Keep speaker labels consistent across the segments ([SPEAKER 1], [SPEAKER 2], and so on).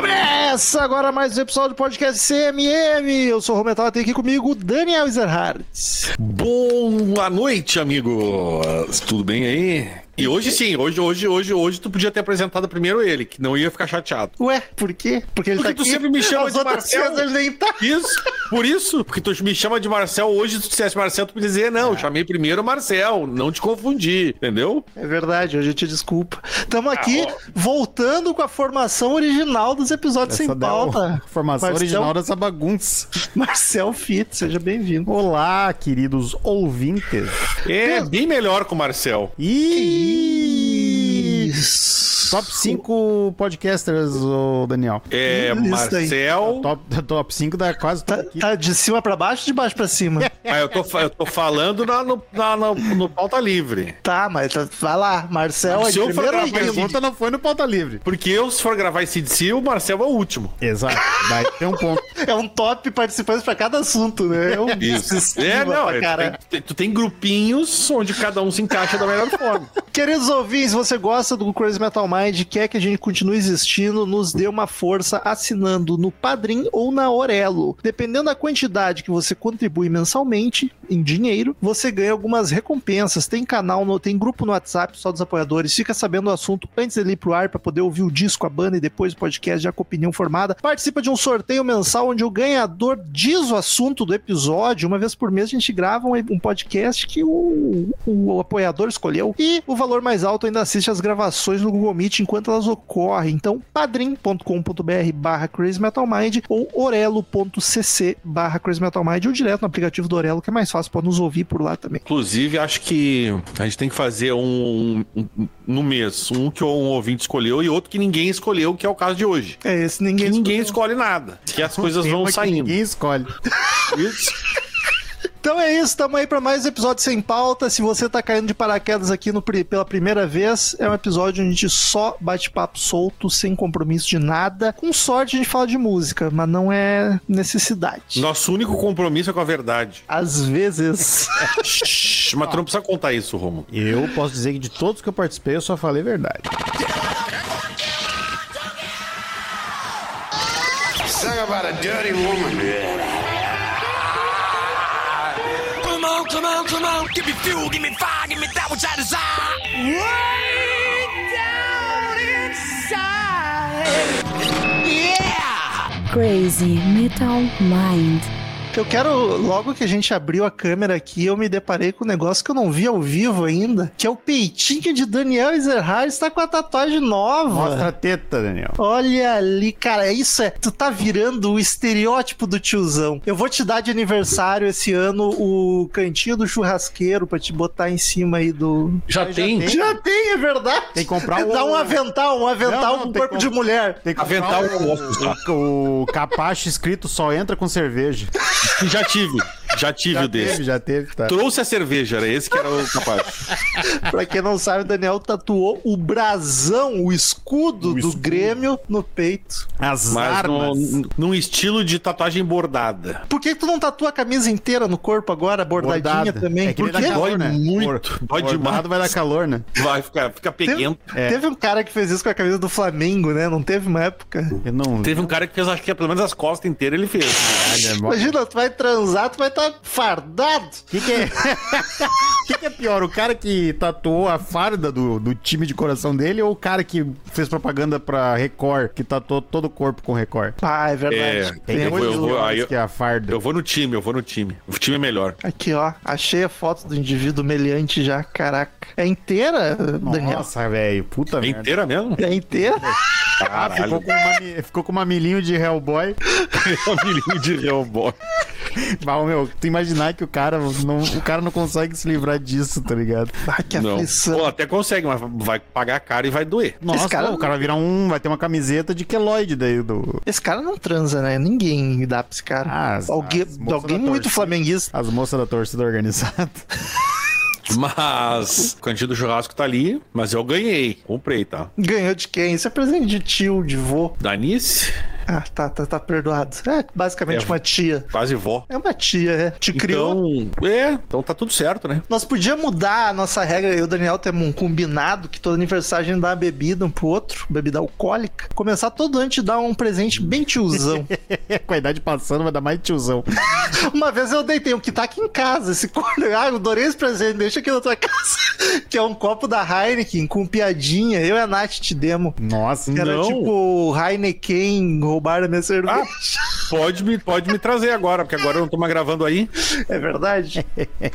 [SPEAKER 1] Começa agora mais um episódio do podcast CMM. Eu sou o Rometal e tem aqui comigo o Daniel Ezerhardt.
[SPEAKER 2] Boa noite, amigo. Tudo bem aí? E hoje sim, hoje, hoje, hoje, hoje tu podia ter apresentado primeiro ele, que não ia ficar chateado.
[SPEAKER 1] Ué, por quê? Porque ele
[SPEAKER 2] Porque
[SPEAKER 1] tá
[SPEAKER 2] tu
[SPEAKER 1] aqui.
[SPEAKER 2] sempre me chama
[SPEAKER 1] As
[SPEAKER 2] de
[SPEAKER 1] outras
[SPEAKER 2] Marcel.
[SPEAKER 1] vezes ele nem tá.
[SPEAKER 2] Isso, por isso, porque tu me chama de Marcel hoje, se tu dissesse Marcel, tu me dizer, não, eu chamei primeiro o Marcel, não te confundi, entendeu?
[SPEAKER 1] É verdade, hoje eu te desculpa. Estamos aqui
[SPEAKER 2] Ah, ó.
[SPEAKER 1] voltando com a formação original dos episódios
[SPEAKER 3] Essa
[SPEAKER 1] sem
[SPEAKER 3] da-
[SPEAKER 1] pauta.
[SPEAKER 3] a formação
[SPEAKER 1] Marcel-
[SPEAKER 3] original dessa bagunça.
[SPEAKER 1] Marcel Fit, seja bem-vindo.
[SPEAKER 3] Olá, queridos ouvintes.
[SPEAKER 2] É bem melhor com o Marcel.
[SPEAKER 3] E
[SPEAKER 1] Isso.
[SPEAKER 3] top 5 podcasters, ô Daniel.
[SPEAKER 2] É
[SPEAKER 1] Isso aí.
[SPEAKER 2] Marcel.
[SPEAKER 3] Top, top 5 da quase
[SPEAKER 1] Tá,
[SPEAKER 3] tudo aqui.
[SPEAKER 1] tá de cima pra baixo ou de baixo pra cima?
[SPEAKER 2] Ah, eu, tô, fa- eu tô falando na- no, na- na- no pauta livre.
[SPEAKER 1] tá, mas tá- vai lá, Marcel é
[SPEAKER 2] Se
[SPEAKER 1] de
[SPEAKER 2] eu for
[SPEAKER 1] primeiro
[SPEAKER 2] gravar
[SPEAKER 1] aí,
[SPEAKER 2] esse-
[SPEAKER 3] Pergunta não foi no pauta livre.
[SPEAKER 2] Porque eu, se for gravar esse DC, o Marcel é o último.
[SPEAKER 3] Exato. Daí tem um ponto.
[SPEAKER 1] É um top participantes pra cada assunto, né? É um
[SPEAKER 2] Isso. É, não, é,
[SPEAKER 1] cara.
[SPEAKER 2] tu tem- tu tem grupinhos onde cada um se encaixa da melhor forma.
[SPEAKER 1] Queridos ouvintes, você gosta do Crazy Metal Mind, quer que a gente continue existindo, nos dê uma força assinando no Padrim ou na Orelo. Dependendo da quantidade que você contribui mensalmente, em dinheiro, você ganha algumas recompensas. Tem canal, no- tem grupo no WhatsApp só dos apoiadores, fica sabendo o assunto antes dele ir pro ar pra poder ouvir o disco, a banda e depois o podcast já com opinião formada. Participa de um sorteio mensal onde o ganhador diz o assunto do episódio. Uma vez por mês a gente grava um, um podcast que o, o, apoiador escolheu. E o valor mais alto ainda assiste as gravações no Google Meet enquanto elas ocorrem. Então, padrim.com.br barra Crazy Metal Mind ou orelo.cc barra Crazy Metal Mind ou direto no aplicativo do Orelo, que é mais fácil, pode nos ouvir por lá também.
[SPEAKER 2] Inclusive, acho que a gente tem que fazer um, um- um- no mês, um que um ouvinte escolheu e outro que ninguém escolheu, que é o caso de hoje.
[SPEAKER 1] É esse,
[SPEAKER 2] Que
[SPEAKER 1] ninguém...
[SPEAKER 2] ninguém escolhe nada, que as coisas
[SPEAKER 3] Tema
[SPEAKER 2] vão
[SPEAKER 3] que
[SPEAKER 2] saindo.
[SPEAKER 3] Ninguém escolhe.
[SPEAKER 2] Isso.
[SPEAKER 1] Então é isso, tamo aí pra mais um episódio sem pauta. Se você tá caindo de paraquedas aqui no pri- pela primeira vez, é um episódio onde a gente só bate papo solto, sem compromisso de nada. Com sorte a gente fala de música, mas não é necessidade.
[SPEAKER 2] Nosso único compromisso é com a verdade.
[SPEAKER 1] Às vezes.
[SPEAKER 2] Shhh, Mas tu não precisa contar isso, Romo.
[SPEAKER 3] Eu posso dizer que de todos que eu participei, eu só falei verdade.
[SPEAKER 4] Sing about a dirty woman.
[SPEAKER 5] Come on, come on, come on. Give me fuel, give me fire, give me that which I desire. Way down inside. Yeah!
[SPEAKER 6] Crazy Metal Mind.
[SPEAKER 1] Eu quero, logo que a gente abriu a câmera aqui, eu me deparei com um negócio que eu não vi ao vivo ainda, que é o peitinho de Daniel Ezerhard está com a tatuagem nova.
[SPEAKER 3] Ah. Mostra a teta, Daniel.
[SPEAKER 1] Olha ali, cara, isso é. Tu tá virando o estereótipo do tiozão. Eu vou te dar de aniversário esse ano o cantinho do churrasqueiro pra te botar em cima aí do.
[SPEAKER 2] Já tem.
[SPEAKER 3] tem.
[SPEAKER 1] Já tem, é verdade.
[SPEAKER 3] Tem que comprar
[SPEAKER 1] Dá um avental, um avental
[SPEAKER 3] Não, não,
[SPEAKER 1] com
[SPEAKER 3] tem
[SPEAKER 1] corpo
[SPEAKER 3] como-
[SPEAKER 1] de mulher.
[SPEAKER 3] Tem que
[SPEAKER 2] Avental
[SPEAKER 3] comprar
[SPEAKER 2] com óculos,
[SPEAKER 3] o, o capacho escrito só entra com cerveja.
[SPEAKER 2] Já tive. Já tive o desse.
[SPEAKER 3] teve, já teve, tá?
[SPEAKER 2] Trouxe a cerveja, era esse que era o capaz.
[SPEAKER 1] pra quem não sabe, o Daniel tatuou o brasão, o escudo do Grêmio no peito.
[SPEAKER 3] As
[SPEAKER 2] Mas no-
[SPEAKER 3] armas.
[SPEAKER 2] num estilo de tatuagem bordada.
[SPEAKER 1] Por que que tu não tatua a camisa inteira no corpo agora, bordadinha
[SPEAKER 3] Bordada.
[SPEAKER 1] também?
[SPEAKER 3] É que
[SPEAKER 1] Por
[SPEAKER 3] nem da
[SPEAKER 1] quê?
[SPEAKER 3] calor,
[SPEAKER 2] Dói
[SPEAKER 3] né?
[SPEAKER 2] muito, dói
[SPEAKER 3] Bordado
[SPEAKER 2] demais.
[SPEAKER 3] vai dar calor, né?
[SPEAKER 2] Vai ficar, fica peguento.
[SPEAKER 1] Teve,
[SPEAKER 3] É.
[SPEAKER 1] teve um cara que fez isso com a camisa do Flamengo, né? Não teve uma época.
[SPEAKER 3] Eu não. é
[SPEAKER 2] Teve um cara que fez, acho que pelo menos as costas inteiras ele fez.
[SPEAKER 1] Imagina, tu vai transar, tu vai estar fardado.
[SPEAKER 3] O que, que é. O que, que é pior? O cara que tatuou a farda do, do time de coração dele ou o cara que fez propaganda pra Record, que tatuou todo o corpo com Record?
[SPEAKER 1] Ah, é
[SPEAKER 2] É,
[SPEAKER 1] verdade.
[SPEAKER 2] eu
[SPEAKER 3] Tem
[SPEAKER 2] vou-
[SPEAKER 3] dois
[SPEAKER 2] eu vou- aí
[SPEAKER 3] lugares
[SPEAKER 2] eu-
[SPEAKER 3] que é a farda.
[SPEAKER 2] Eu vou no time, eu vou no time. O time é melhor.
[SPEAKER 1] Aqui, ó. Achei a foto do indivíduo meliante já. Caraca. É inteira, Daniel?
[SPEAKER 3] Nossa, velho. Puta
[SPEAKER 2] É
[SPEAKER 3] merda.
[SPEAKER 2] inteira mesmo?
[SPEAKER 1] É inteira?
[SPEAKER 3] Ah, ficou, com uma, mi- ficou com um mamilinho de Hellboy.
[SPEAKER 2] Familinho É um de Hellboy.
[SPEAKER 3] Mas, meu, tu imaginar que o cara não, o cara não consegue se livrar disso, tá ligado?
[SPEAKER 1] Ah, que
[SPEAKER 2] Não.
[SPEAKER 1] aflição.
[SPEAKER 2] Pô, até consegue, mas vai pagar caro e vai doer.
[SPEAKER 3] Nossa,
[SPEAKER 1] cara-
[SPEAKER 3] o cara vai virar um. Vai ter uma camiseta de Keloid daí do.
[SPEAKER 1] Esse cara não transa, né? Ninguém dá pra esse cara.
[SPEAKER 3] Ah, as-
[SPEAKER 1] alguém
[SPEAKER 3] as moças
[SPEAKER 1] alguém
[SPEAKER 3] da
[SPEAKER 1] muito
[SPEAKER 3] torcida.
[SPEAKER 1] flamenguista.
[SPEAKER 3] As moças da torcida organizada.
[SPEAKER 2] Mas o cantinho do churrasco tá ali, mas eu ganhei. Comprei, tá?
[SPEAKER 1] Ganhou de quem? Isso é presente de tio, de vô.
[SPEAKER 2] Danice?
[SPEAKER 1] Ah, tá, tá, tá perdoado. É basicamente
[SPEAKER 2] É.
[SPEAKER 1] uma tia.
[SPEAKER 2] Quase vó.
[SPEAKER 1] É uma tia, é. Te criou.
[SPEAKER 2] Então, é, então tá tudo certo, né?
[SPEAKER 1] Nós podíamos mudar a nossa regra, eu e o Daniel temos um combinado que todo aniversário a gente dá uma bebida um pro outro, bebida alcoólica. Começar todo ano a gente dar um presente bem tiozão.
[SPEAKER 3] Com a idade passando, vai dar mais tiozão.
[SPEAKER 1] Uma vez eu deitei um que tá aqui em casa, esse corno. Ah, eu adorei esse presente, deixa aqui na tua casa. Que é um copo da Heineken com piadinha. Eu e a Nath te demo.
[SPEAKER 3] Nossa,
[SPEAKER 1] Que era
[SPEAKER 2] Não.
[SPEAKER 1] tipo Heineken roubaram a minha cerveja.
[SPEAKER 2] Ah, Pode me, pode me trazer agora, porque agora eu não tô mais gravando aí.
[SPEAKER 1] É verdade.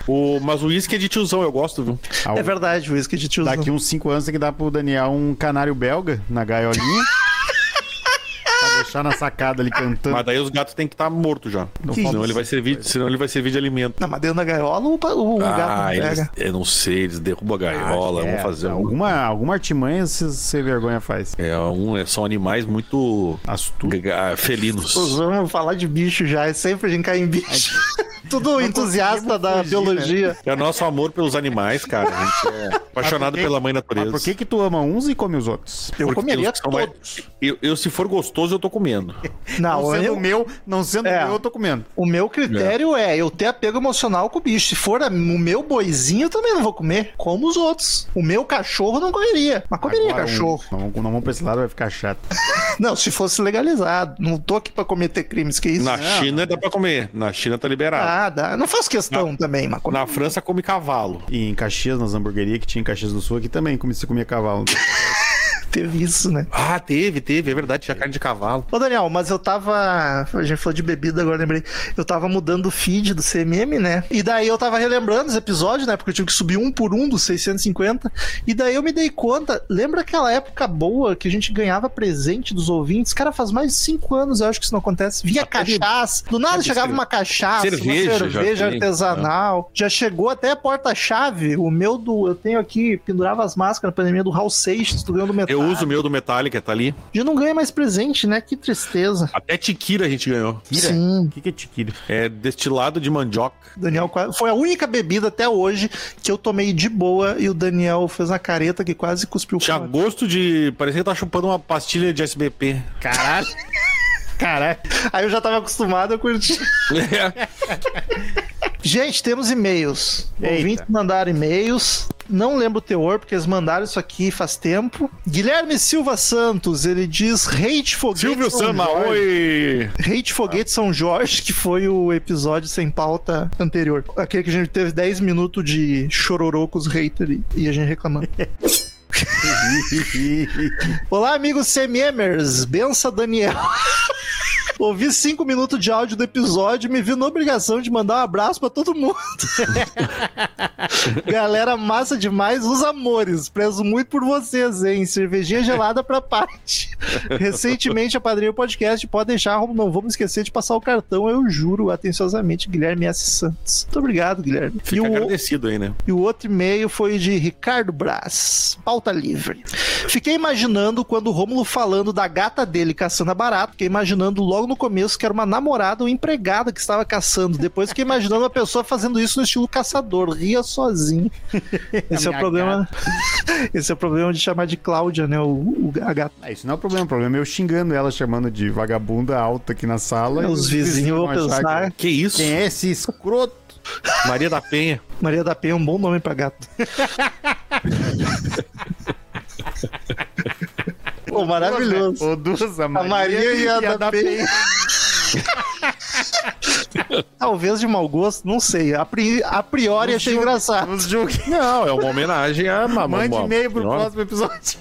[SPEAKER 2] O, mas o uísque é de tiozão, eu gosto, viu?
[SPEAKER 3] Ao-
[SPEAKER 1] É verdade, uísque de
[SPEAKER 2] Tá
[SPEAKER 1] tiozão.
[SPEAKER 3] Daqui uns 5 anos tem que dar pro Daniel um canário belga na gaiolinha. pra deixar na sacada ali cantando.
[SPEAKER 2] Mas daí os gatos têm que estar mortos já.
[SPEAKER 1] Que
[SPEAKER 2] senão,
[SPEAKER 1] isso.
[SPEAKER 2] ele vai servir, senão ele vai servir de alimento.
[SPEAKER 1] Na madeira da gaiola, o, pa- o um gato não
[SPEAKER 2] ah, eles,
[SPEAKER 1] pega.
[SPEAKER 2] eu não sei, eles derrubam a gaiola,
[SPEAKER 3] É,
[SPEAKER 2] vão fazer algum.
[SPEAKER 3] alguma, alguma artimanha se sem vergonha faz.
[SPEAKER 2] É, um, é, são animais muito
[SPEAKER 3] Astuto.
[SPEAKER 2] ga- ah, felinos.
[SPEAKER 1] Nós vamos falar de bicho já, é sempre a gente cai em bicho. Tudo entusiasta da
[SPEAKER 3] fugir, né?
[SPEAKER 1] biologia.
[SPEAKER 2] É o nosso amor pelos animais, cara. A gente é apaixonado
[SPEAKER 3] que-
[SPEAKER 2] pela mãe
[SPEAKER 3] Mas
[SPEAKER 2] natureza.
[SPEAKER 3] Ah, por que que tu ama uns e come os outros?
[SPEAKER 1] Eu
[SPEAKER 2] Porque
[SPEAKER 1] comeria
[SPEAKER 2] os que são mais-
[SPEAKER 1] todos.
[SPEAKER 2] Eu, eu, se for gostoso, eu tô comendo.
[SPEAKER 1] Não,
[SPEAKER 3] não sendo
[SPEAKER 1] Ah, eu-
[SPEAKER 3] o meu, não sendo
[SPEAKER 1] É.
[SPEAKER 3] o meu, eu tô comendo.
[SPEAKER 1] o meu critério é. eu ter apego emocional com o bicho. Se for a- o meu boizinho, eu também não vou comer. Como os outros. O meu cachorro eu não comeria. Mas comeria
[SPEAKER 3] Agora, um-
[SPEAKER 1] cachorro.
[SPEAKER 3] Não, vamos- não vamos pra esse lado, vai ficar chato.
[SPEAKER 2] um-
[SPEAKER 1] Não, se fosse legalizado. Não tô aqui pra cometer crimes, que isso.
[SPEAKER 2] Na China dá pra comer. Na China tá liberado.
[SPEAKER 1] Ah, dá. Não faço questão também, mas
[SPEAKER 2] Na França come cavalo.
[SPEAKER 3] E em Caxias, nas hamburguerias que tinha em Caxias do Sul, aqui também come- se comia cavalo.
[SPEAKER 1] teve isso, né?
[SPEAKER 2] Ah, teve, teve, é verdade, tinha carne de cavalo.
[SPEAKER 1] Ô, Daniel, mas eu tava. A gente falou de bebida, agora lembrei. Eu tava mudando o feed do CMM, né? E daí eu tava relembrando os episódios, né? Porque eu tive que subir um por um dos 650. E daí eu me dei conta. Lembra aquela época boa que a gente ganhava presente dos ouvintes? Cara, faz mais de cinco anos, eu acho que isso não acontece. Via
[SPEAKER 2] Tá
[SPEAKER 1] cachaça. Do nada chegava uma cachaça,
[SPEAKER 2] Cerveja,
[SPEAKER 1] uma
[SPEAKER 2] já
[SPEAKER 1] cerveja
[SPEAKER 2] tem, É.
[SPEAKER 1] artesanal. Já chegou até a porta-chave. O meu do. Eu tenho aqui, pendurava as máscaras, pandemia do Hal Seixas, do Grão do Metal.
[SPEAKER 2] Eu uso o meu do Metallica, tá ali.
[SPEAKER 1] Já não ganha mais presente, né? Que tristeza.
[SPEAKER 2] Até tiquira a gente ganhou.
[SPEAKER 1] Sim.
[SPEAKER 3] O que, que é tiquira?
[SPEAKER 2] É destilado de mandioca.
[SPEAKER 1] Daniel quase- foi a única bebida até hoje que eu tomei de boa e o Daniel fez uma careta que quase cuspiu
[SPEAKER 2] Tinha
[SPEAKER 1] fora.
[SPEAKER 2] gosto de. Parecia que tá chupando uma pastilha de SBP.
[SPEAKER 3] Caralho. Caralho.
[SPEAKER 1] Aí eu já tava acostumado, eu curti. Gente, temos e-mails.
[SPEAKER 3] Eita.
[SPEAKER 1] Ouvintes mandaram e-mails. Não lembro o teor, porque eles mandaram isso aqui faz tempo. Guilherme Silva Santos, ele diz Hate Foguete
[SPEAKER 2] Silvio
[SPEAKER 1] São
[SPEAKER 2] Sama,
[SPEAKER 1] Jorge.
[SPEAKER 2] oi!
[SPEAKER 1] Hate Foguete São Jorge, que foi o episódio sem pauta anterior. Aquele que a gente teve 10 minutos de chororô com os haters e a gente reclamando. Olá, amigos CMMers. Bença Daniel. Ouvi cinco minutos de áudio do episódio e me vi na obrigação de mandar um abraço pra todo mundo. Galera, massa demais. Os amores. Prezo muito por vocês, hein? Cervejinha gelada pra parte. Recentemente apadrinhei o podcast. Pode deixar, não vamos esquecer de passar o cartão, eu juro. Atenciosamente, Guilherme S. Santos. Muito obrigado, Guilherme. E
[SPEAKER 2] Fica
[SPEAKER 1] o-
[SPEAKER 2] agradecido aí, né?
[SPEAKER 1] e o outro e-mail foi de Ricardo Braz, pauta livre. Fiquei imaginando quando o Rômulo falando da gata dele caçando a barata, fiquei imaginando logo no começo que era uma namorada ou empregada que estava caçando. Depois fiquei imaginando uma pessoa fazendo isso no estilo caçador, ria sozinho. Esse é o
[SPEAKER 3] minha
[SPEAKER 1] problema. Esse é o problema de chamar de Cláudia, né? O, o, a gata.
[SPEAKER 3] Ah, isso não é o problema. O problema é eu xingando ela, chamando de vagabunda alta aqui na sala. e
[SPEAKER 1] Os vizinhos vão
[SPEAKER 3] achar
[SPEAKER 1] pensar.
[SPEAKER 3] que-
[SPEAKER 2] Que isso?
[SPEAKER 3] Quem é esse escroto?
[SPEAKER 2] Maria da Penha.
[SPEAKER 1] Maria da Penha é um bom nome pra gato. Pô, maravilhoso.
[SPEAKER 3] Ô, duas, a
[SPEAKER 1] A
[SPEAKER 3] Maria,
[SPEAKER 1] Maria e a, da, Penha.
[SPEAKER 3] Penha.
[SPEAKER 1] Talvez de mau gosto, não sei. A, pri- a priori achei engraçado.
[SPEAKER 3] Nos julguem.
[SPEAKER 2] Não, é uma homenagem à mamãe.
[SPEAKER 3] Mande e-mail pro próximo episódio.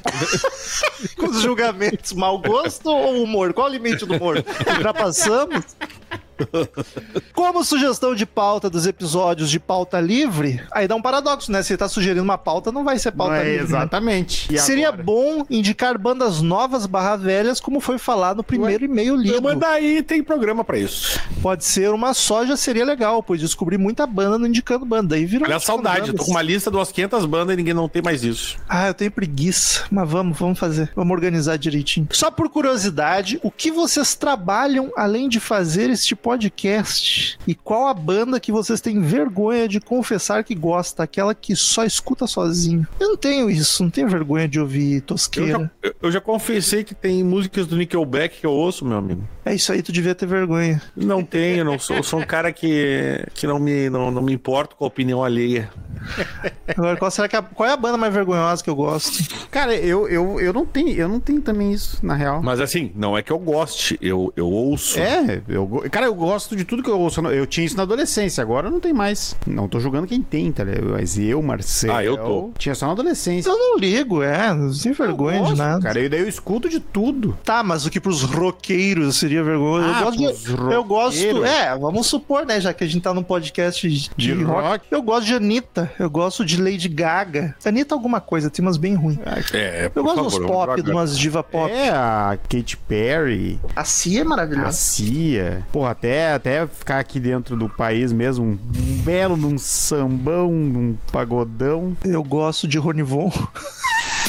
[SPEAKER 1] Com os julgamentos, mau gosto ou humor? Qual o limite do humor? Ultrapassamos? Como sugestão de pauta dos episódios de pauta livre, aí dá um paradoxo, né? Se ele tá sugerindo uma pauta, não vai ser
[SPEAKER 3] Não
[SPEAKER 1] pauta
[SPEAKER 3] é,
[SPEAKER 1] livre. né?
[SPEAKER 3] exatamente. E
[SPEAKER 1] Seria
[SPEAKER 3] agora?
[SPEAKER 1] bom indicar bandas novas barra velhas, como foi falar no primeiro e-mail lido.
[SPEAKER 2] Manda aí, tem programa pra isso.
[SPEAKER 1] Pode ser uma só, já seria legal, pois descobri muita banda não indicando banda. Aí virou assim.
[SPEAKER 2] Olha a saudade, eu tô com uma lista de umas 500 bandas e ninguém não tem mais isso.
[SPEAKER 1] Ah, eu tenho preguiça, mas vamos, vamos fazer. Vamos organizar direitinho. Só por curiosidade, o que vocês trabalham além de fazer este podcast e qual a banda que vocês têm vergonha de confessar que gosta, aquela que só escuta sozinho. Eu não tenho isso, não tenho vergonha de ouvir
[SPEAKER 2] Eu
[SPEAKER 1] tosqueira.
[SPEAKER 2] já, eu- eu já confessei que tem músicas do Nickelback que eu ouço, meu amigo.
[SPEAKER 1] É isso aí, tu devia ter vergonha.
[SPEAKER 2] Não tenho, não sou, eu sou um cara que, que não, me, não, não me importo com a opinião alheia.
[SPEAKER 1] Agora, qual, será que é a- qual é a banda mais vergonhosa que eu gosto?
[SPEAKER 3] Cara, eu, eu, eu não tenho, eu não tenho também isso, na real.
[SPEAKER 2] Mas assim, não é que eu goste, eu, eu ouço.
[SPEAKER 3] É, eu, go- cara, eu gosto de tudo que eu ouço. Eu não- Eu tinha isso na adolescência, agora não tem mais. Não tô julgando quem tem, tá ligado? Mas eu, Marcelo.
[SPEAKER 2] Ah, eu tô.
[SPEAKER 3] Tinha só na adolescência.
[SPEAKER 1] Eu não ligo, é, não tenho vergonha
[SPEAKER 3] Eu gosto,
[SPEAKER 1] de nada.
[SPEAKER 3] Cara, eu, daí eu escuto de tudo.
[SPEAKER 1] Tá, mas o que pros roqueiros seria vergonha?
[SPEAKER 3] Ah,
[SPEAKER 1] eu gosto
[SPEAKER 3] pros
[SPEAKER 1] de, Eu gosto.
[SPEAKER 3] roqueiros.
[SPEAKER 1] É, vamos supor, né? Já que a gente tá num podcast de,
[SPEAKER 3] De
[SPEAKER 1] de rock.
[SPEAKER 3] rock.
[SPEAKER 1] Eu gosto de Anitta. Eu gosto de Lady Gaga. Anitta alguma coisa, tem umas bem ruins.
[SPEAKER 2] É,
[SPEAKER 1] Eu
[SPEAKER 2] por
[SPEAKER 1] gosto
[SPEAKER 2] favor,
[SPEAKER 1] de uns
[SPEAKER 2] vamos
[SPEAKER 1] pop,
[SPEAKER 2] pra-
[SPEAKER 1] de umas diva pop.
[SPEAKER 3] É, a Katy Perry,
[SPEAKER 1] A Cia é
[SPEAKER 3] a
[SPEAKER 1] maravilhosa.
[SPEAKER 3] Cia. Porra, até, até ficar aqui dentro do país mesmo, um belo num sambão, num pagodão.
[SPEAKER 1] Eu gosto de Rony Von.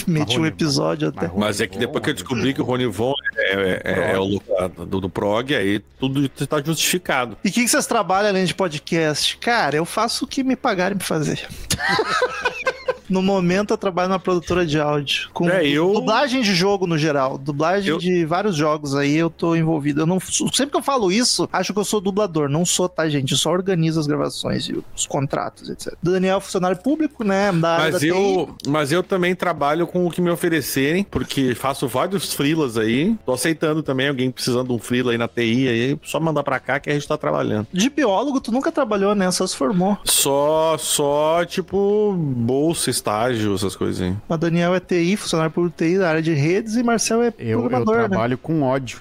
[SPEAKER 1] Meti um
[SPEAKER 3] Rony
[SPEAKER 1] episódio até.
[SPEAKER 3] Marrone.
[SPEAKER 2] Mas é que depois que eu descobri que o Rony Von é, é- é o lugar do, do prog, aí tudo está justificado.
[SPEAKER 1] E o que, que vocês trabalham além de podcast? Cara, eu faço o que me pagarem pra fazer. no momento, eu trabalho na produtora de áudio. Com
[SPEAKER 2] É, eu-
[SPEAKER 1] dublagem de jogo no geral. Dublagem
[SPEAKER 2] Eu-
[SPEAKER 1] de vários jogos aí, eu tô envolvido. Eu não... Sempre que eu falo isso, acho que eu sou dublador. Não sou, tá, gente? Eu só organizo as gravações e os contratos, etc. Daniel é funcionário público, né? Da área
[SPEAKER 2] Mas
[SPEAKER 1] da TI.
[SPEAKER 2] eu, mas eu também trabalho com o que me oferecerem, porque faço vários freelas aí. Tô aceitando também alguém precisando de um freela aí na TI, aí só mandar pra cá que a gente tá trabalhando.
[SPEAKER 1] De biólogo, tu nunca trabalhou, né? Só se formou.
[SPEAKER 2] Só, só, tipo, bolsa, estágio, essas coisas aí.
[SPEAKER 1] Mas Daniel é TI, funcionário público TI da área de redes, e Marcel é
[SPEAKER 3] Eu, eu
[SPEAKER 1] programador, né?
[SPEAKER 3] trabalho com ódio.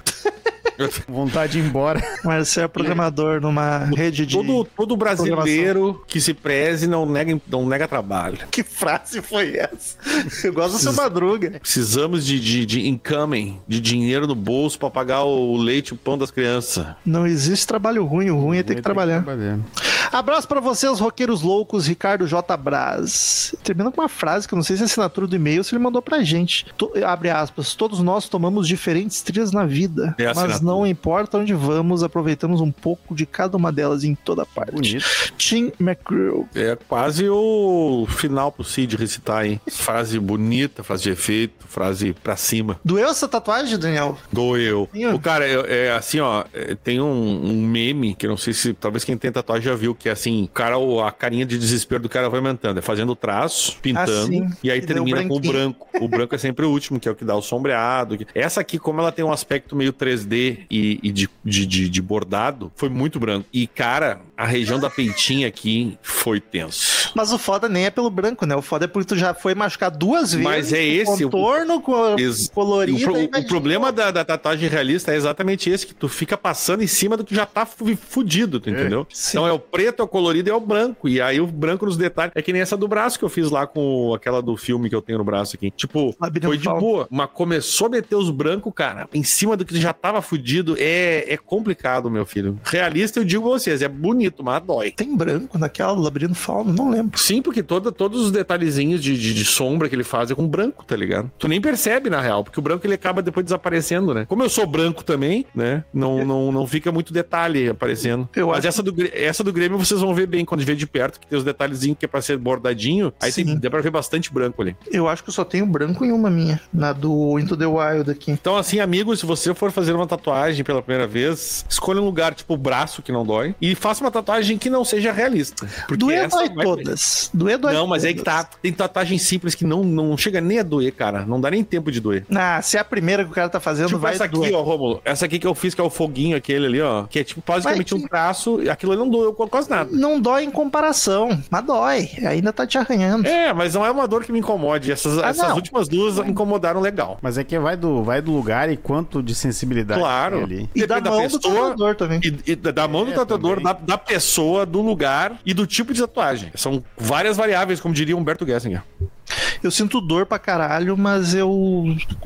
[SPEAKER 3] Com Vontade de ir embora.
[SPEAKER 1] Marcel é programador numa rede de.
[SPEAKER 2] Todo, todo brasileiro que se preze não nega, não nega trabalho.
[SPEAKER 1] Que frase foi essa? Eu gosto do seu madruga.
[SPEAKER 2] Precisamos de, de, de incoming, de dinheiro no bolso pra pagar o leite e o pão das crianças.
[SPEAKER 1] Não existe trabalho ruim, o ruim é ter que trabalhar. Abraço pra vocês, roqueiros loucos, Ricardo J. Braz. Termina com uma frase que eu não sei se é assinatura do e-mail ou se ele mandou pra gente. To- abre aspas. Todos nós tomamos diferentes trilhas na vida,
[SPEAKER 2] É assinatura.
[SPEAKER 1] mas não importa onde vamos, aproveitamos um pouco de cada uma delas em toda parte.
[SPEAKER 3] Bonito.
[SPEAKER 1] Tim McGraw.
[SPEAKER 2] É quase o final pro Cid recitar, hein? Frase bonita, frase de efeito, frase pra cima.
[SPEAKER 1] Doeu essa tatuagem, Daniel?
[SPEAKER 2] Doeu.
[SPEAKER 1] Ih.
[SPEAKER 2] O cara, é, é assim, ó, é, tem um, um meme que eu não sei se talvez quem tem tatuagem já viu, que é assim, o cara, o- a carinha de desespero do cara vai aumentando, é fazendo traço, pintando,
[SPEAKER 1] Assim,
[SPEAKER 2] e aí
[SPEAKER 1] e deu
[SPEAKER 2] termina com o
[SPEAKER 1] branquinho.
[SPEAKER 2] branco. O branco é sempre o último, que é o que dá o sombreado. Essa aqui, como ela tem um aspecto meio 3D e, e de, de, de- de bordado, foi muito branco. E, cara, a região da peitinha aqui foi tenso.
[SPEAKER 1] Mas o foda nem é pelo branco, né? O foda é porque tu já foi machucar duas vezes.
[SPEAKER 2] Mas é esse
[SPEAKER 1] Com
[SPEAKER 2] o-
[SPEAKER 1] contorno, com
[SPEAKER 2] Ex- E
[SPEAKER 1] colorido.
[SPEAKER 2] o, pro-
[SPEAKER 1] aí
[SPEAKER 2] o
[SPEAKER 1] vai de
[SPEAKER 2] problema da, da tatuagem realista é exatamente esse, que tu fica passando em cima do que já tá fu- fudido, tu entendeu?
[SPEAKER 1] sim.
[SPEAKER 2] Então é o preto, é o colorido e é o branco. E aí o branco nos detalhes. É que nem essa do braço que eu fiz lá com o- aquela do filme que eu tenho no braço aqui. Tipo,
[SPEAKER 1] Labirinto
[SPEAKER 2] foi de
[SPEAKER 1] Fausto.
[SPEAKER 2] boa. Mas começou a meter os brancos, cara, em cima do que já tava fudido. É, é complicado, meu filho. Realista, eu digo pra vocês, é bonito, mas dói.
[SPEAKER 1] Tem branco naquela do labirinto fauno, não lembro.
[SPEAKER 2] Sim, porque toda, todos os detalhezinhos de, de, de sombra que ele faz é com branco, tá ligado? Tu nem percebe, na real, porque o branco ele acaba depois desaparecendo, né? Como eu sou branco também, né? Não, não, não fica muito detalhe aparecendo.
[SPEAKER 1] É. Eu
[SPEAKER 2] Mas
[SPEAKER 1] acho-
[SPEAKER 2] essa, do, Grê- essa do Grêmio vocês vão ver bem quando vê de perto, que tem os detalhezinhos que é pra ser bordadinho. Aí tem,
[SPEAKER 1] Sim.
[SPEAKER 2] dá pra ver bastante branco ali.
[SPEAKER 1] Eu acho que eu só tenho branco em uma minha, na do Into the Wild aqui.
[SPEAKER 2] Então, assim, amigos, se você for fazer uma tatuagem pela primeira vez, escolha um lugar tipo o braço que não dói e faça uma tatuagem que não seja realista. Porque
[SPEAKER 1] Doer
[SPEAKER 2] essa
[SPEAKER 1] dói
[SPEAKER 2] vai-
[SPEAKER 1] todas. Doer dói
[SPEAKER 2] Não, mas aí que
[SPEAKER 1] todas.
[SPEAKER 2] tá. Tem tatuagem simples que não, não chega nem a doer, cara. Não dá nem tempo de doer.
[SPEAKER 1] Ah, se é a primeira que o cara tá fazendo,
[SPEAKER 2] Tipo
[SPEAKER 1] vai
[SPEAKER 2] essa aqui,
[SPEAKER 1] doer.
[SPEAKER 2] ó, Rômulo. Essa aqui que eu fiz, que é o foguinho aquele ali, ó. Que é tipo basicamente
[SPEAKER 1] Vai que-
[SPEAKER 2] um traço. e Aquilo ali não doeu quase nada.
[SPEAKER 1] Não dói em comparação, mas dói. Ainda tá te arranhando.
[SPEAKER 2] É, mas não é uma dor que me incomode. Essas,
[SPEAKER 1] Ah,
[SPEAKER 2] essas
[SPEAKER 1] não.
[SPEAKER 2] últimas duas incomodaram legal.
[SPEAKER 3] Mas é que vai do, vai do lugar e quanto de sensibilidade
[SPEAKER 2] Claro.
[SPEAKER 3] tem ali.
[SPEAKER 1] E da
[SPEAKER 2] depende da
[SPEAKER 1] mão do
[SPEAKER 2] pessoa.
[SPEAKER 1] tatuador também.
[SPEAKER 2] E, e da da mão do
[SPEAKER 3] É,
[SPEAKER 2] tatuador, da,
[SPEAKER 3] também.
[SPEAKER 2] da pessoa, do lugar e do tipo de tatuagem. São várias variáveis, como diria Humberto Gessinger.
[SPEAKER 1] Eu sinto dor pra caralho, mas eu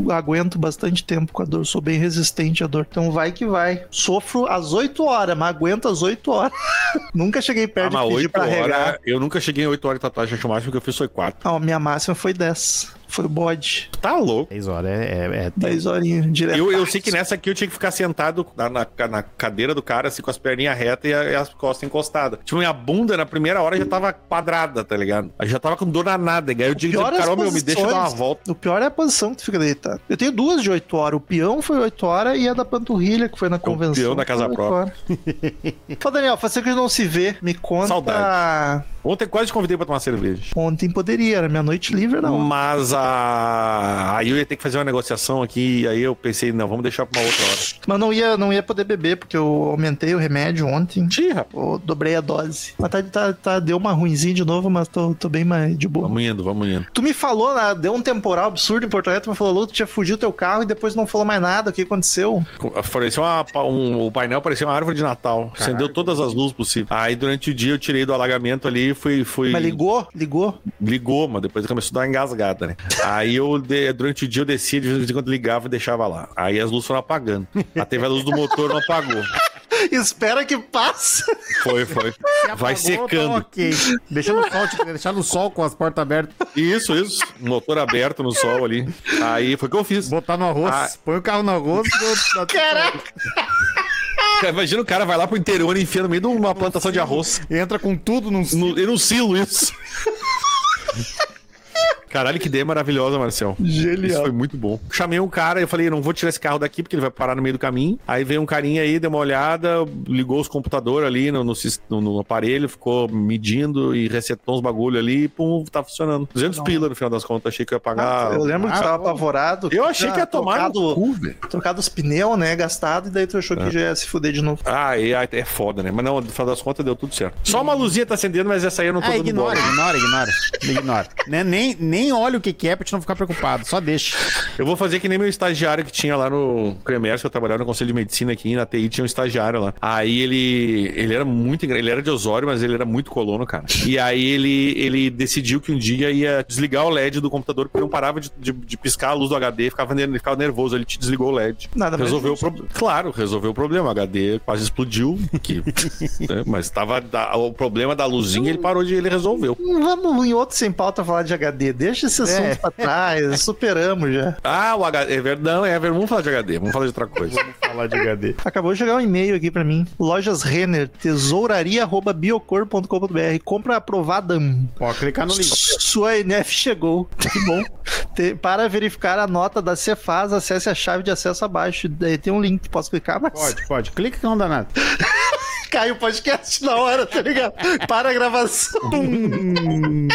[SPEAKER 1] aguento bastante tempo com a dor. Sou bem resistente à dor. Então vai que vai. Sofro às 8 horas, mas aguento às 8 horas. Nunca cheguei
[SPEAKER 2] Ah,
[SPEAKER 1] perto
[SPEAKER 2] mas é-
[SPEAKER 1] de pedir
[SPEAKER 2] 8
[SPEAKER 1] pra regar.
[SPEAKER 2] horas. Eu nunca cheguei em 8 horas de tatuagem. Acho que o máximo que eu fiz foi 4.
[SPEAKER 1] Ah, a minha máxima foi 10. Foi o bode.
[SPEAKER 2] Tá louco.
[SPEAKER 3] 10 horas, é. é, é
[SPEAKER 1] 10 horinhas direto.
[SPEAKER 2] Eu, eu sei que nessa aqui eu tinha que ficar sentado na, na, na cadeira do cara, assim, com as perninhas retas e, a- e as costas encostadas. Tipo, minha bunda na primeira hora já tava quadrada, tá ligado? Eu já tava com dor na nada. E aí eu digo,
[SPEAKER 1] pior é as
[SPEAKER 2] Carol, meu, me deixa eu dar uma
[SPEAKER 1] posições.
[SPEAKER 2] volta.
[SPEAKER 1] O pior é a posição que tu fica deitado. Eu tenho duas de 8 horas. O peão foi 8 horas e a da panturrilha, que foi na convenção.
[SPEAKER 2] peão na casa
[SPEAKER 1] foi oito horas. Fala, Daniel, faz tempo que a gente não se vê. Me conta.
[SPEAKER 2] Saudade. Ontem quase te convidei pra tomar cerveja.
[SPEAKER 1] Ontem poderia, era minha noite livre, não.
[SPEAKER 2] Mas a... aí eu ia ter que fazer uma negociação aqui, aí eu pensei, não, vamos deixar pra uma outra hora.
[SPEAKER 1] Mas não ia, não ia poder beber, porque eu aumentei o remédio ontem.
[SPEAKER 2] Ih, rapaz.
[SPEAKER 1] Eu dobrei a dose. Mas tá, tá- tá- deu uma ruinzinha de novo, mas tô, tô bem mais de boa.
[SPEAKER 2] Vamos indo, vamos indo.
[SPEAKER 1] Tu me falou, né, deu um temporal absurdo em Porto Alegre, tu me falou, Lu, tu tinha fugido teu carro e depois não falou mais nada, o que aconteceu?
[SPEAKER 2] Parecia uma, um, o painel parecia uma árvore de Natal. Acendeu todas as luzes possíveis. Aí durante o dia eu tirei do alagamento ali e fui, fui.
[SPEAKER 1] Mas ligou? Ligou?
[SPEAKER 2] Ligou, mas depois começou a dar uma engasgada, né? Aí eu, de- durante o dia, eu descia de vez em quando ligava e deixava lá. Aí as luzes foram apagando. Aí teve a luz do motor, não apagou.
[SPEAKER 1] Espera que passe.
[SPEAKER 2] Foi, foi. Vai secando.
[SPEAKER 3] Tá ok. Deixando o sol, tipo, deixar no sol com as portas abertas.
[SPEAKER 2] Isso, isso. Um Motor aberto no sol ali. Aí foi o que eu fiz.
[SPEAKER 3] Botar no arroz.
[SPEAKER 2] Ah.
[SPEAKER 3] Põe o carro no arroz. bota-
[SPEAKER 2] Cara, Imagina o cara vai lá pro interior e enfia no meio de uma plantação de arroz.
[SPEAKER 3] Entra com tudo num.
[SPEAKER 2] No, eu não silo isso. Caralho, que ideia maravilhosa, Marcel. Isso
[SPEAKER 1] Genial.
[SPEAKER 2] foi muito bom. Chamei um cara e eu falei, não vou tirar esse carro daqui porque ele vai parar no meio do caminho. Aí veio um carinha aí, deu uma olhada, ligou os computadores ali no, no sis- no- no aparelho, ficou medindo e resetou uns bagulho ali e pum, tá funcionando. 200 pila no final das contas, achei que eu ia pagar.
[SPEAKER 1] eu lembro que
[SPEAKER 3] ah,
[SPEAKER 1] tu tava
[SPEAKER 3] bom.
[SPEAKER 1] apavorado.
[SPEAKER 2] Eu achei que ia tomar no
[SPEAKER 1] trocado,
[SPEAKER 2] cu, velho. É.
[SPEAKER 1] trocado os pneus, né? Gastado, e daí tu achou que já ia se fuder de novo.
[SPEAKER 2] Ah, é, é foda, né? Mas não, no final das contas deu tudo certo. Só uma luzinha tá acendendo, mas essa aí eu não tô
[SPEAKER 3] Ah,
[SPEAKER 2] dando
[SPEAKER 3] ignora,
[SPEAKER 2] bola.
[SPEAKER 3] ignora, ignora. Ignora. Né, Nem, nem olha o que, que é pra te não ficar preocupado. Só deixa.
[SPEAKER 2] Eu vou fazer que nem meu estagiário que tinha lá no Cremers, que eu trabalhava no Conselho de Medicina aqui, na TI tinha um estagiário lá. Aí ele ele era muito engra- ele era de Osório, mas ele era muito colono, cara. E aí ele ele decidiu que um dia ia desligar o LED do computador porque não parava de, de- de piscar a luz do HD, ficava, ner- ele ficava nervoso, ele te desligou o LED.
[SPEAKER 1] Nada mais
[SPEAKER 2] resolveu o
[SPEAKER 1] justo.
[SPEAKER 2] problema. Claro, resolveu o problema. O HD quase explodiu, que, né, mas tava da- o problema da luzinha, ele parou de ele resolveu.
[SPEAKER 1] Hum, Vamos em outro sem pauta falar de HD. Deixa
[SPEAKER 2] É.
[SPEAKER 1] esse assunto pra trás. Superamos já.
[SPEAKER 2] Ah, o HD, é verdade, não, é verdade, vamos falar de HD, vamos falar de outra coisa.
[SPEAKER 3] Falar de HD.
[SPEAKER 1] Acabou de chegar um e-mail aqui pra mim. Lojas Renner, tesouraria.biocor.com.br. Compra aprovada.
[SPEAKER 3] Pode clicar no link.
[SPEAKER 1] Sua NF chegou. Que bom. Te- para verificar a nota da Cefaz, acesse a chave de acesso abaixo. Daí tem um link. Posso clicar, mas
[SPEAKER 3] Pode, pode. Clica que não dá nada.
[SPEAKER 1] cai o podcast na hora, tá ligado? Para a gravação.
[SPEAKER 3] Hum.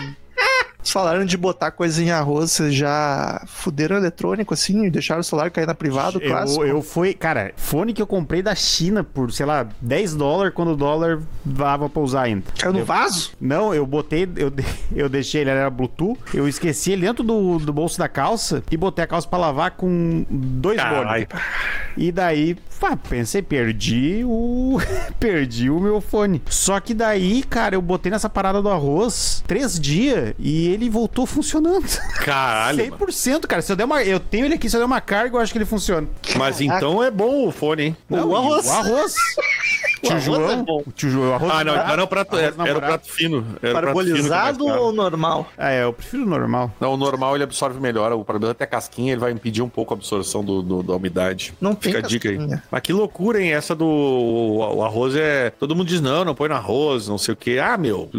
[SPEAKER 1] Vocês falaram de botar coisa em arroz, vocês já fuderam eletrônico assim? e Deixaram o celular cair na privada, clássico?
[SPEAKER 3] Eu, eu fui, cara, fone que eu comprei da China por, sei lá, 10 dólares quando o dólar dava pra usar ainda.
[SPEAKER 1] Caiu no vaso?
[SPEAKER 3] Não, eu botei, eu, de- eu deixei, ele era Bluetooth, eu esqueci ele dentro do, do bolso da calça e botei a calça pra lavar com dois
[SPEAKER 2] Caralho.
[SPEAKER 3] bolhos. E daí, pá, pensei, perdi o. perdi o meu fone. Só que daí, cara, eu botei nessa parada do arroz três dias e ele voltou funcionando.
[SPEAKER 2] Caralho, mano.
[SPEAKER 3] 100%, cara. Se eu der uma. Eu tenho ele aqui, se eu der uma carga, eu acho que ele funciona.
[SPEAKER 2] Mas então é bom o fone, hein?
[SPEAKER 3] Não,
[SPEAKER 1] o
[SPEAKER 3] e
[SPEAKER 1] arroz. é
[SPEAKER 3] O arroz. tio João. o tio João, o arroz. é
[SPEAKER 2] Ah, não,
[SPEAKER 3] namorado.
[SPEAKER 2] então era um prato,
[SPEAKER 3] tá Arroz
[SPEAKER 2] era, era um
[SPEAKER 3] namorado.
[SPEAKER 2] prato fino. Era um prato fino que é mais
[SPEAKER 1] Parabolizado
[SPEAKER 2] caro.
[SPEAKER 1] ou normal?
[SPEAKER 3] Ah, é, eu prefiro o normal.
[SPEAKER 2] Não, o normal ele absorve melhor. O problema é até a casquinha, ele vai impedir um pouco a absorção do, do- da umidade.
[SPEAKER 1] Não tem
[SPEAKER 2] Fica a dica aí.
[SPEAKER 1] casquinha.
[SPEAKER 2] Mas que loucura, hein? Essa do o, o arroz é. Todo mundo diz, não, não põe no arroz, não sei o quê. Ah, meu,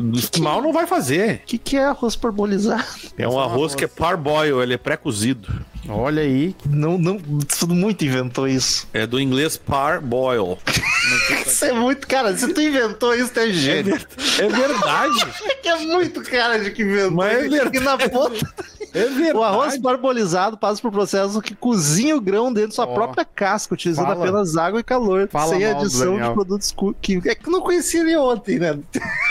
[SPEAKER 2] mal não vai fazer.
[SPEAKER 1] O que, que é arroz parbolizado?
[SPEAKER 2] É um
[SPEAKER 3] no
[SPEAKER 2] arroz
[SPEAKER 3] arroz.
[SPEAKER 2] que é parboil, ele é pré-cozido.
[SPEAKER 3] Olha aí.
[SPEAKER 1] Não, não, tu muito inventou isso.
[SPEAKER 2] É do inglês parboil.
[SPEAKER 1] Isso é muito, cara, se tu inventou isso, tu é gênio.
[SPEAKER 2] É verdade.
[SPEAKER 1] É que é muito cara de que inventou.
[SPEAKER 2] Mas é
[SPEAKER 1] isso.
[SPEAKER 2] verdade.
[SPEAKER 1] E na ponta
[SPEAKER 2] É verdade.
[SPEAKER 1] O arroz parbolizado passa por processo que cozinha o grão dentro de sua
[SPEAKER 3] Ó.
[SPEAKER 1] própria casca, utilizando
[SPEAKER 3] Fala.
[SPEAKER 1] apenas água e calor,
[SPEAKER 3] Fala
[SPEAKER 1] sem
[SPEAKER 3] mal do
[SPEAKER 1] adição de
[SPEAKER 3] Daniel.
[SPEAKER 1] produtos cu- químicos. É que eu não conhecia ele ontem, né?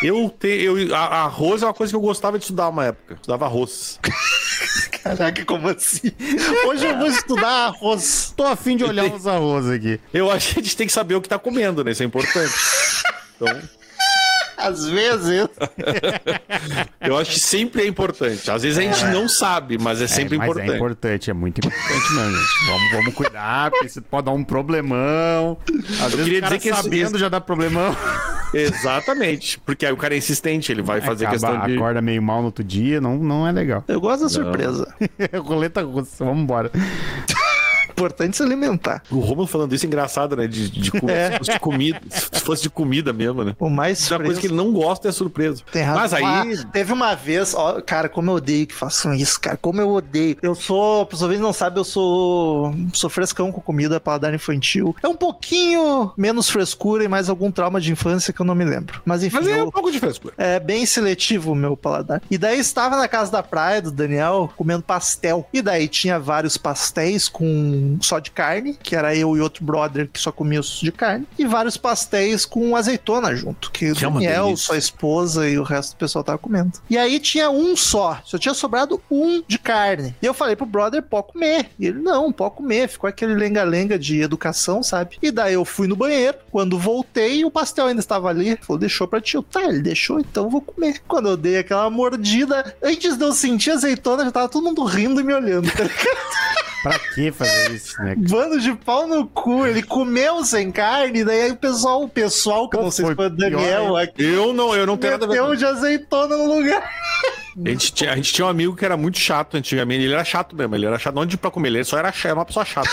[SPEAKER 2] Eu tenho. Eu, a- arroz é uma coisa que eu gostava de estudar uma época. Estudava arroz.
[SPEAKER 1] Caraca, como assim? Hoje eu vou estudar arroz.
[SPEAKER 3] Tô afim de olhar uns arroz aqui.
[SPEAKER 2] Eu acho que a gente tem que saber o que tá comendo, né? Isso é importante. Então,
[SPEAKER 1] Às vezes.
[SPEAKER 2] eu acho que sempre é importante. Às vezes a gente não sabe, mas é sempre
[SPEAKER 3] mas
[SPEAKER 2] importante.
[SPEAKER 3] é importante, é muito importante mesmo, gente. Vamos, vamos cuidar, porque isso pode dar um problemão. Às vezes
[SPEAKER 2] queria
[SPEAKER 3] o cara
[SPEAKER 2] dizer que esse-
[SPEAKER 3] sabendo já dá problemão.
[SPEAKER 2] Exatamente. Porque aí o cara é insistente, ele vai fazer
[SPEAKER 3] Acaba-
[SPEAKER 2] questão de.
[SPEAKER 3] Acorda meio mal no outro dia, não, não é legal. É
[SPEAKER 1] Eu gosto da
[SPEAKER 2] Não.
[SPEAKER 1] surpresa. É
[SPEAKER 3] Roleta russa, vambora.
[SPEAKER 1] Importante se alimentar.
[SPEAKER 2] O Romulo falando isso é engraçado, né? De, de, com-
[SPEAKER 1] É.
[SPEAKER 2] se fosse de comida. Se fosse de comida mesmo, né?
[SPEAKER 1] O mais
[SPEAKER 2] Uma coisa
[SPEAKER 1] surpresa.
[SPEAKER 2] que ele não gosta é surpresa.
[SPEAKER 1] Tem razão.
[SPEAKER 2] Mas aí.
[SPEAKER 1] Ah, teve uma vez, ó, cara, como eu odeio que façam isso, cara. Como eu odeio. Eu sou, pros ouvintes não sabem, eu sou. sou frescão com comida, paladar infantil. É um pouquinho menos frescura e mais algum trauma de infância que eu não me lembro. Mas enfim,
[SPEAKER 2] Mas é
[SPEAKER 1] eu-
[SPEAKER 2] um pouco de frescura.
[SPEAKER 1] é bem seletivo o meu paladar. E daí estava na casa da praia do Daniel comendo pastel. E daí tinha vários pastéis com só de carne, que era eu e outro brother que só comia os de carne, e vários pastéis com azeitona junto, que, o
[SPEAKER 2] Que é uma
[SPEAKER 1] Daniel,
[SPEAKER 2] delícia.
[SPEAKER 1] sua esposa e o resto do pessoal tava comendo. E aí tinha um só, só tinha sobrado um de carne. E eu falei pro brother, pode comer. E ele, não, pode comer. Ficou aquele lenga-lenga de educação, sabe? E daí eu fui no banheiro. Quando voltei, o pastel ainda estava ali. Ele Falou, deixou pra tio. Tá, ele deixou, então eu vou comer. Quando eu dei aquela mordida, antes de eu sentir a azeitona, já tava todo mundo rindo e me olhando.
[SPEAKER 3] Pra que fazer isso,
[SPEAKER 2] um
[SPEAKER 3] né?
[SPEAKER 1] Bando de pau no cu. Ele comeu sem carne, daí aí o pessoal, o pessoal, que eu não sei se
[SPEAKER 3] Foi
[SPEAKER 1] foi o Daniel
[SPEAKER 3] pior,
[SPEAKER 1] aqui,
[SPEAKER 2] Eu não, eu não tenho nada a ver.
[SPEAKER 1] meteu de azeitona no lugar.
[SPEAKER 2] A gente, tinha, a gente tinha um amigo que era muito chato antigamente. Ele era chato mesmo. Ele era chato. Não de pra comer, ele só era, chato, era uma pessoa chata.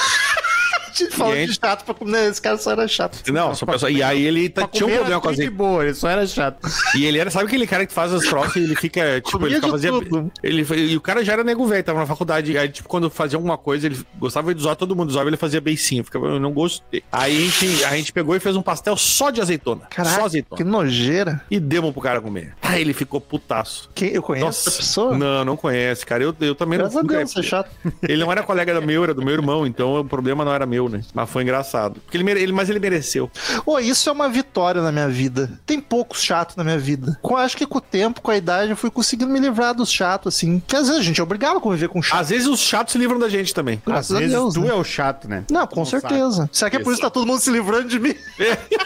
[SPEAKER 1] Te falou
[SPEAKER 2] E aí-
[SPEAKER 1] de chato pra comer. Esse cara só era chato.
[SPEAKER 2] Não, só pessoa. E aí ele tá-
[SPEAKER 3] Pra
[SPEAKER 2] tinha um
[SPEAKER 3] comer
[SPEAKER 2] problema
[SPEAKER 3] era
[SPEAKER 2] com a
[SPEAKER 3] tudo de
[SPEAKER 2] azeite.
[SPEAKER 3] boa, ele só era chato.
[SPEAKER 2] E ele era, sabe aquele cara que faz as trocas e ele fica, tipo,
[SPEAKER 1] Comia
[SPEAKER 2] ele fica
[SPEAKER 1] de
[SPEAKER 2] fazia.
[SPEAKER 1] tudo.
[SPEAKER 2] Ele, e o cara já era nego velho, tava na faculdade. Aí, tipo, quando fazia alguma coisa, ele gostava de usar, todo mundo usava, ele fazia beicinho. Ficava, eu não gostei. Aí a gente, a gente pegou e fez um pastel só de azeitona. só
[SPEAKER 1] Caraca,
[SPEAKER 2] azeitona.
[SPEAKER 1] que nojeira.
[SPEAKER 2] E demos pro cara comer. Aí ele ficou putaço.
[SPEAKER 1] Quem, eu conheço essa pessoa?
[SPEAKER 2] Não, não conhece, cara. Eu, eu também
[SPEAKER 1] Graças a
[SPEAKER 2] não
[SPEAKER 1] Deus, você é chato.
[SPEAKER 2] Ele não era colega do meu, era do meu irmão, então o problema não era meu, né? Mas foi engraçado. Porque ele, mere- ele- mas ele mereceu.
[SPEAKER 1] Ô, isso é uma vitória na minha vida. Tem poucos chatos na minha vida. Com, acho que com o tempo, com a idade, eu fui conseguindo me livrar dos chatos, assim. Que às vezes a gente é obrigado a conviver com chato.
[SPEAKER 2] Às vezes os chatos se livram da gente também.
[SPEAKER 3] Às
[SPEAKER 1] Graças a
[SPEAKER 3] vezes
[SPEAKER 1] Deus.
[SPEAKER 3] tu
[SPEAKER 1] né?
[SPEAKER 3] é o chato, né?
[SPEAKER 1] Não, com
[SPEAKER 3] não sabe.
[SPEAKER 1] certeza. Será que é por isso que tá todo mundo se livrando de mim?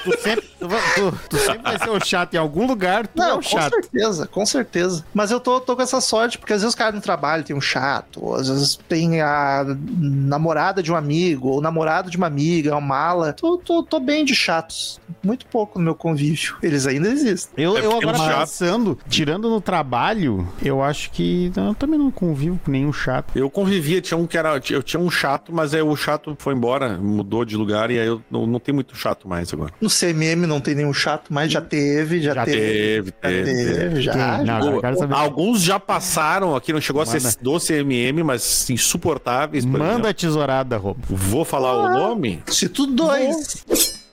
[SPEAKER 3] Tu sempre, tu, va- tu- tu sempre vai ser o chato em algum lugar, tu é
[SPEAKER 1] Não, com
[SPEAKER 3] o chato.
[SPEAKER 1] certeza, com certeza. Mas eu tô, tô com essa sorte, porque às vezes o cara no trabalho tem um chato, ou às vezes tem a namorada de um amigo, ou namorado de uma amiga, uma mala. Tô, tô, tô bem de chatos. Muito pouco no meu convívio. Eles ainda existem.
[SPEAKER 3] Eu,
[SPEAKER 2] É
[SPEAKER 3] eu
[SPEAKER 2] porque
[SPEAKER 3] agora
[SPEAKER 2] é um chato.
[SPEAKER 3] pensando, tirando no trabalho, eu acho que não, eu também não convivo com nenhum chato.
[SPEAKER 2] Eu convivia, tinha um que era. Eu tinha um chato, mas aí o chato foi embora, mudou de lugar, e aí eu não, não tenho muito chato mais agora.
[SPEAKER 1] No CMM não tem nenhum chato, mas já teve, já,
[SPEAKER 3] Já
[SPEAKER 1] teve.
[SPEAKER 2] Teve,
[SPEAKER 1] Já
[SPEAKER 2] teve.
[SPEAKER 1] teve,
[SPEAKER 2] teve.
[SPEAKER 1] É, já.
[SPEAKER 3] Quem?
[SPEAKER 1] já.
[SPEAKER 3] Não, agora eu quero saber.
[SPEAKER 2] Alguns já passaram aqui, não chegou a ser
[SPEAKER 3] Manda.
[SPEAKER 2] do CMM, mas insuportáveis. por
[SPEAKER 3] Manda
[SPEAKER 2] exemplo.
[SPEAKER 3] a tesourada, Robo.
[SPEAKER 2] Vou falar o nome?
[SPEAKER 1] Se tu dois.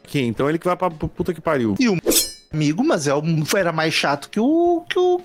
[SPEAKER 2] Aqui, então ele que vai pra puta que pariu.
[SPEAKER 1] Amigo, mas é um, era mais chato que o. Que o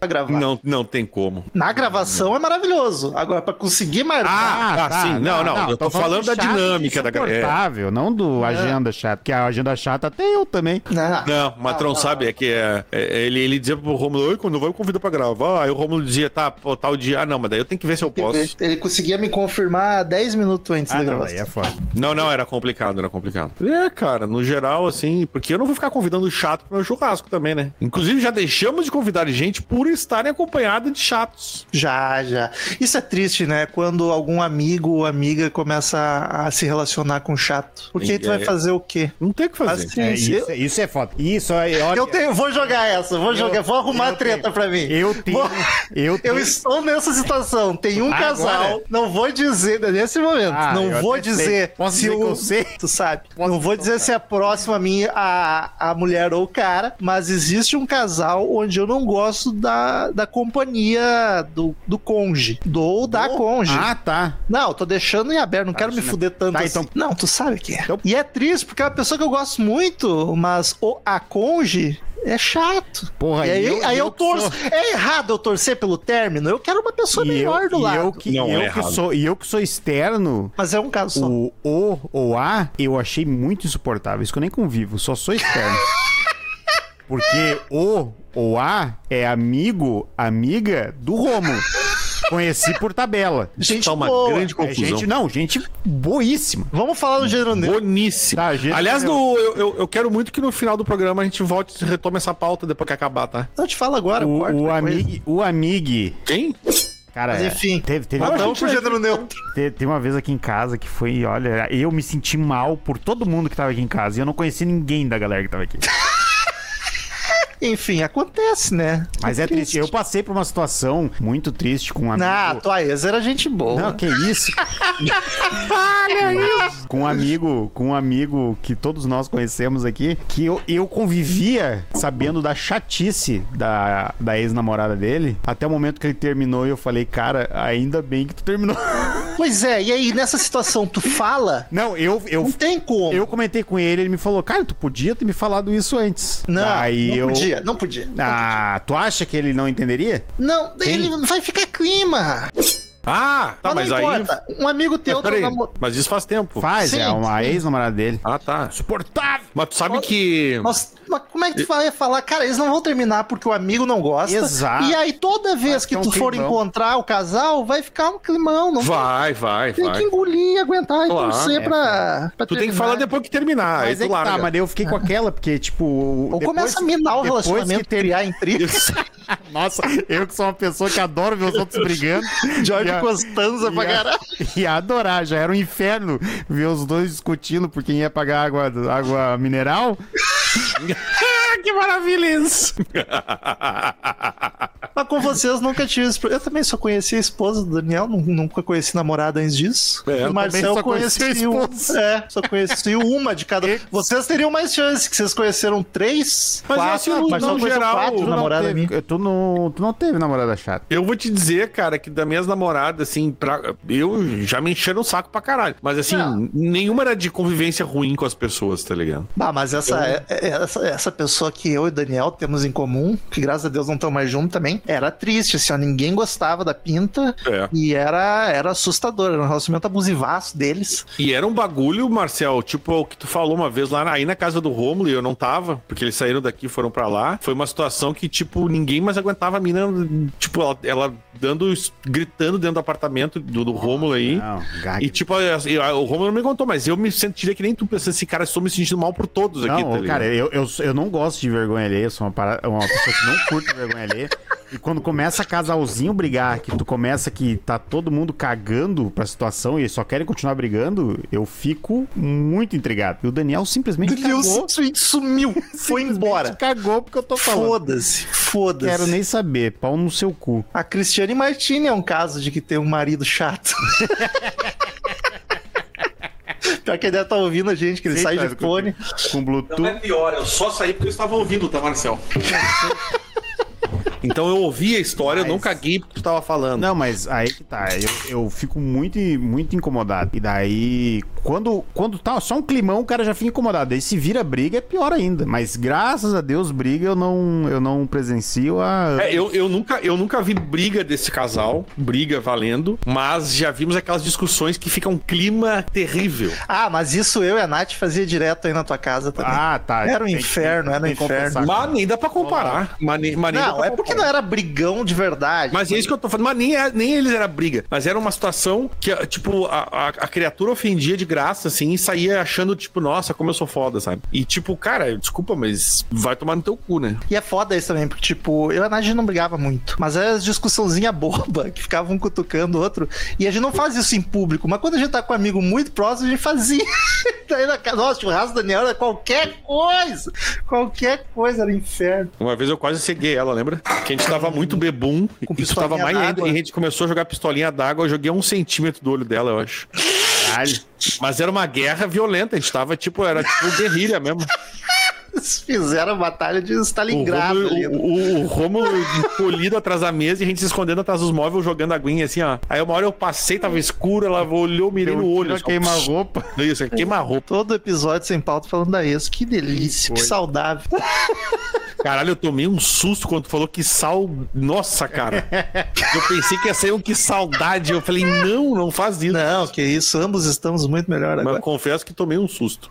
[SPEAKER 1] pra gravar.
[SPEAKER 2] Não, não tem como.
[SPEAKER 1] Na gravação é maravilhoso. Agora, pra conseguir marcar.
[SPEAKER 2] Ah, tá, sim. Não, não, eu tô falando
[SPEAKER 3] de
[SPEAKER 2] da
[SPEAKER 3] chato
[SPEAKER 2] dinâmica da galera. Ah.
[SPEAKER 3] insuportável, não do agenda chata, porque a agenda chata até eu também.
[SPEAKER 1] Não,
[SPEAKER 2] Não, o Matrão
[SPEAKER 1] não,
[SPEAKER 2] sabe, é que é, é, ele, ele dizia pro Romulo, oi, quando vai, eu convido pra gravar. Aí o Romulo dizia, tá, pô, tal dia. Ah, não, mas daí eu tenho que ver se eu posso.
[SPEAKER 1] Ele conseguia me confirmar 10 minutos antes da
[SPEAKER 3] Ah, não,
[SPEAKER 1] gravação.
[SPEAKER 3] aí é foda.
[SPEAKER 2] Não, não, era complicado, era complicado. É, cara, no geral, assim, porque eu não vou ficar convidando chato pro meu churrasco também, né? Inclusive, já deixamos de convidar gente por estarem acompanhados de chatos.
[SPEAKER 1] Já, já. Isso é triste, né? Quando algum amigo ou amiga começa a, a se relacionar com chato. Porque aí tu
[SPEAKER 2] É,
[SPEAKER 1] vai
[SPEAKER 2] é.
[SPEAKER 1] fazer o quê?
[SPEAKER 2] Não tem o que fazer.
[SPEAKER 1] Assim,
[SPEAKER 3] É,
[SPEAKER 1] eu-
[SPEAKER 3] isso, isso é foda. Isso aí, olha.
[SPEAKER 1] eu tenho, vou jogar essa, vou jogar, vou arrumar
[SPEAKER 3] eu
[SPEAKER 1] treta
[SPEAKER 3] tenho-
[SPEAKER 1] pra mim.
[SPEAKER 3] Eu tenho.
[SPEAKER 1] Vou-
[SPEAKER 3] Eu
[SPEAKER 1] Eu
[SPEAKER 3] tenho.
[SPEAKER 1] estou nessa situação. Tem um
[SPEAKER 3] Agora?
[SPEAKER 1] casal, não vou dizer nesse momento,
[SPEAKER 3] Ah,
[SPEAKER 1] não
[SPEAKER 3] eu
[SPEAKER 1] vou
[SPEAKER 3] até sei.
[SPEAKER 1] dizer
[SPEAKER 3] Posso dizer que
[SPEAKER 1] o-
[SPEAKER 3] eu sei?
[SPEAKER 1] Tu sabe? não vou dizer se é próximo a mim a, a mulher ou o cara, mas existe um casal onde eu não gosto da, da companhia do, do conge. Do ou da conge.
[SPEAKER 3] Ah, tá.
[SPEAKER 1] Não, tô deixando em aberto, não quero me fuder tanto
[SPEAKER 3] Tá,
[SPEAKER 1] assim.
[SPEAKER 3] então-
[SPEAKER 1] Não, tu sabe que é.
[SPEAKER 3] Então-
[SPEAKER 1] E é triste, porque é uma pessoa que eu gosto muito, mas o a conge é chato.
[SPEAKER 3] Porra,
[SPEAKER 1] e aí,
[SPEAKER 3] e eu-
[SPEAKER 1] aí eu,
[SPEAKER 3] eu que
[SPEAKER 1] torço.
[SPEAKER 3] sou-
[SPEAKER 1] É errado eu torcer pelo término, eu quero uma pessoa
[SPEAKER 3] E
[SPEAKER 1] melhor
[SPEAKER 3] eu,
[SPEAKER 1] do
[SPEAKER 3] e
[SPEAKER 1] lado.
[SPEAKER 3] eu que,
[SPEAKER 2] Não,
[SPEAKER 3] eu
[SPEAKER 2] é
[SPEAKER 3] que
[SPEAKER 2] errado.
[SPEAKER 3] sou, e eu que sou externo,
[SPEAKER 1] Mas é um caso só.
[SPEAKER 3] o O ou A, eu achei muito insuportável. Isso que eu nem convivo, só sou externo. Porque O ou A é amigo, amiga do Romulo. Conheci por tabela.
[SPEAKER 1] Gente
[SPEAKER 2] Tá uma
[SPEAKER 1] boa.
[SPEAKER 2] grande
[SPEAKER 3] É
[SPEAKER 2] confusão.
[SPEAKER 3] gente, não, gente boíssima.
[SPEAKER 1] Vamos falar do gênero negro.
[SPEAKER 2] Boníssimo.
[SPEAKER 3] Tá, gente,
[SPEAKER 2] Aliás,
[SPEAKER 3] meu.
[SPEAKER 2] no- eu, eu- eu quero muito que no final do programa a gente volte e retome essa pauta depois que acabar, tá?
[SPEAKER 1] Eu te falo agora,
[SPEAKER 3] O,
[SPEAKER 1] corta
[SPEAKER 3] o,
[SPEAKER 1] depois.
[SPEAKER 3] amig, o Amig.
[SPEAKER 2] Quem?
[SPEAKER 3] Cara,
[SPEAKER 1] Mas enfim.
[SPEAKER 3] teve, teve,
[SPEAKER 1] Mas
[SPEAKER 2] Não,
[SPEAKER 1] vamos pro gênero neutro.
[SPEAKER 3] Te- Tem uma vez aqui em casa que foi, olha, eu me senti mal por todo mundo que tava aqui em casa. E eu não conheci ninguém da galera que tava aqui.
[SPEAKER 1] Enfim, acontece, né?
[SPEAKER 3] Mas é triste. Eu passei por uma situação muito triste com um amigo.
[SPEAKER 1] Ah, tua ex era gente boa.
[SPEAKER 3] Não, que isso? Olha isso! Com um amigo, com um amigo que todos nós conhecemos aqui, que eu, eu convivia sabendo da chatice da, da ex-namorada dele, até o momento que ele terminou e eu falei, cara, ainda bem que tu terminou.
[SPEAKER 1] Pois é, e aí nessa situação tu fala?
[SPEAKER 3] Não, eu, eu,
[SPEAKER 1] Não tem como.
[SPEAKER 3] eu comentei com ele, ele me falou, cara, tu podia ter me falado isso antes.
[SPEAKER 1] Não,
[SPEAKER 3] Aí
[SPEAKER 1] não
[SPEAKER 3] Ah, eu...
[SPEAKER 1] podia, não podia. não
[SPEAKER 3] Ah, tu acha que ele não entenderia?
[SPEAKER 1] podia. Não, ele não vai ficar clima.
[SPEAKER 2] Ah, tá, mas,
[SPEAKER 1] não
[SPEAKER 2] aí.
[SPEAKER 1] importa. Um amigo teu
[SPEAKER 2] Mas, peraí,
[SPEAKER 1] namorou.
[SPEAKER 2] mas isso faz tempo.
[SPEAKER 3] Faz,
[SPEAKER 1] Sim,
[SPEAKER 3] é uma ex-namorada dele.
[SPEAKER 2] Ah, tá.
[SPEAKER 3] Suportável!
[SPEAKER 2] Mas tu sabe que.
[SPEAKER 1] Mas, mas como é que tu vai falar? Cara, eles não vão terminar porque o amigo não gosta.
[SPEAKER 3] Exato.
[SPEAKER 1] E aí toda vez que
[SPEAKER 3] ficar um
[SPEAKER 1] tu for
[SPEAKER 3] climão.
[SPEAKER 1] encontrar o casal, vai ficar um climão. Não
[SPEAKER 2] Vai, vai,
[SPEAKER 1] Tem
[SPEAKER 2] vai.
[SPEAKER 1] que engolir, aguentar e
[SPEAKER 2] Claro.
[SPEAKER 1] torcer
[SPEAKER 2] É,
[SPEAKER 1] pra, pra
[SPEAKER 2] Tu tem que
[SPEAKER 1] terminar.
[SPEAKER 2] falar depois que terminar. Ah,
[SPEAKER 3] Mas
[SPEAKER 2] aí
[SPEAKER 3] é
[SPEAKER 2] tu
[SPEAKER 3] que
[SPEAKER 2] larga.
[SPEAKER 3] tá, mas daí eu fiquei com aquela, porque, tipo.
[SPEAKER 1] Ou começa a minar o relacionamento, criar intriga.
[SPEAKER 3] Nossa, eu que sou uma pessoa que adoro ver os outros brigando.
[SPEAKER 1] Jorge
[SPEAKER 3] ia-
[SPEAKER 1] Costanza é pra
[SPEAKER 3] ia-
[SPEAKER 1] caralho.
[SPEAKER 3] Ia adorar, já era um inferno ver os dois discutindo por quem ia pagar água, água mineral. que maravilha isso!
[SPEAKER 1] Mas com vocês nunca tive. esse pro- Eu também só conheci a esposa do Daniel, nu- nunca conheci namorada antes disso.
[SPEAKER 2] É, eu
[SPEAKER 1] o
[SPEAKER 2] também
[SPEAKER 1] Marcel
[SPEAKER 3] só conheci
[SPEAKER 1] conheci,
[SPEAKER 3] a
[SPEAKER 1] um-
[SPEAKER 3] esposa.
[SPEAKER 1] É, só conheci uma de cada. Vocês teriam mais chance, que vocês conheceram três,
[SPEAKER 2] Mas
[SPEAKER 1] quatro,
[SPEAKER 2] assim, no-
[SPEAKER 1] mas só
[SPEAKER 2] no
[SPEAKER 1] conheceu
[SPEAKER 2] geral,
[SPEAKER 1] quatro
[SPEAKER 2] tu não
[SPEAKER 1] namoradas minhas.
[SPEAKER 3] Tu não, tu não teve namorada chata.
[SPEAKER 2] Eu vou te dizer, cara, que das minhas namoradas, assim, pra... eu já me encheram o saco pra caralho. Mas assim,
[SPEAKER 3] Ah.
[SPEAKER 1] Não.
[SPEAKER 2] nenhuma era de convivência ruim com as pessoas, tá ligado?
[SPEAKER 1] Bah, mas essa, é- é- essa, essa pessoa que eu e o Daniel temos em comum, que graças a Deus não estão mais juntos também, era triste, assim, ó, ninguém gostava da pinta
[SPEAKER 2] É.
[SPEAKER 1] e era, era assustador, era um relacionamento abusivaço deles.
[SPEAKER 2] E era um bagulho, Marcel, tipo o que tu falou uma vez lá na- aí na casa do Romulo e eu não tava, porque eles saíram daqui e foram pra lá. Foi uma situação que, tipo, ninguém mais aguentava a mina, tipo, ela, ela dando, gritando dentro do apartamento do, do Romulo aí.
[SPEAKER 3] Não, gaga.
[SPEAKER 2] E tipo, assim, o Romulo não me contou, mas eu me sentiria que nem tu pensando assim, cara, estou me sentindo mal por todos aqui,
[SPEAKER 3] Não,
[SPEAKER 2] tá ligado?
[SPEAKER 3] cara,
[SPEAKER 1] é
[SPEAKER 3] eu, eu, eu não gosto de vergonha alheia, eu sou uma, para- uma pessoa que não curto vergonha alheia. E quando começa a casalzinho brigar, que tu começa que tá todo mundo cagando pra situação e só querem continuar brigando, eu fico muito intrigado. E o Daniel simplesmente
[SPEAKER 1] Daniel
[SPEAKER 3] cagou.
[SPEAKER 1] simplesmente sumiu, foi
[SPEAKER 3] simplesmente
[SPEAKER 1] embora.
[SPEAKER 3] Cagou porque eu tô falando.
[SPEAKER 1] Foda-se,
[SPEAKER 3] Não Quero
[SPEAKER 1] foda-se.
[SPEAKER 3] nem saber, pau no seu cu.
[SPEAKER 1] A Cristiane Martini é um caso de que tem um marido chato. Pior que ele deve estar ouvindo a gente, que ele
[SPEAKER 3] Sim,
[SPEAKER 1] sai
[SPEAKER 3] tá,
[SPEAKER 1] de fone.
[SPEAKER 3] Com Bluetooth.
[SPEAKER 2] É pior, eu só saí porque eu estava ouvindo, tá, Marcel? então eu ouvi a história, eu não caguei porque tu tava falando.
[SPEAKER 3] Não, mas aí que tá. Eu, eu fico muito, muito incomodado. E daí, quando, quando tá só um climão, o cara já fica incomodado. Daí se vira briga, é pior ainda. Mas graças a Deus, briga eu não, eu não presencio a.
[SPEAKER 2] É, eu, eu, nunca, eu nunca vi briga desse casal, briga valendo, mas já vimos aquelas discussões que fica um clima terrível.
[SPEAKER 1] Ah, mas isso eu e a Nath fazia direto aí na tua casa também.
[SPEAKER 3] Ah, tá.
[SPEAKER 1] Era um
[SPEAKER 3] Tem que-
[SPEAKER 1] inferno, era um
[SPEAKER 3] tem que
[SPEAKER 1] inferno.
[SPEAKER 3] confessar.
[SPEAKER 2] Mas nem dá pra comparar. Mas nem, mas nem dá
[SPEAKER 1] Não,
[SPEAKER 2] pra
[SPEAKER 1] é porque
[SPEAKER 2] comparar.
[SPEAKER 1] não era brigão de verdade.
[SPEAKER 2] tá Mas é isso que eu tô falando, mas nem, é- nem eles era briga, mas era uma situação que, tipo, a, a, a criatura ofendia de graça, assim, e saía achando, tipo, nossa, como eu sou foda, sabe? E, tipo, cara, desculpa, mas vai tomar no teu cu, né?
[SPEAKER 1] E é foda isso também, porque, tipo, eu e a Nath não brigava muito. Mas era as discussãozinha boba, que ficava um cutucando o outro. E a gente não faz isso em público, mas quando a gente tá com um amigo muito próximo, a gente fazia. Daí na casa, nossa, churrasco da Daniel era qualquer coisa. Qualquer coisa era inferno.
[SPEAKER 2] Uma vez eu quase ceguei ela, lembra? Que a gente tava muito bebum
[SPEAKER 1] Com
[SPEAKER 2] e tu tava
[SPEAKER 1] pistolinha
[SPEAKER 2] mais ainda.
[SPEAKER 1] d'água. né?
[SPEAKER 2] E a gente começou a jogar pistolinha d'água, eu joguei um centímetro do olho dela, eu acho.
[SPEAKER 3] Caralho.
[SPEAKER 2] Mas era uma guerra violenta, a gente tava, tipo, era tipo guerrilha mesmo.
[SPEAKER 1] Eles fizeram a batalha de
[SPEAKER 2] O
[SPEAKER 1] Stalingrado
[SPEAKER 2] Romulo,
[SPEAKER 1] ali.
[SPEAKER 2] o, o- o Romulo encolhido atrás da mesa e a gente se escondendo atrás dos móveis, jogando aguinha assim, ó. Aí uma hora eu passei, tava escuro, ela olhou, mirei
[SPEAKER 3] um
[SPEAKER 2] no olho. assim, ó,
[SPEAKER 3] queima
[SPEAKER 2] pss,
[SPEAKER 3] roupa.
[SPEAKER 2] Isso, é queima a roupa.
[SPEAKER 1] Todo episódio sem pauta falando da ex. Que delícia, que saudável.
[SPEAKER 2] Caralho, eu tomei um susto quando tu falou que sal. Nossa, cara. Eu pensei que ia ser um que saudade. Eu falei, não, não faz isso.
[SPEAKER 1] Não, que isso, ambos estamos muito melhor
[SPEAKER 2] Mas
[SPEAKER 1] agora.
[SPEAKER 2] eu confesso que tomei um susto.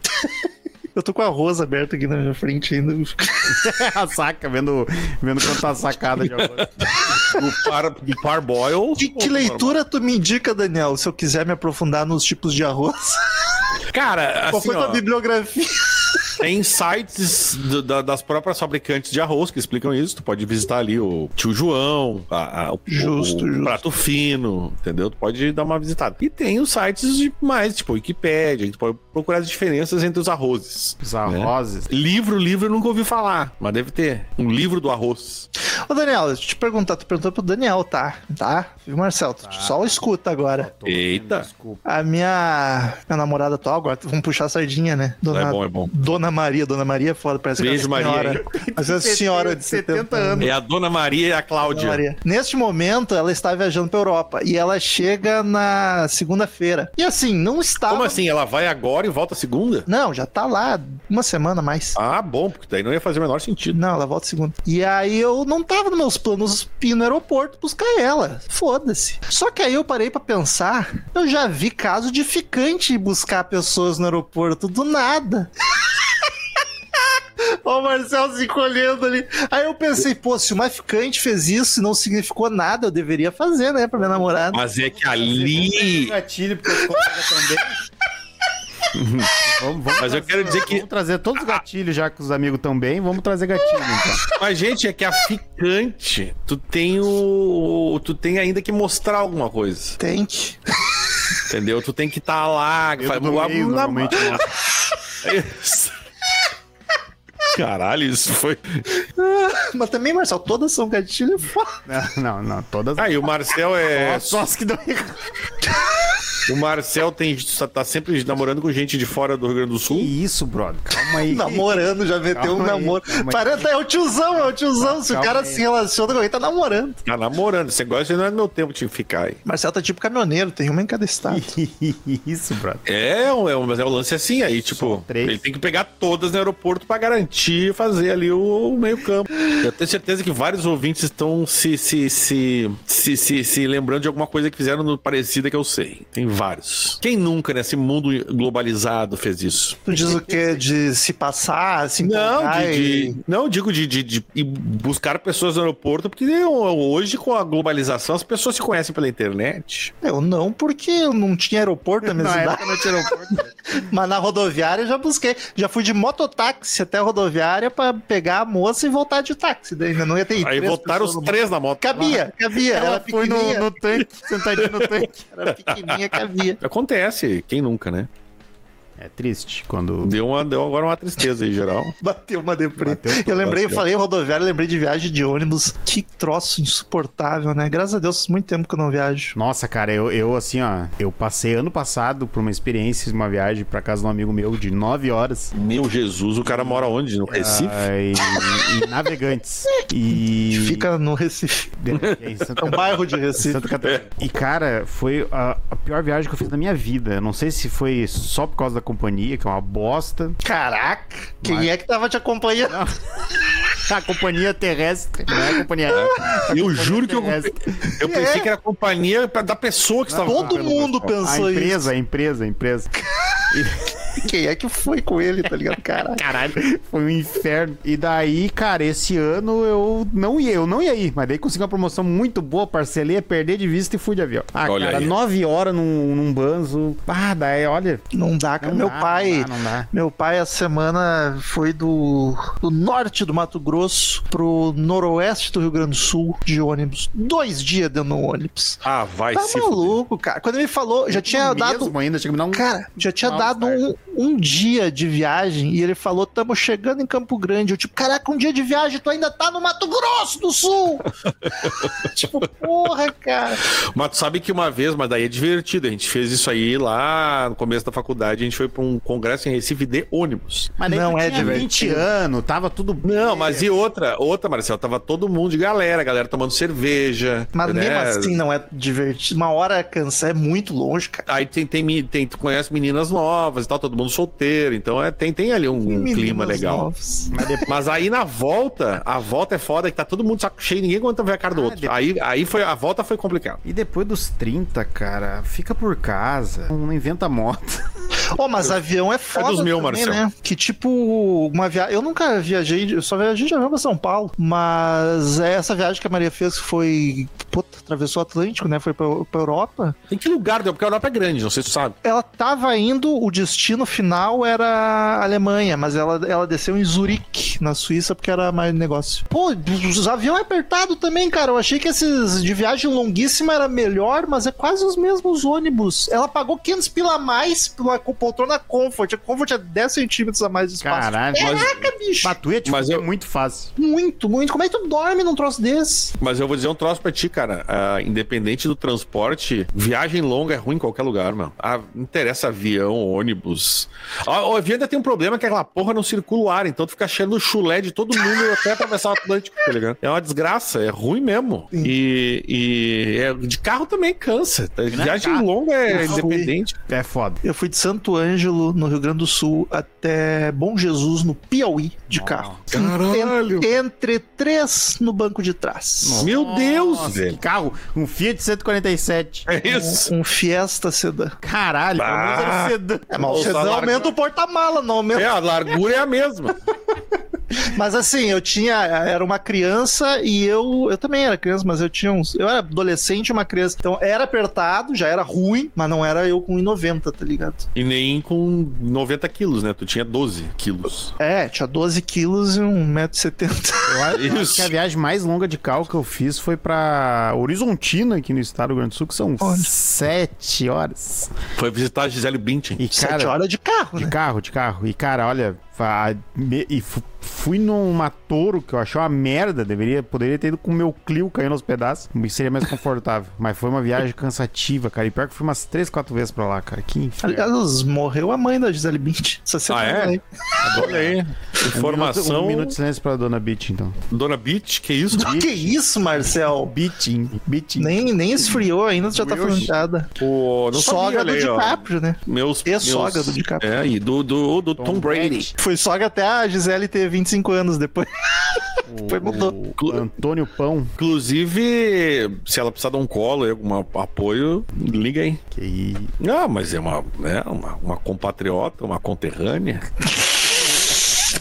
[SPEAKER 1] Eu tô com a rosa aberta aqui na minha frente ainda.
[SPEAKER 3] a saca, vendo, vendo quanto tá a sacada de alguma
[SPEAKER 2] Do, Um par, do parboil.
[SPEAKER 1] Que, que leitura tu me indica, Daniel, se eu quiser me aprofundar nos tipos de arroz?
[SPEAKER 2] Cara,
[SPEAKER 1] Qual
[SPEAKER 2] assim,
[SPEAKER 1] foi tua
[SPEAKER 2] ó,
[SPEAKER 1] bibliografia?
[SPEAKER 2] Tem sites do- da- das próprias fabricantes de arroz que explicam isso. Tu pode visitar ali o tio João, a- a- o,
[SPEAKER 1] Justo,
[SPEAKER 2] o
[SPEAKER 1] justo.
[SPEAKER 2] Prato Fino, entendeu? Tu pode dar uma visitada. E tem os sites de mais, tipo Wikipédia, tu pode procurar as diferenças entre os arrozes.
[SPEAKER 3] Os arrozes.
[SPEAKER 2] Livro, livro eu nunca ouvi falar, mas deve ter. Um livro do arroz.
[SPEAKER 1] Ô, Daniel, deixa eu te perguntar. Tu perguntou pro Daniel, tá? Tá? Viu, Marcelo? Tu Só escuta agora.
[SPEAKER 3] Tô
[SPEAKER 2] Eita.
[SPEAKER 3] vendo, Desculpa.
[SPEAKER 1] A minha, minha namorada atual, agora vamos puxar a sardinha, né? Dona,
[SPEAKER 2] É bom, é bom.
[SPEAKER 1] Dona Maria, Dona Maria, é foda, parece
[SPEAKER 2] Beijo,
[SPEAKER 1] que é uma
[SPEAKER 2] Maria,
[SPEAKER 1] senhora. Mas é uma senhora de 70, anos.
[SPEAKER 2] É a Dona Maria e a
[SPEAKER 1] Dona
[SPEAKER 2] Cláudia.
[SPEAKER 1] Maria. Neste momento, ela está viajando pra Europa e ela chega na segunda-feira. E assim, não estava.
[SPEAKER 2] Como assim? Ela vai agora e volta segunda?
[SPEAKER 1] Não, já tá lá uma semana a mais.
[SPEAKER 2] Ah, bom, porque daí não ia fazer o menor sentido.
[SPEAKER 1] Não, ela volta segunda. E aí eu não tava nos meus planos ir no aeroporto buscar ela. Foda-se. Só que aí eu parei pra pensar, eu já vi caso de ficante ir buscar pessoas no aeroporto do nada. Ó, o Marcel se encolhendo ali. Aí eu pensei, pô, se uma ficante fez isso e não significou nada, eu deveria fazer, né, pra minha namorada.
[SPEAKER 2] Mas é que
[SPEAKER 3] Um
[SPEAKER 2] ali.
[SPEAKER 3] Gatilho, porque eu tô também. Vamos, vamos
[SPEAKER 2] Mas eu
[SPEAKER 3] trazer-
[SPEAKER 2] quero dizer que-
[SPEAKER 3] Vamos trazer todos os gatilhos, já que os amigos estão bem, vamos trazer gatilho, então.
[SPEAKER 2] Mas, gente, é que a ficante, tu tem o. Tu tem ainda que mostrar alguma coisa.
[SPEAKER 1] Tem que.
[SPEAKER 2] Entendeu? Tu tem que estar tá lá.
[SPEAKER 3] Eu do meio, normalmente, né? mostra.
[SPEAKER 2] Caralho, isso foi.
[SPEAKER 1] Mas também, Marcel, todas são gatilho foda.
[SPEAKER 3] Não, não, todas...
[SPEAKER 2] Ah, e o Marcel é.
[SPEAKER 3] Só as que dão errado.
[SPEAKER 2] O Marcel tem, tá sempre namorando com gente de fora do Rio Grande do
[SPEAKER 3] Que
[SPEAKER 2] Sul.
[SPEAKER 3] isso, brother? Calma aí.
[SPEAKER 1] Namorando, já meteu um
[SPEAKER 3] Calma aí,
[SPEAKER 1] namoro.
[SPEAKER 3] calma aí.
[SPEAKER 1] Parece, é o tiozão, é o tiozão. Se o
[SPEAKER 3] Calma
[SPEAKER 1] cara
[SPEAKER 3] aí.
[SPEAKER 1] se relaciona com alguém, tá namorando.
[SPEAKER 2] Tá namorando. Você gosta, não é meu tempo de ficar aí.
[SPEAKER 1] Marcelo tá tipo caminhoneiro, tem uma em cada estado.
[SPEAKER 3] isso, brother.
[SPEAKER 2] É, um- é um- mas é um lance assim, aí, tipo,
[SPEAKER 3] três.
[SPEAKER 2] ele tem que pegar todas no aeroporto pra garantir e fazer ali o, meio-campo. Eu tenho certeza que vários ouvintes estão se, se, se, se, se, se lembrando de alguma coisa que fizeram no- parecida que eu sei. Tem vários. Quem nunca, nesse mundo globalizado, fez isso?
[SPEAKER 1] Tu diz o quê? De se passar, se
[SPEAKER 2] Não,
[SPEAKER 1] empolgar
[SPEAKER 2] de,
[SPEAKER 1] e-
[SPEAKER 2] de- não digo de, de, de ir buscar pessoas no aeroporto, porque é hoje, com a globalização, as pessoas se conhecem pela internet.
[SPEAKER 1] Eu não, porque eu não tinha aeroporto na minha
[SPEAKER 3] Na
[SPEAKER 1] cidade.
[SPEAKER 3] época não tinha aeroporto.
[SPEAKER 1] Mas na rodoviária eu já busquei. Já fui de mototáxi até a rodoviária pra pegar a moça e voltar de táxi. Daí ainda não ia ter ido.
[SPEAKER 2] Aí
[SPEAKER 1] Três
[SPEAKER 2] voltaram os
[SPEAKER 1] pessoas no-
[SPEAKER 2] três na moto.
[SPEAKER 1] Cabia, cabia. Ela,
[SPEAKER 3] Ela foi no,
[SPEAKER 1] pequenininha.
[SPEAKER 3] no tanque, sentadinha no tanque.
[SPEAKER 1] Era pequenininha, cabia.
[SPEAKER 2] Acontece, quem nunca, né?
[SPEAKER 3] É triste quando...
[SPEAKER 2] Deu, uma, deu agora uma tristeza aí, geral.
[SPEAKER 1] Bateu uma deprê.
[SPEAKER 3] Bateu
[SPEAKER 1] eu
[SPEAKER 3] tudo,
[SPEAKER 1] lembrei, eu
[SPEAKER 2] bateu.
[SPEAKER 1] falei rodoviária, lembrei de viagem de ônibus. Que troço insuportável, né? Graças a Deus, faz muito tempo que eu não viajo.
[SPEAKER 3] Nossa, cara, eu, eu assim, ó, eu passei ano passado por uma experiência, uma viagem pra casa de um amigo meu de 9 horas
[SPEAKER 2] Meu Jesus, o cara mora onde? No Recife?
[SPEAKER 3] ah, e, e navegantes. E.
[SPEAKER 1] Fica no Recife.
[SPEAKER 3] É, em Santa,
[SPEAKER 1] No bairro de Recife.
[SPEAKER 3] Santa Catarina. E, cara, foi a, a pior viagem que eu fiz na minha vida. Eu não sei se foi só por causa da companhia, que é uma bosta.
[SPEAKER 1] Caraca, quem é que tava te acompanhando?
[SPEAKER 3] A companhia terrestre, não é a companhia
[SPEAKER 1] Ah,
[SPEAKER 3] aérea.
[SPEAKER 2] Eu juro que eu,
[SPEAKER 3] terrestre.
[SPEAKER 2] eu pensei que era a companhia pra- da pessoa que estava
[SPEAKER 1] Todo mundo
[SPEAKER 3] A
[SPEAKER 1] pensou isso.
[SPEAKER 3] empresa, a empresa, a empresa.
[SPEAKER 1] Quem é que foi com ele, tá ligado? Caraca.
[SPEAKER 3] Caralho, foi um inferno. E daí, cara, esse ano eu não ia, eu não ia ir, mas daí consegui uma promoção muito boa, parcelei, perder de vista e fui de avião. Ah,
[SPEAKER 2] Olha
[SPEAKER 3] cara,
[SPEAKER 2] aí.
[SPEAKER 3] nove horas num, num banzo. Ah, daí, olha.
[SPEAKER 1] Não dá, cara.
[SPEAKER 3] não
[SPEAKER 1] meu
[SPEAKER 3] dá,
[SPEAKER 1] pai.
[SPEAKER 3] Não dá, não dá.
[SPEAKER 1] Meu pai, essa semana, foi do, do norte do Mato Grosso pro noroeste do Rio Grande do Sul de ônibus. Dois dias dentro do ônibus.
[SPEAKER 2] Ah, vai
[SPEAKER 1] Tá
[SPEAKER 2] se fuder.
[SPEAKER 1] maluco, cara. Quando ele me falou, já tinha dado
[SPEAKER 3] Mesmo ainda, chega a me dar
[SPEAKER 2] Então,
[SPEAKER 3] um.
[SPEAKER 1] Cara, já tinha
[SPEAKER 3] Mal
[SPEAKER 1] dado um,
[SPEAKER 3] certo.
[SPEAKER 1] um dia de viagem e ele falou: tamo chegando em Campo Grande. Eu, tipo, caraca, um dia de viagem, tu ainda tá no Mato Grosso do Sul! tipo, porra, cara.
[SPEAKER 2] Mas tu sabe que uma vez, mas daí é divertido, a gente fez isso aí lá no começo da faculdade, a gente foi pra um congresso em Recife de ônibus.
[SPEAKER 3] Mas daí
[SPEAKER 1] Não
[SPEAKER 3] tu
[SPEAKER 1] é
[SPEAKER 3] tinha
[SPEAKER 1] divertido.
[SPEAKER 3] 20 anos, tava tudo.
[SPEAKER 2] Não, mas e outra, outra, Marcelo, tava todo mundo de galera, galera tomando cerveja.
[SPEAKER 1] Mas
[SPEAKER 2] né?
[SPEAKER 1] mesmo assim não é divertido. Uma hora cansa é muito longe, cara.
[SPEAKER 2] Aí tem, tem, mi- tem- tu conhece meninas novas e tal, todo mundo solteiro, então é, tem, tem ali um, um
[SPEAKER 1] Meninas
[SPEAKER 2] clima legal.
[SPEAKER 1] novas.
[SPEAKER 2] Mas depois- Mas aí na volta, a volta é foda que tá todo mundo de saco cheio, ninguém aguenta ver a cara do
[SPEAKER 3] Ah,
[SPEAKER 2] outro.
[SPEAKER 3] depois-
[SPEAKER 2] Aí, aí foi, a volta foi complicada.
[SPEAKER 3] E depois dos 30, cara, fica por casa. Não inventa moto.
[SPEAKER 1] Ó, mas avião é foda. né?
[SPEAKER 2] dos meus, Marcelo.
[SPEAKER 1] Que tipo, uma viagem. Eu nunca viajei, de- eu só viajei de avião pra São Paulo. Mas é, essa viagem que a Maria fez foi. Puta, atravessou o Atlântico, né? Foi pra, pra Europa.
[SPEAKER 2] Em que lugar deu? Porque a Europa é grande, não sei se tu sabe.
[SPEAKER 1] ela tava indo, o destino final era Alemanha, mas ela, ela desceu em Zurique, na Suíça, porque era mais negócio. Pô, os aviões apertados também, cara. Eu achei que esses de viagem longuíssima era melhor, mas é quase os mesmos ônibus. Ela pagou 500 pila a mais pela co- poltrona Comfort. A Comfort é 10 centímetros a mais de espaço.
[SPEAKER 3] Caralho, mas-
[SPEAKER 1] Caraca, bicho.
[SPEAKER 3] Batuia, tipo,
[SPEAKER 2] Mas
[SPEAKER 3] é
[SPEAKER 2] eu-
[SPEAKER 3] muito fácil.
[SPEAKER 1] Muito, muito. Como é que tu dorme num troço desse?
[SPEAKER 2] Mas eu vou dizer um troço pra ti, cara. Ah, independente do transporte, viagem longa é ruim em qualquer lugar, mano. Ah, não interessa avião, ônibus. Ah, o avião ainda tem um problema que aquela porra não circula o ar, então tu fica cheio o chulé de todo mundo até atravessar o Atlântico, tá ligado? É uma desgraça, é ruim mesmo. E, e é- de carro também cansa. tá? Viagem
[SPEAKER 3] carro.
[SPEAKER 2] longa é
[SPEAKER 1] Carro.
[SPEAKER 2] independente.
[SPEAKER 3] É foda.
[SPEAKER 1] Eu fui de Santo Ângelo, no Rio Grande do Sul, até Bom Jesus, no Piauí, de carro.
[SPEAKER 2] Caralho!
[SPEAKER 1] En- Entre três no banco de trás.
[SPEAKER 2] Meu Deus,
[SPEAKER 3] Nossa, que
[SPEAKER 2] velho.
[SPEAKER 3] carro. Um Fiat 147.
[SPEAKER 2] É isso.
[SPEAKER 1] Um Fiesta sedã.
[SPEAKER 3] Caralho, pelo menos era um sedã.
[SPEAKER 1] É, mas o
[SPEAKER 2] Nossa,
[SPEAKER 1] sedã
[SPEAKER 2] larga.
[SPEAKER 1] aumenta o porta-mala, não aumenta.
[SPEAKER 2] É, a largura é a mesma.
[SPEAKER 1] Mas assim, eu tinha. Era uma criança e eu. Eu também era criança, mas eu tinha uns. Eu era adolescente e uma criança. Então era apertado, já era ruim, mas não era eu com 1,90, tá ligado?
[SPEAKER 2] E nem com 90 quilos, né? Tu tinha 12 quilos.
[SPEAKER 1] É, tinha 12 quilos e 1,70m.
[SPEAKER 3] Eu acho
[SPEAKER 2] Isso.
[SPEAKER 3] que a viagem mais longa de carro que eu fiz foi pra Horizontina, aqui no estado do Rio Grande do Sul, que são
[SPEAKER 1] Olha.
[SPEAKER 3] sete horas.
[SPEAKER 2] Foi visitar a Gisele Bündchen.
[SPEAKER 3] E,
[SPEAKER 1] 7
[SPEAKER 3] cara,
[SPEAKER 1] horas de carro,
[SPEAKER 3] de
[SPEAKER 1] né?
[SPEAKER 3] carro, de carro. E, cara, olha, fa- me- e fu- fui numa touro que eu achei uma merda. Deveria, poderia ter ido com o meu Clio caindo aos pedaços, que seria mais confortável. Mas foi uma viagem cansativa, cara. E pior que eu fui umas três, quatro vezes pra lá, cara. Que inferno.
[SPEAKER 1] Aliás, morreu a mãe da Gisele Bündchen. Essa semana
[SPEAKER 2] é?
[SPEAKER 1] aí.
[SPEAKER 2] Olha aí. É. Informação.
[SPEAKER 3] Um minuto, um minuto de silêncio pra dona Beat, então.
[SPEAKER 2] Dona Beach, que é isso?
[SPEAKER 1] Que isso, Marcel?
[SPEAKER 3] Beatin, Beatin.
[SPEAKER 1] Nem, nem esfriou ainda, tu já tá
[SPEAKER 3] Esfriou,
[SPEAKER 1] falando
[SPEAKER 3] gente.
[SPEAKER 1] piada.
[SPEAKER 2] Pô, não
[SPEAKER 1] Sogra
[SPEAKER 2] sabia,
[SPEAKER 1] do
[SPEAKER 2] olha aí, ó.
[SPEAKER 1] DiCaprio, né?
[SPEAKER 2] Meus, meus...
[SPEAKER 1] Ex-sogra do DiCaprio.
[SPEAKER 2] É, e do, do, do Tom, Brady.
[SPEAKER 1] Foi sogra até a Gisele ter 25 anos depois. Depois mudou.
[SPEAKER 3] O
[SPEAKER 2] Ah.
[SPEAKER 3] Antônio Pão.
[SPEAKER 2] Inclusive, se ela precisar de um colo, e algum apoio, liga aí.
[SPEAKER 3] Que
[SPEAKER 2] Ah, mas é uma, é uma, uma compatriota, uma conterrânea.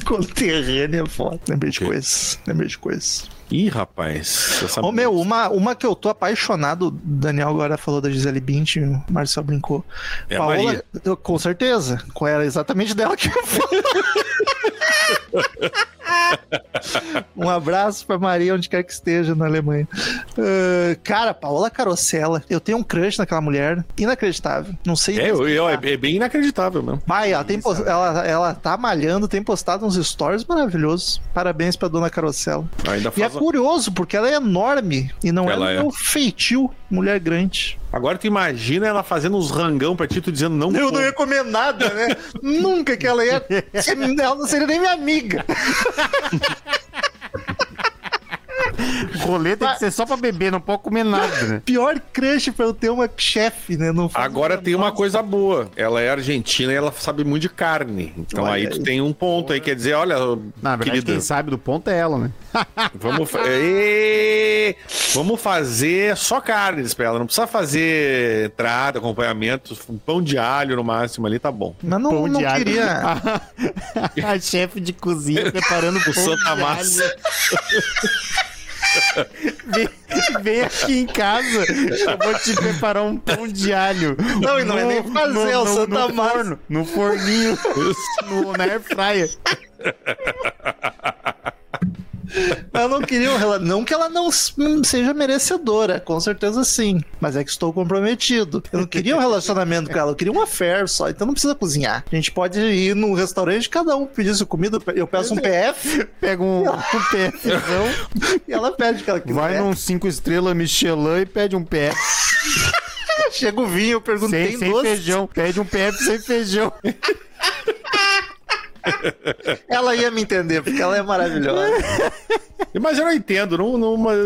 [SPEAKER 1] Conterrânea é foda. Lembrei de coisas. Lembrei de coisas.
[SPEAKER 2] Ih, rapaz. Essa
[SPEAKER 1] Ô, meu, uma, uma que eu tô apaixonado, o Daniel agora falou da Gisele Bündchen, o Marcel brincou.
[SPEAKER 2] É a Maria.
[SPEAKER 1] eu- com certeza. Qual era exatamente dela que eu falei? Um abraço pra Maria, onde quer que esteja na Alemanha. Ah, cara, Paola Carosella. Eu tenho um crush naquela mulher. Inacreditável. Não sei.
[SPEAKER 2] É, eu, eu- é,
[SPEAKER 1] explicar.
[SPEAKER 2] é bem inacreditável mesmo.
[SPEAKER 1] Vai, ela, tem post- ela, ela tá malhando, tem postado uns stories maravilhosos. Parabéns pra dona Carosella. E
[SPEAKER 2] Ainda
[SPEAKER 1] é
[SPEAKER 2] faz uma-
[SPEAKER 1] curioso, porque ela é enorme e não
[SPEAKER 2] Ela
[SPEAKER 1] é,
[SPEAKER 2] é.
[SPEAKER 1] do meu feitio, mulher grande.
[SPEAKER 2] Agora tu imagina ela fazendo uns rangão pra ti, tu dizendo não.
[SPEAKER 1] Eu não
[SPEAKER 2] como.
[SPEAKER 1] ia comer nada, né? Nunca que ela ia. Ela não seria nem minha amiga.
[SPEAKER 3] rolê tem que ser só pra beber, não pode comer nada, né?
[SPEAKER 1] Pior crush pra eu ter uma chefe, né? Não faz
[SPEAKER 2] Agora
[SPEAKER 1] nada.
[SPEAKER 2] tem uma coisa boa. Ela é argentina e ela sabe muito de carne. Então
[SPEAKER 1] Olha
[SPEAKER 2] aí
[SPEAKER 1] aí.
[SPEAKER 2] tu tem um ponto aí. Quer dizer, olha,
[SPEAKER 3] Na verdade,
[SPEAKER 2] querida,
[SPEAKER 3] quem sabe do ponto é ela, né?
[SPEAKER 2] vamos, fa- Ê, vamos fazer só carnes pra ela. Não precisa fazer entrada, acompanhamento, um pão de alho no máximo ali, tá bom.
[SPEAKER 1] Mas não, não
[SPEAKER 3] alho.
[SPEAKER 1] queria.
[SPEAKER 3] A, a chefe de cozinha preparando pão
[SPEAKER 2] O Santa
[SPEAKER 3] de
[SPEAKER 2] Massa.
[SPEAKER 3] alho. Vem, vem aqui em casa, eu vou te preparar um pão de alho.
[SPEAKER 1] Não, e não é nem fazer, é o Santa
[SPEAKER 3] no
[SPEAKER 1] Massa.
[SPEAKER 3] Forno, no forninho, no, na air fryer.
[SPEAKER 1] Eu não queria um relato. Não que ela não s- não seja merecedora, com certeza sim. Mas é que estou comprometido. Eu não queria um relacionamento com ela, eu queria um affair só. Então não precisa cozinhar. A gente pode ir num restaurante, cada um pedir sua comida. Eu peço um PF
[SPEAKER 3] Pega um, um PFzão,
[SPEAKER 1] e ela pede o que ela quiser.
[SPEAKER 3] vai num 5 estrelas Michelin e pede um PF
[SPEAKER 1] Chega o vinho, eu pergunto,
[SPEAKER 3] sem,
[SPEAKER 1] tem
[SPEAKER 3] sem
[SPEAKER 1] doce?
[SPEAKER 3] feijão. Pede um PF sem feijão.
[SPEAKER 1] Ela ia me entender, porque ela é maravilhosa.
[SPEAKER 2] Mas eu não entendo. Não, não, mas-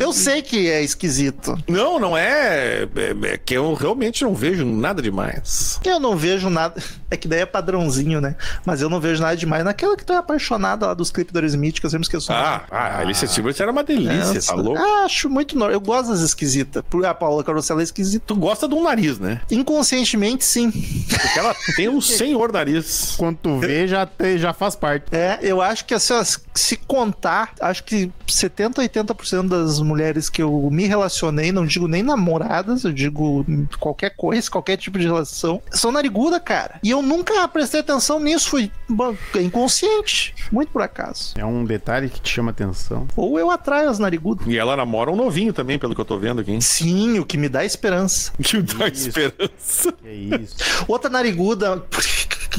[SPEAKER 1] Eu sei que é esquisito.
[SPEAKER 2] não, não é, é- é que eu realmente não vejo nada demais.
[SPEAKER 1] Eu não vejo nada. É que daí é padrãozinho, né? Mas eu não vejo nada demais. Naquela que tu é apaixonada lá dos clipes do Aerosmith, que eu sempre esqueço. o nome.
[SPEAKER 2] Ah, ah, a Alicia Silverstone era uma delícia,
[SPEAKER 1] Nossa.
[SPEAKER 2] tá louco?
[SPEAKER 1] Ah, acho muito normal. Eu gosto das esquisitas. Por- A Paola Carosella é esquisita.
[SPEAKER 2] Tu gosta de um nariz, né?
[SPEAKER 1] Inconscientemente, sim.
[SPEAKER 2] Porque ela tem um senhor nariz.
[SPEAKER 3] Quando tu vê, já, te- já faz parte.
[SPEAKER 1] É, eu acho que assim, ó, se contar, acho que 70, 80% das mulheres que eu me relacionei, não digo nem namoradas, eu digo qualquer coisa, qualquer tipo de relação, são nariguda, cara. E eu eu nunca prestei atenção nisso, fui bom, inconsciente, muito por acaso.
[SPEAKER 3] É um detalhe que te chama atenção.
[SPEAKER 1] Ou eu atraio as narigudas.
[SPEAKER 2] E ela namora um novinho também, pelo que eu tô vendo aqui. hein?
[SPEAKER 1] Sim, o que me dá esperança.
[SPEAKER 2] Que dá
[SPEAKER 3] Isso.
[SPEAKER 2] esperança.
[SPEAKER 3] É isso.
[SPEAKER 1] Outra nariguda.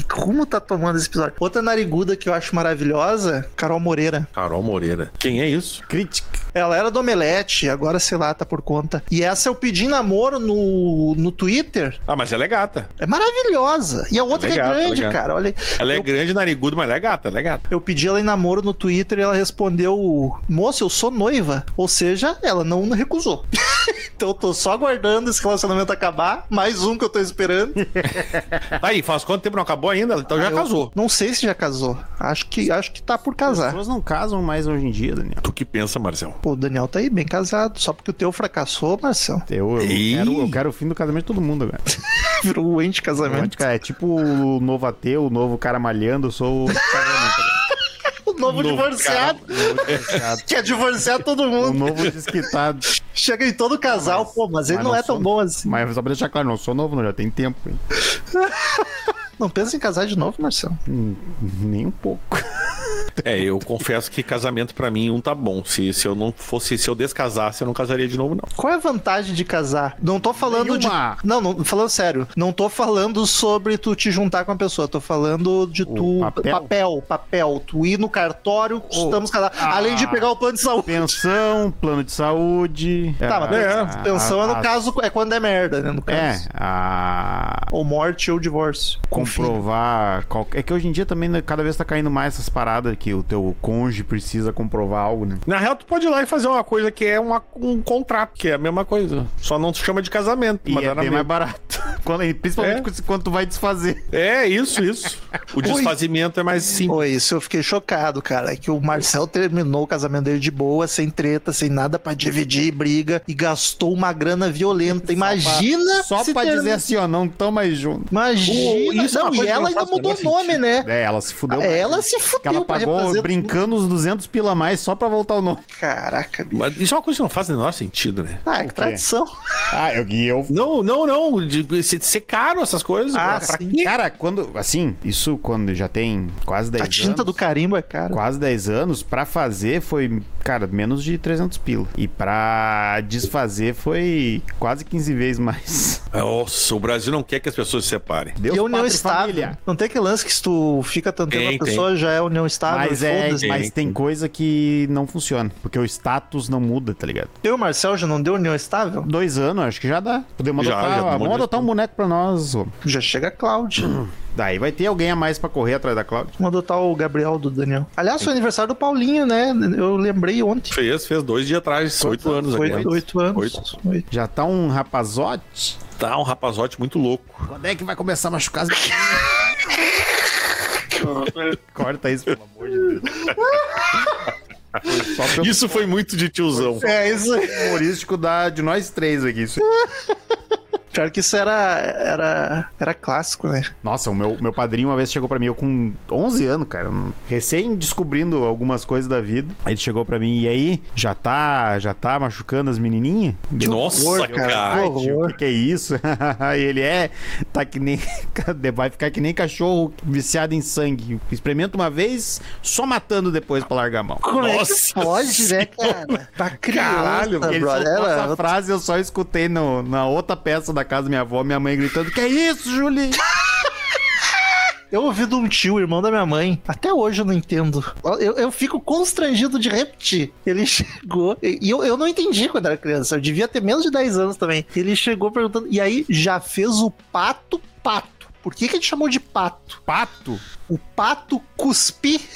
[SPEAKER 1] Como tá tomando esse episódio? Outra nariguda que eu acho maravilhosa, Carol Moreira.
[SPEAKER 2] Carol Moreira. Quem é isso?
[SPEAKER 3] Crítica.
[SPEAKER 1] Ela era do Omelete, agora sei lá, tá por conta. E essa eu pedi em namoro no, no Twitter.
[SPEAKER 2] Ah, mas ela é gata.
[SPEAKER 1] É maravilhosa. E a outra que é
[SPEAKER 2] gata,
[SPEAKER 1] grande,
[SPEAKER 2] ela é gata.
[SPEAKER 1] cara. Olha, aí.
[SPEAKER 2] Ela é
[SPEAKER 1] Eu-
[SPEAKER 2] grande, narigudo, mas ela é gata, ela é gata.
[SPEAKER 1] Eu pedi ela em namoro no Twitter e ela respondeu: Moça, eu sou noiva. Ou seja, ela não recusou. então eu tô só aguardando esse relacionamento acabar. Mais um que eu tô esperando.
[SPEAKER 2] Tá aí, faz quanto tempo não acabou ainda? Então já
[SPEAKER 1] Eu
[SPEAKER 2] casou.
[SPEAKER 1] Não sei se já casou. Acho que, acho que tá por
[SPEAKER 3] As
[SPEAKER 1] casar.
[SPEAKER 3] pessoas não casam mais hoje em dia, Daniel.
[SPEAKER 2] Tu que pensa, Marcel?
[SPEAKER 1] Pô, o Daniel tá aí bem casado. Só porque o teu fracassou, Marcelo.
[SPEAKER 3] Eu, eu,
[SPEAKER 2] Ih.
[SPEAKER 3] quero, eu quero o fim do casamento de todo mundo agora.
[SPEAKER 1] Tá Virou o ente casamento.
[SPEAKER 3] É tipo o novo ateu, o novo cara malhando, eu sou o
[SPEAKER 1] O novo,
[SPEAKER 2] Novo
[SPEAKER 1] divorciado. Quer divorciar todo
[SPEAKER 3] o
[SPEAKER 1] mundo.
[SPEAKER 3] novo desquitado.
[SPEAKER 1] Chega em todo casal, pô, mas ele
[SPEAKER 3] mas
[SPEAKER 1] não,
[SPEAKER 3] não
[SPEAKER 1] é tão
[SPEAKER 3] sou-
[SPEAKER 1] bom assim.
[SPEAKER 3] Mas só pra deixar claro, não sou novo, não, já tem tempo. hein?
[SPEAKER 1] Não pensa em casar de novo, Marcelo.
[SPEAKER 3] Hum, Nem um pouco.
[SPEAKER 2] É, eu confesso que casamento pra mim um tá bom. Se, se eu não fosse, se eu descasasse, eu não casaria de novo, não.
[SPEAKER 1] Qual é a vantagem de casar? Não tô falando
[SPEAKER 3] Nenhuma.
[SPEAKER 1] de. Não, não, falando sério. Não tô falando sobre tu te juntar com a pessoa. Tô falando de tu.
[SPEAKER 3] papel?
[SPEAKER 1] Papel, papel. Tu ir no cartório, estamos casados.
[SPEAKER 3] Ah.
[SPEAKER 1] Além de pegar o plano de saúde.
[SPEAKER 3] Pensão, plano de saúde.
[SPEAKER 1] Tá, mas
[SPEAKER 2] É.
[SPEAKER 1] pensão é no
[SPEAKER 3] a-
[SPEAKER 1] caso. É quando é merda, né? No
[SPEAKER 3] Ah, É,
[SPEAKER 1] caso.
[SPEAKER 3] a
[SPEAKER 1] Ou morte ou divórcio. Enfim.
[SPEAKER 3] comprovar. qual- É que hoje em dia também né, cada vez tá caindo mais essas paradas que o teu cônjuge precisa comprovar algo, né?
[SPEAKER 2] Na real, tu pode ir lá e fazer uma coisa que é uma- um contrato, que é a mesma coisa. Só não se chama de casamento,
[SPEAKER 3] E
[SPEAKER 2] mas
[SPEAKER 3] é
[SPEAKER 2] era
[SPEAKER 3] bem
[SPEAKER 2] mesmo.
[SPEAKER 3] mais barato. Quando, e principalmente
[SPEAKER 2] É.
[SPEAKER 3] quando- quando tu vai desfazer.
[SPEAKER 2] É, isso, isso. O desfazimento é mais simples.
[SPEAKER 1] Pô, isso eu fiquei chocado, cara. É que o Marcel terminou o casamento dele de boa, sem treta, sem nada pra dividir, briga, e gastou uma grana violenta. Imagina.
[SPEAKER 3] Só
[SPEAKER 1] é se
[SPEAKER 3] pra
[SPEAKER 1] ter-
[SPEAKER 3] dizer assim, ó, não tão mais junto.
[SPEAKER 1] Imagina.
[SPEAKER 2] Pô, isso é uma
[SPEAKER 1] não,
[SPEAKER 2] coisa
[SPEAKER 1] e
[SPEAKER 2] que
[SPEAKER 1] ela
[SPEAKER 2] não
[SPEAKER 1] ainda
[SPEAKER 2] faz o
[SPEAKER 1] mudou o
[SPEAKER 2] menor
[SPEAKER 1] nome, né?
[SPEAKER 3] É, ela se fudeu.
[SPEAKER 1] Ela se
[SPEAKER 3] Que ela
[SPEAKER 1] fudeu pra
[SPEAKER 3] pagou
[SPEAKER 1] refazer
[SPEAKER 3] brincando os 200 pila a mais só pra voltar o nome.
[SPEAKER 1] tudo. Caraca, bicho.
[SPEAKER 2] Mas isso é uma coisa que não faz o menor sentido, né?
[SPEAKER 1] Ah, que tradição.
[SPEAKER 3] Ah, eu, e eu
[SPEAKER 2] Não, não, não. De, de ser caro essas coisas.
[SPEAKER 1] Ah,
[SPEAKER 2] pra- pra
[SPEAKER 1] sim.
[SPEAKER 2] quê?
[SPEAKER 3] Cara, quando. Assim, isso quando já tem quase 10
[SPEAKER 1] A
[SPEAKER 3] anos.
[SPEAKER 1] tinta do carimbo é cara.
[SPEAKER 3] Quase 10 anos, pra fazer foi, cara, menos de 300 pila. E pra desfazer foi quase 15 vezes mais.
[SPEAKER 2] Nossa, É, o Brasil não quer que as pessoas se separem.
[SPEAKER 3] Deus,
[SPEAKER 1] e a união
[SPEAKER 3] pátria e
[SPEAKER 1] estável.
[SPEAKER 3] família.
[SPEAKER 1] Não tem que lance que se tu fica tantando
[SPEAKER 2] Tem,
[SPEAKER 1] a pessoa, já é união estável.
[SPEAKER 3] Mas, é,
[SPEAKER 1] foda-se.
[SPEAKER 3] mas tem coisa que não funciona. Porque o status não muda, tá ligado?
[SPEAKER 1] Eu e o Marcel já não deu união estável?
[SPEAKER 3] Dois anos, acho que já dá. Podemos
[SPEAKER 2] Já,
[SPEAKER 3] adotar,
[SPEAKER 2] já dá uma
[SPEAKER 3] vamos adotar
[SPEAKER 2] adotando.
[SPEAKER 3] um boneco pra nós. ô.
[SPEAKER 1] Já chega a Cláudia.
[SPEAKER 3] Daí vai ter alguém a mais pra correr atrás da Cláudia.
[SPEAKER 1] Vou adotar o Gabriel do Daniel. Aliás, foi aniversário do Paulinho, né? Eu lembrei ontem.
[SPEAKER 2] Fez, fez dois dias atrás, oito anos
[SPEAKER 1] Foi
[SPEAKER 2] agora.
[SPEAKER 1] oito anos.
[SPEAKER 2] Oito.
[SPEAKER 1] Oito.
[SPEAKER 3] Já tá um rapazote?
[SPEAKER 2] Tá um rapazote muito louco.
[SPEAKER 3] Quando é que vai começar a machucar as Corta isso, pelo amor de Deus. Foi só pelo
[SPEAKER 2] Isso foi muito de tiozão.
[SPEAKER 1] É, isso aí.
[SPEAKER 3] humorístico da, de nós três aqui. isso.
[SPEAKER 1] Pior que isso era, era, era clássico, né?
[SPEAKER 3] Nossa, o meu, meu padrinho uma vez chegou pra mim, eu com 11 anos, cara, um- recém descobrindo algumas coisas da vida. Aí ele chegou pra mim, e aí, já tá, já tá machucando as menininhas?
[SPEAKER 2] Nossa,
[SPEAKER 1] horror, cara.
[SPEAKER 2] cara.
[SPEAKER 3] Ai, tio, o
[SPEAKER 1] horror.
[SPEAKER 3] que, que é isso? e ele é, tá que nem. Vai ficar que nem cachorro viciado em sangue. Experimenta uma vez, só matando depois pra largar a mão.
[SPEAKER 1] Como
[SPEAKER 2] Nossa
[SPEAKER 1] é que pode, né, cara? Pra criança,
[SPEAKER 3] Caralho, ele
[SPEAKER 1] brother. é
[SPEAKER 3] soltou
[SPEAKER 1] Era-
[SPEAKER 3] essa frase eu só escutei no- na outra peça da casa da minha avó, minha mãe gritando: Que é isso, Julie?
[SPEAKER 1] Eu ouvi de um tio, irmão da minha mãe. Até hoje eu não entendo. Eu, eu fico constrangido de repetir. Ele chegou. E e eu, eu não entendi quando era criança. Eu devia ter menos de 10 anos também. Ele chegou perguntando. E aí já fez o pato pato. Por que, que ele chamou de pato?
[SPEAKER 3] Pato?
[SPEAKER 1] O pato cuspi.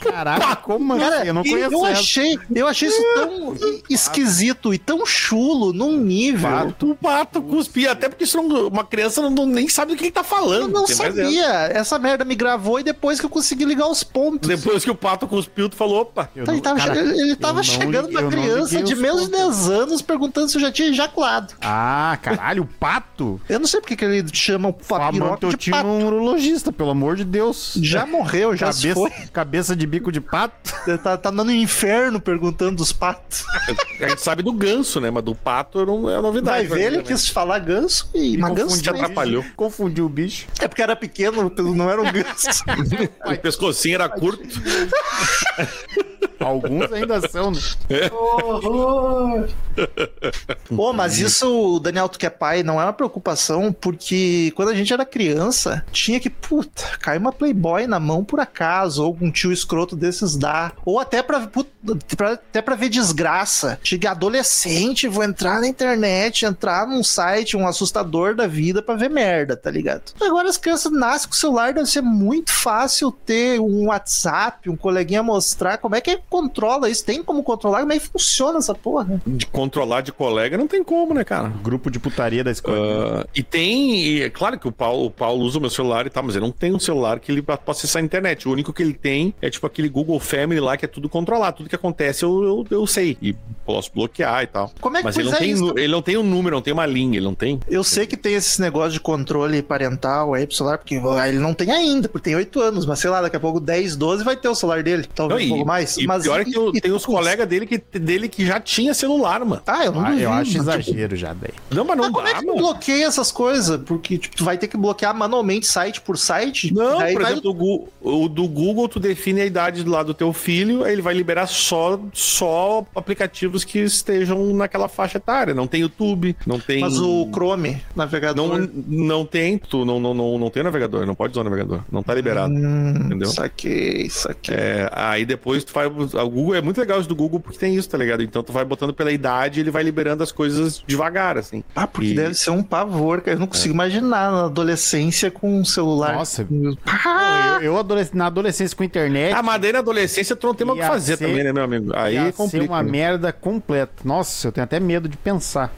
[SPEAKER 3] Caraca, como
[SPEAKER 1] Cara,
[SPEAKER 3] assim? Eu não conheço
[SPEAKER 1] eu
[SPEAKER 3] essa. Ah,
[SPEAKER 1] achei, eu achei isso tão esquisito e tão chulo num nível.
[SPEAKER 2] O pato cuspia, até porque isso não- uma criança não- não, nem sabe do que ele tá falando.
[SPEAKER 1] Eu não
[SPEAKER 2] Tem mais essa.
[SPEAKER 1] sabia. Essa merda me gravou e depois que eu consegui ligar os pontos. Tá,
[SPEAKER 2] Depois que o pato cuspiu, tu falou, opa.
[SPEAKER 3] Eu
[SPEAKER 1] Então, ele
[SPEAKER 3] não-
[SPEAKER 1] tava,
[SPEAKER 3] cara,
[SPEAKER 1] chegando, ele
[SPEAKER 3] eu
[SPEAKER 1] tava
[SPEAKER 3] não
[SPEAKER 1] chegando uma
[SPEAKER 3] liguei- eu não liguei
[SPEAKER 1] criança de
[SPEAKER 3] os
[SPEAKER 1] menos de
[SPEAKER 3] pontos.
[SPEAKER 1] 10 anos perguntando se eu já tinha ejaculado.
[SPEAKER 3] Ah, caralho, o pato?
[SPEAKER 1] Eu não sei porque que ele chama o
[SPEAKER 3] Tá
[SPEAKER 1] papiroca
[SPEAKER 3] teu
[SPEAKER 1] de
[SPEAKER 3] tio
[SPEAKER 1] pato.
[SPEAKER 3] num urologista, pelo amor de Deus.
[SPEAKER 1] Já morreu, já se
[SPEAKER 3] cabeça,
[SPEAKER 1] foi.
[SPEAKER 3] Cabeça de bico de pato.
[SPEAKER 1] Tá, tá no inferno perguntando dos patos.
[SPEAKER 2] A gente sabe do ganso, né? Mas do pato eu não- é
[SPEAKER 1] Vai
[SPEAKER 2] novidade. pra
[SPEAKER 1] ver,
[SPEAKER 2] mim
[SPEAKER 1] ele
[SPEAKER 2] também.
[SPEAKER 1] quis falar ganso e. Mas ganso
[SPEAKER 2] confunde,
[SPEAKER 1] também.
[SPEAKER 2] atrapalhou.
[SPEAKER 3] Confundiu o bicho.
[SPEAKER 1] É porque era pequeno, pelo- não era um ganso.
[SPEAKER 2] né? O pescocinho era curto.
[SPEAKER 3] Alguns ainda são, né?
[SPEAKER 1] Pô, mas
[SPEAKER 2] Uhum.
[SPEAKER 1] isso, Daniel, tu que é pai, não é uma preocupação, porque quando a gente era criança, tinha que, puta, cair uma Playboy na mão por acaso, ou algum tio escroto desses dá. Ou até pra, puta, pra- até pra ver desgraça. Chega adolescente, vou entrar na internet, entrar num site, um assustador da vida pra ver merda, tá ligado? Agora as crianças nascem com o celular, deve ser muito fácil ter um WhatsApp, um coleguinha mostrar como é que controla isso, tem como controlar, como é que funciona essa porra.
[SPEAKER 2] De controlar de colega não tem como, né, cara?
[SPEAKER 3] Grupo de putaria da escola.
[SPEAKER 2] Ah, e tem, e é claro que o Paulo, o Paulo usa o meu celular e tal, mas ele não tem um celular que ele possa acessar a internet. O único que ele tem é tipo aquele Google Family lá que é tudo controlado, tudo que acontece eu, eu, eu sei e posso bloquear e tal.
[SPEAKER 1] Como é que
[SPEAKER 2] Mas ele não,
[SPEAKER 1] pois é
[SPEAKER 2] tem,
[SPEAKER 1] isso?
[SPEAKER 2] nu- ele não tem um número, não tem uma linha, ele não tem.
[SPEAKER 1] Eu sei que tem esse negócio de controle parental aí pro celular, porque ah, ele não tem ainda, porque tem 8 anos, mas sei lá, daqui a pouco 10, 12 vai ter o celular dele,
[SPEAKER 2] Não,
[SPEAKER 1] talvez
[SPEAKER 2] e,
[SPEAKER 1] um pouco mais.
[SPEAKER 2] e
[SPEAKER 1] mas
[SPEAKER 2] pior é que eu,
[SPEAKER 1] e- tipo,
[SPEAKER 2] tem uns colegas dele que, dele que já tinha celular, mano.
[SPEAKER 1] Ah, eu não
[SPEAKER 3] Ah,
[SPEAKER 1] duvido.
[SPEAKER 3] eu acho
[SPEAKER 1] tipo,
[SPEAKER 3] exagero já, daí.
[SPEAKER 2] Não, mas não
[SPEAKER 1] Mas como
[SPEAKER 2] dá,
[SPEAKER 1] é que tu
[SPEAKER 2] mano.
[SPEAKER 1] bloqueia essas coisas? Porque tipo, tu vai ter que bloquear manualmente site por site.
[SPEAKER 2] Não,
[SPEAKER 1] daí
[SPEAKER 2] por
[SPEAKER 1] vai-
[SPEAKER 2] exemplo, o Gu- o do Google, tu define a idade lá do teu filho, aí ele vai liberar só, só aplicativos que estejam naquela faixa etária. Não tem YouTube, não tem.
[SPEAKER 1] Mas o Chrome, navegador.
[SPEAKER 2] Não, não tem, tu não, não, não, não tem navegador, não pode usar navegador, não tá liberado.
[SPEAKER 1] Hum,
[SPEAKER 2] entendeu?
[SPEAKER 1] Saquei, saquei.
[SPEAKER 2] É, aí depois tu vai. O Google é muito legal isso do Google porque tem isso, tá ligado? Então tu vai botando pela idade ele vai liberando as coisas devagar, assim.
[SPEAKER 1] Ah, porque
[SPEAKER 2] E- É.
[SPEAKER 1] deve ser um pavor, cara. Eu não consigo imaginar na adolescência com um celular.
[SPEAKER 3] Nossa.
[SPEAKER 1] Ah,
[SPEAKER 3] Eu, eu adoles- na adolescência com internet.
[SPEAKER 2] Ah, mas daí na adolescência tu não tem mais o que
[SPEAKER 3] É Ia
[SPEAKER 2] fazer
[SPEAKER 3] ser-
[SPEAKER 2] também, né, meu amigo? Aí
[SPEAKER 3] ia ser
[SPEAKER 2] complica.
[SPEAKER 3] uma
[SPEAKER 2] né?
[SPEAKER 3] merda completa. Nossa, eu tenho até medo de pensar.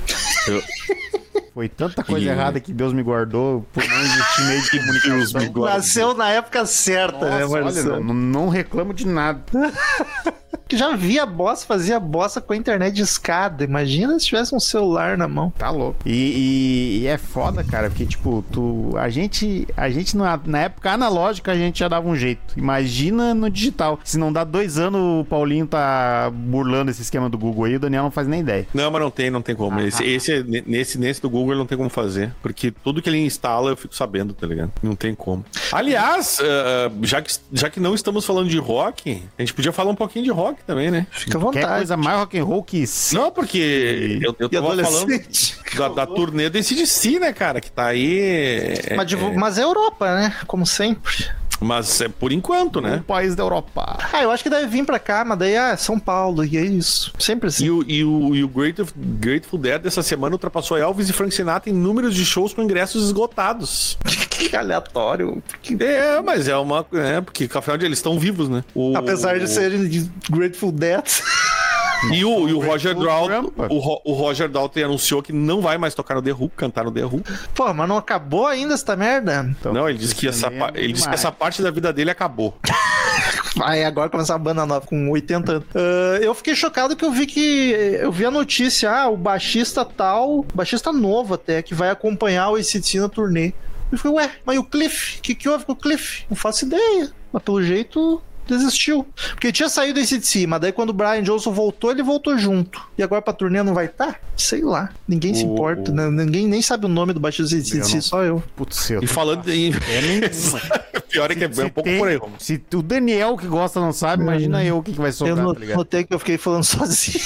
[SPEAKER 3] Foi tanta coisa
[SPEAKER 2] E-
[SPEAKER 3] errada que Deus me guardou por não existir meio de comunicação.
[SPEAKER 1] Nasceu na época certa, né,
[SPEAKER 3] Nossa, olha,
[SPEAKER 1] Marcelo?
[SPEAKER 3] não, não reclamo de nada.
[SPEAKER 1] que já via bossa, fazia bossa com a internet de escada. Imagina se tivesse um celular na mão.
[SPEAKER 3] Tá louco. E, e- e é foda, cara, porque, tipo, tu, a gente, a gente na, na época analógica, a gente já dava um jeito. Imagina no digital. Se não dá dois anos, o Paulinho tá burlando esse esquema do Google aí, o Daniel não faz nem ideia.
[SPEAKER 2] Não, mas não tem, não tem como. Esse, esse- nesse, nesse do Google ele não tem como fazer. Porque tudo que ele instala eu fico sabendo, tá ligado? Não tem como. Aliás, ah, ah, já, que, já que não estamos falando de rock, a gente podia falar um pouquinho de rock também, né?
[SPEAKER 1] Fica à
[SPEAKER 3] Quer
[SPEAKER 1] vontade.
[SPEAKER 3] coisa mais rock and roll que isso?
[SPEAKER 2] Não, porque eu, eu
[SPEAKER 1] E
[SPEAKER 2] tava falando
[SPEAKER 1] adolescente.
[SPEAKER 2] da, da turnê do ACDC, né, cara? Que tá aí. é,
[SPEAKER 1] Mas, de- mas é Europa, né? Como sempre.
[SPEAKER 2] mas é por enquanto,
[SPEAKER 3] Um
[SPEAKER 2] né?
[SPEAKER 3] país da Europa.
[SPEAKER 1] Ah, eu acho que deve vir pra cá, mas daí, ah, São Paulo, e é isso. Sempre assim.
[SPEAKER 2] E o, e o, e o Grateful, Grateful Dead dessa semana ultrapassou Elvis e Frank Sinatra em números de shows com ingressos esgotados.
[SPEAKER 1] Que aleatório.
[SPEAKER 2] É, mas é uma. É, porque afinal de eles estão vivos, né? O-
[SPEAKER 1] Apesar de serem de Grateful Dead.
[SPEAKER 2] E o, e o Roger
[SPEAKER 3] O
[SPEAKER 2] Dalton.
[SPEAKER 3] Trump.
[SPEAKER 2] O, Ro- o Roger Dalton anunciou que não vai mais tocar no The Who, cantar no The Who.
[SPEAKER 1] Pô, mas não acabou ainda essa merda?
[SPEAKER 3] Então,
[SPEAKER 2] não, ele disse que essa,
[SPEAKER 3] também
[SPEAKER 2] pa-
[SPEAKER 3] é
[SPEAKER 2] ele disse que
[SPEAKER 3] demais.
[SPEAKER 2] essa parte da vida dele acabou.
[SPEAKER 1] Vai agora começar a banda nova com 80 anos. Ah, eu fiquei chocado que eu vi que. Eu vi a notícia, ah, o baixista tal, baixista novo até, que vai acompanhar o ACDC na turnê. Eu falei, ué, mas e o Cliff? O que, que houve com o Cliff? Não faço ideia. Mas pelo jeito. Desistiu. Porque tinha saído do ACDC, mas daí quando o Brian Johnson voltou, ele voltou junto. E agora pra turnê não vai estar? Sei lá. Ninguém se
[SPEAKER 2] O-
[SPEAKER 1] importa, né? Ninguém nem sabe o nome do baixista do
[SPEAKER 3] Eu não-
[SPEAKER 1] ACDC, só eu.
[SPEAKER 3] Putz, eu
[SPEAKER 2] E falando. E,
[SPEAKER 3] é nenhuma.
[SPEAKER 2] pior é que é um pouco
[SPEAKER 3] tem-
[SPEAKER 2] por aí, Romulo.
[SPEAKER 3] Se o Daniel que gosta não sabe, imagina eu o que, que vai
[SPEAKER 1] eu
[SPEAKER 3] sobrar,
[SPEAKER 1] no-
[SPEAKER 3] tá ligado?
[SPEAKER 1] notei que eu fiquei falando sozinho.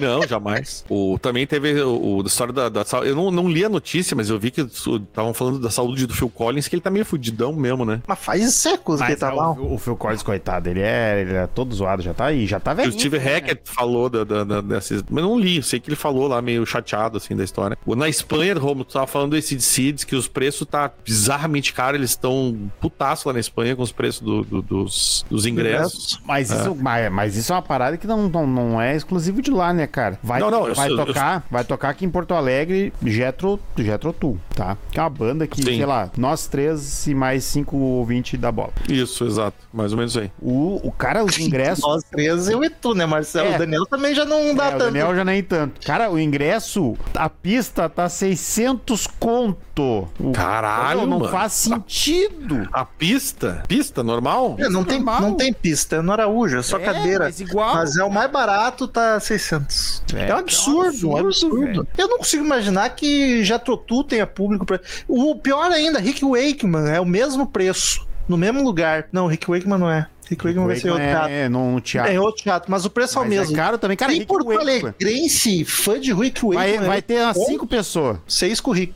[SPEAKER 2] Não, jamais. O, também teve o, o da história da, da saúde. Eu não, não li a notícia, mas eu vi que estavam falando da saúde do Phil Collins, que ele tá meio fudidão mesmo, né?
[SPEAKER 1] Mas faz séculos que
[SPEAKER 3] Mas
[SPEAKER 1] ele tá
[SPEAKER 3] é,
[SPEAKER 1] mal.
[SPEAKER 3] o, o Phil Collins, coitado, ele é, ele é todo zoado, já tá e já tá velho.
[SPEAKER 2] O Steve Hackett falou da, da, da- dessas. Mas não li, eu sei que ele falou lá meio chateado assim da história. O- Na Espanha, Romulo, tu tava falando desse diz que os preços tá bizarramente caro, eles estão putaço lá na Espanha com os preços do- do- dos, dos ingressos. Ah.
[SPEAKER 3] Mas isso, mas, mas isso é uma parada que não, não, não é exclusivo de lá, né, cara? Vai,
[SPEAKER 2] Não, não, eu
[SPEAKER 3] vai
[SPEAKER 2] sei, eu-
[SPEAKER 3] tocar, vai tocar aqui em Porto Alegre, Jetro, Jetro Tu, tá? Que é uma banda que,
[SPEAKER 2] Sim.
[SPEAKER 3] sei lá, nós três e mais cinco ouvintes da bola.
[SPEAKER 2] Isso, exato. Mais ou menos isso aí.
[SPEAKER 3] O, o cara, os ingressos.
[SPEAKER 1] Nós É três, eu e tu, né, Marcelo?
[SPEAKER 3] É.
[SPEAKER 1] O Daniel também já não dá
[SPEAKER 3] É, o
[SPEAKER 1] tanto.
[SPEAKER 3] Daniel já nem tanto. Cara, o ingresso, a pista tá 600 conto. O-
[SPEAKER 2] Caralho,
[SPEAKER 3] Não, não
[SPEAKER 2] mano.
[SPEAKER 3] faz sentido.
[SPEAKER 2] A pista? Pista normal?
[SPEAKER 1] É, não,
[SPEAKER 3] Isso é
[SPEAKER 1] tem,
[SPEAKER 3] normal.
[SPEAKER 1] não tem pista, é no Araújo, é só
[SPEAKER 3] É,
[SPEAKER 1] cadeira.
[SPEAKER 3] mas igual.
[SPEAKER 1] é o mais barato, tá 600.
[SPEAKER 3] É,
[SPEAKER 1] É,
[SPEAKER 3] é
[SPEAKER 1] um
[SPEAKER 3] um
[SPEAKER 1] absurdo, é um
[SPEAKER 3] absurdo,
[SPEAKER 1] absurdo.
[SPEAKER 3] velho.
[SPEAKER 1] Eu não consigo imaginar que já Trotu tenha público pra. O pior ainda, Rick Wakeman, é o mesmo preço, no mesmo lugar. Não, Rick Wakeman não é. Rick Wakeman vai ser em outro teatro.
[SPEAKER 3] é, é, não, no teatro.
[SPEAKER 1] É, em outro teatro, mas o preço é o
[SPEAKER 3] Mas
[SPEAKER 1] mesmo.
[SPEAKER 3] É caro também, cara.
[SPEAKER 1] Tem
[SPEAKER 3] Rick
[SPEAKER 1] Porto
[SPEAKER 3] Wakeman.
[SPEAKER 1] Alegrense, fã de Rick Wakeman.
[SPEAKER 3] Vai,
[SPEAKER 1] é
[SPEAKER 3] vai ter umas
[SPEAKER 1] bom.
[SPEAKER 3] cinco pessoas.
[SPEAKER 1] Seis com o Rick.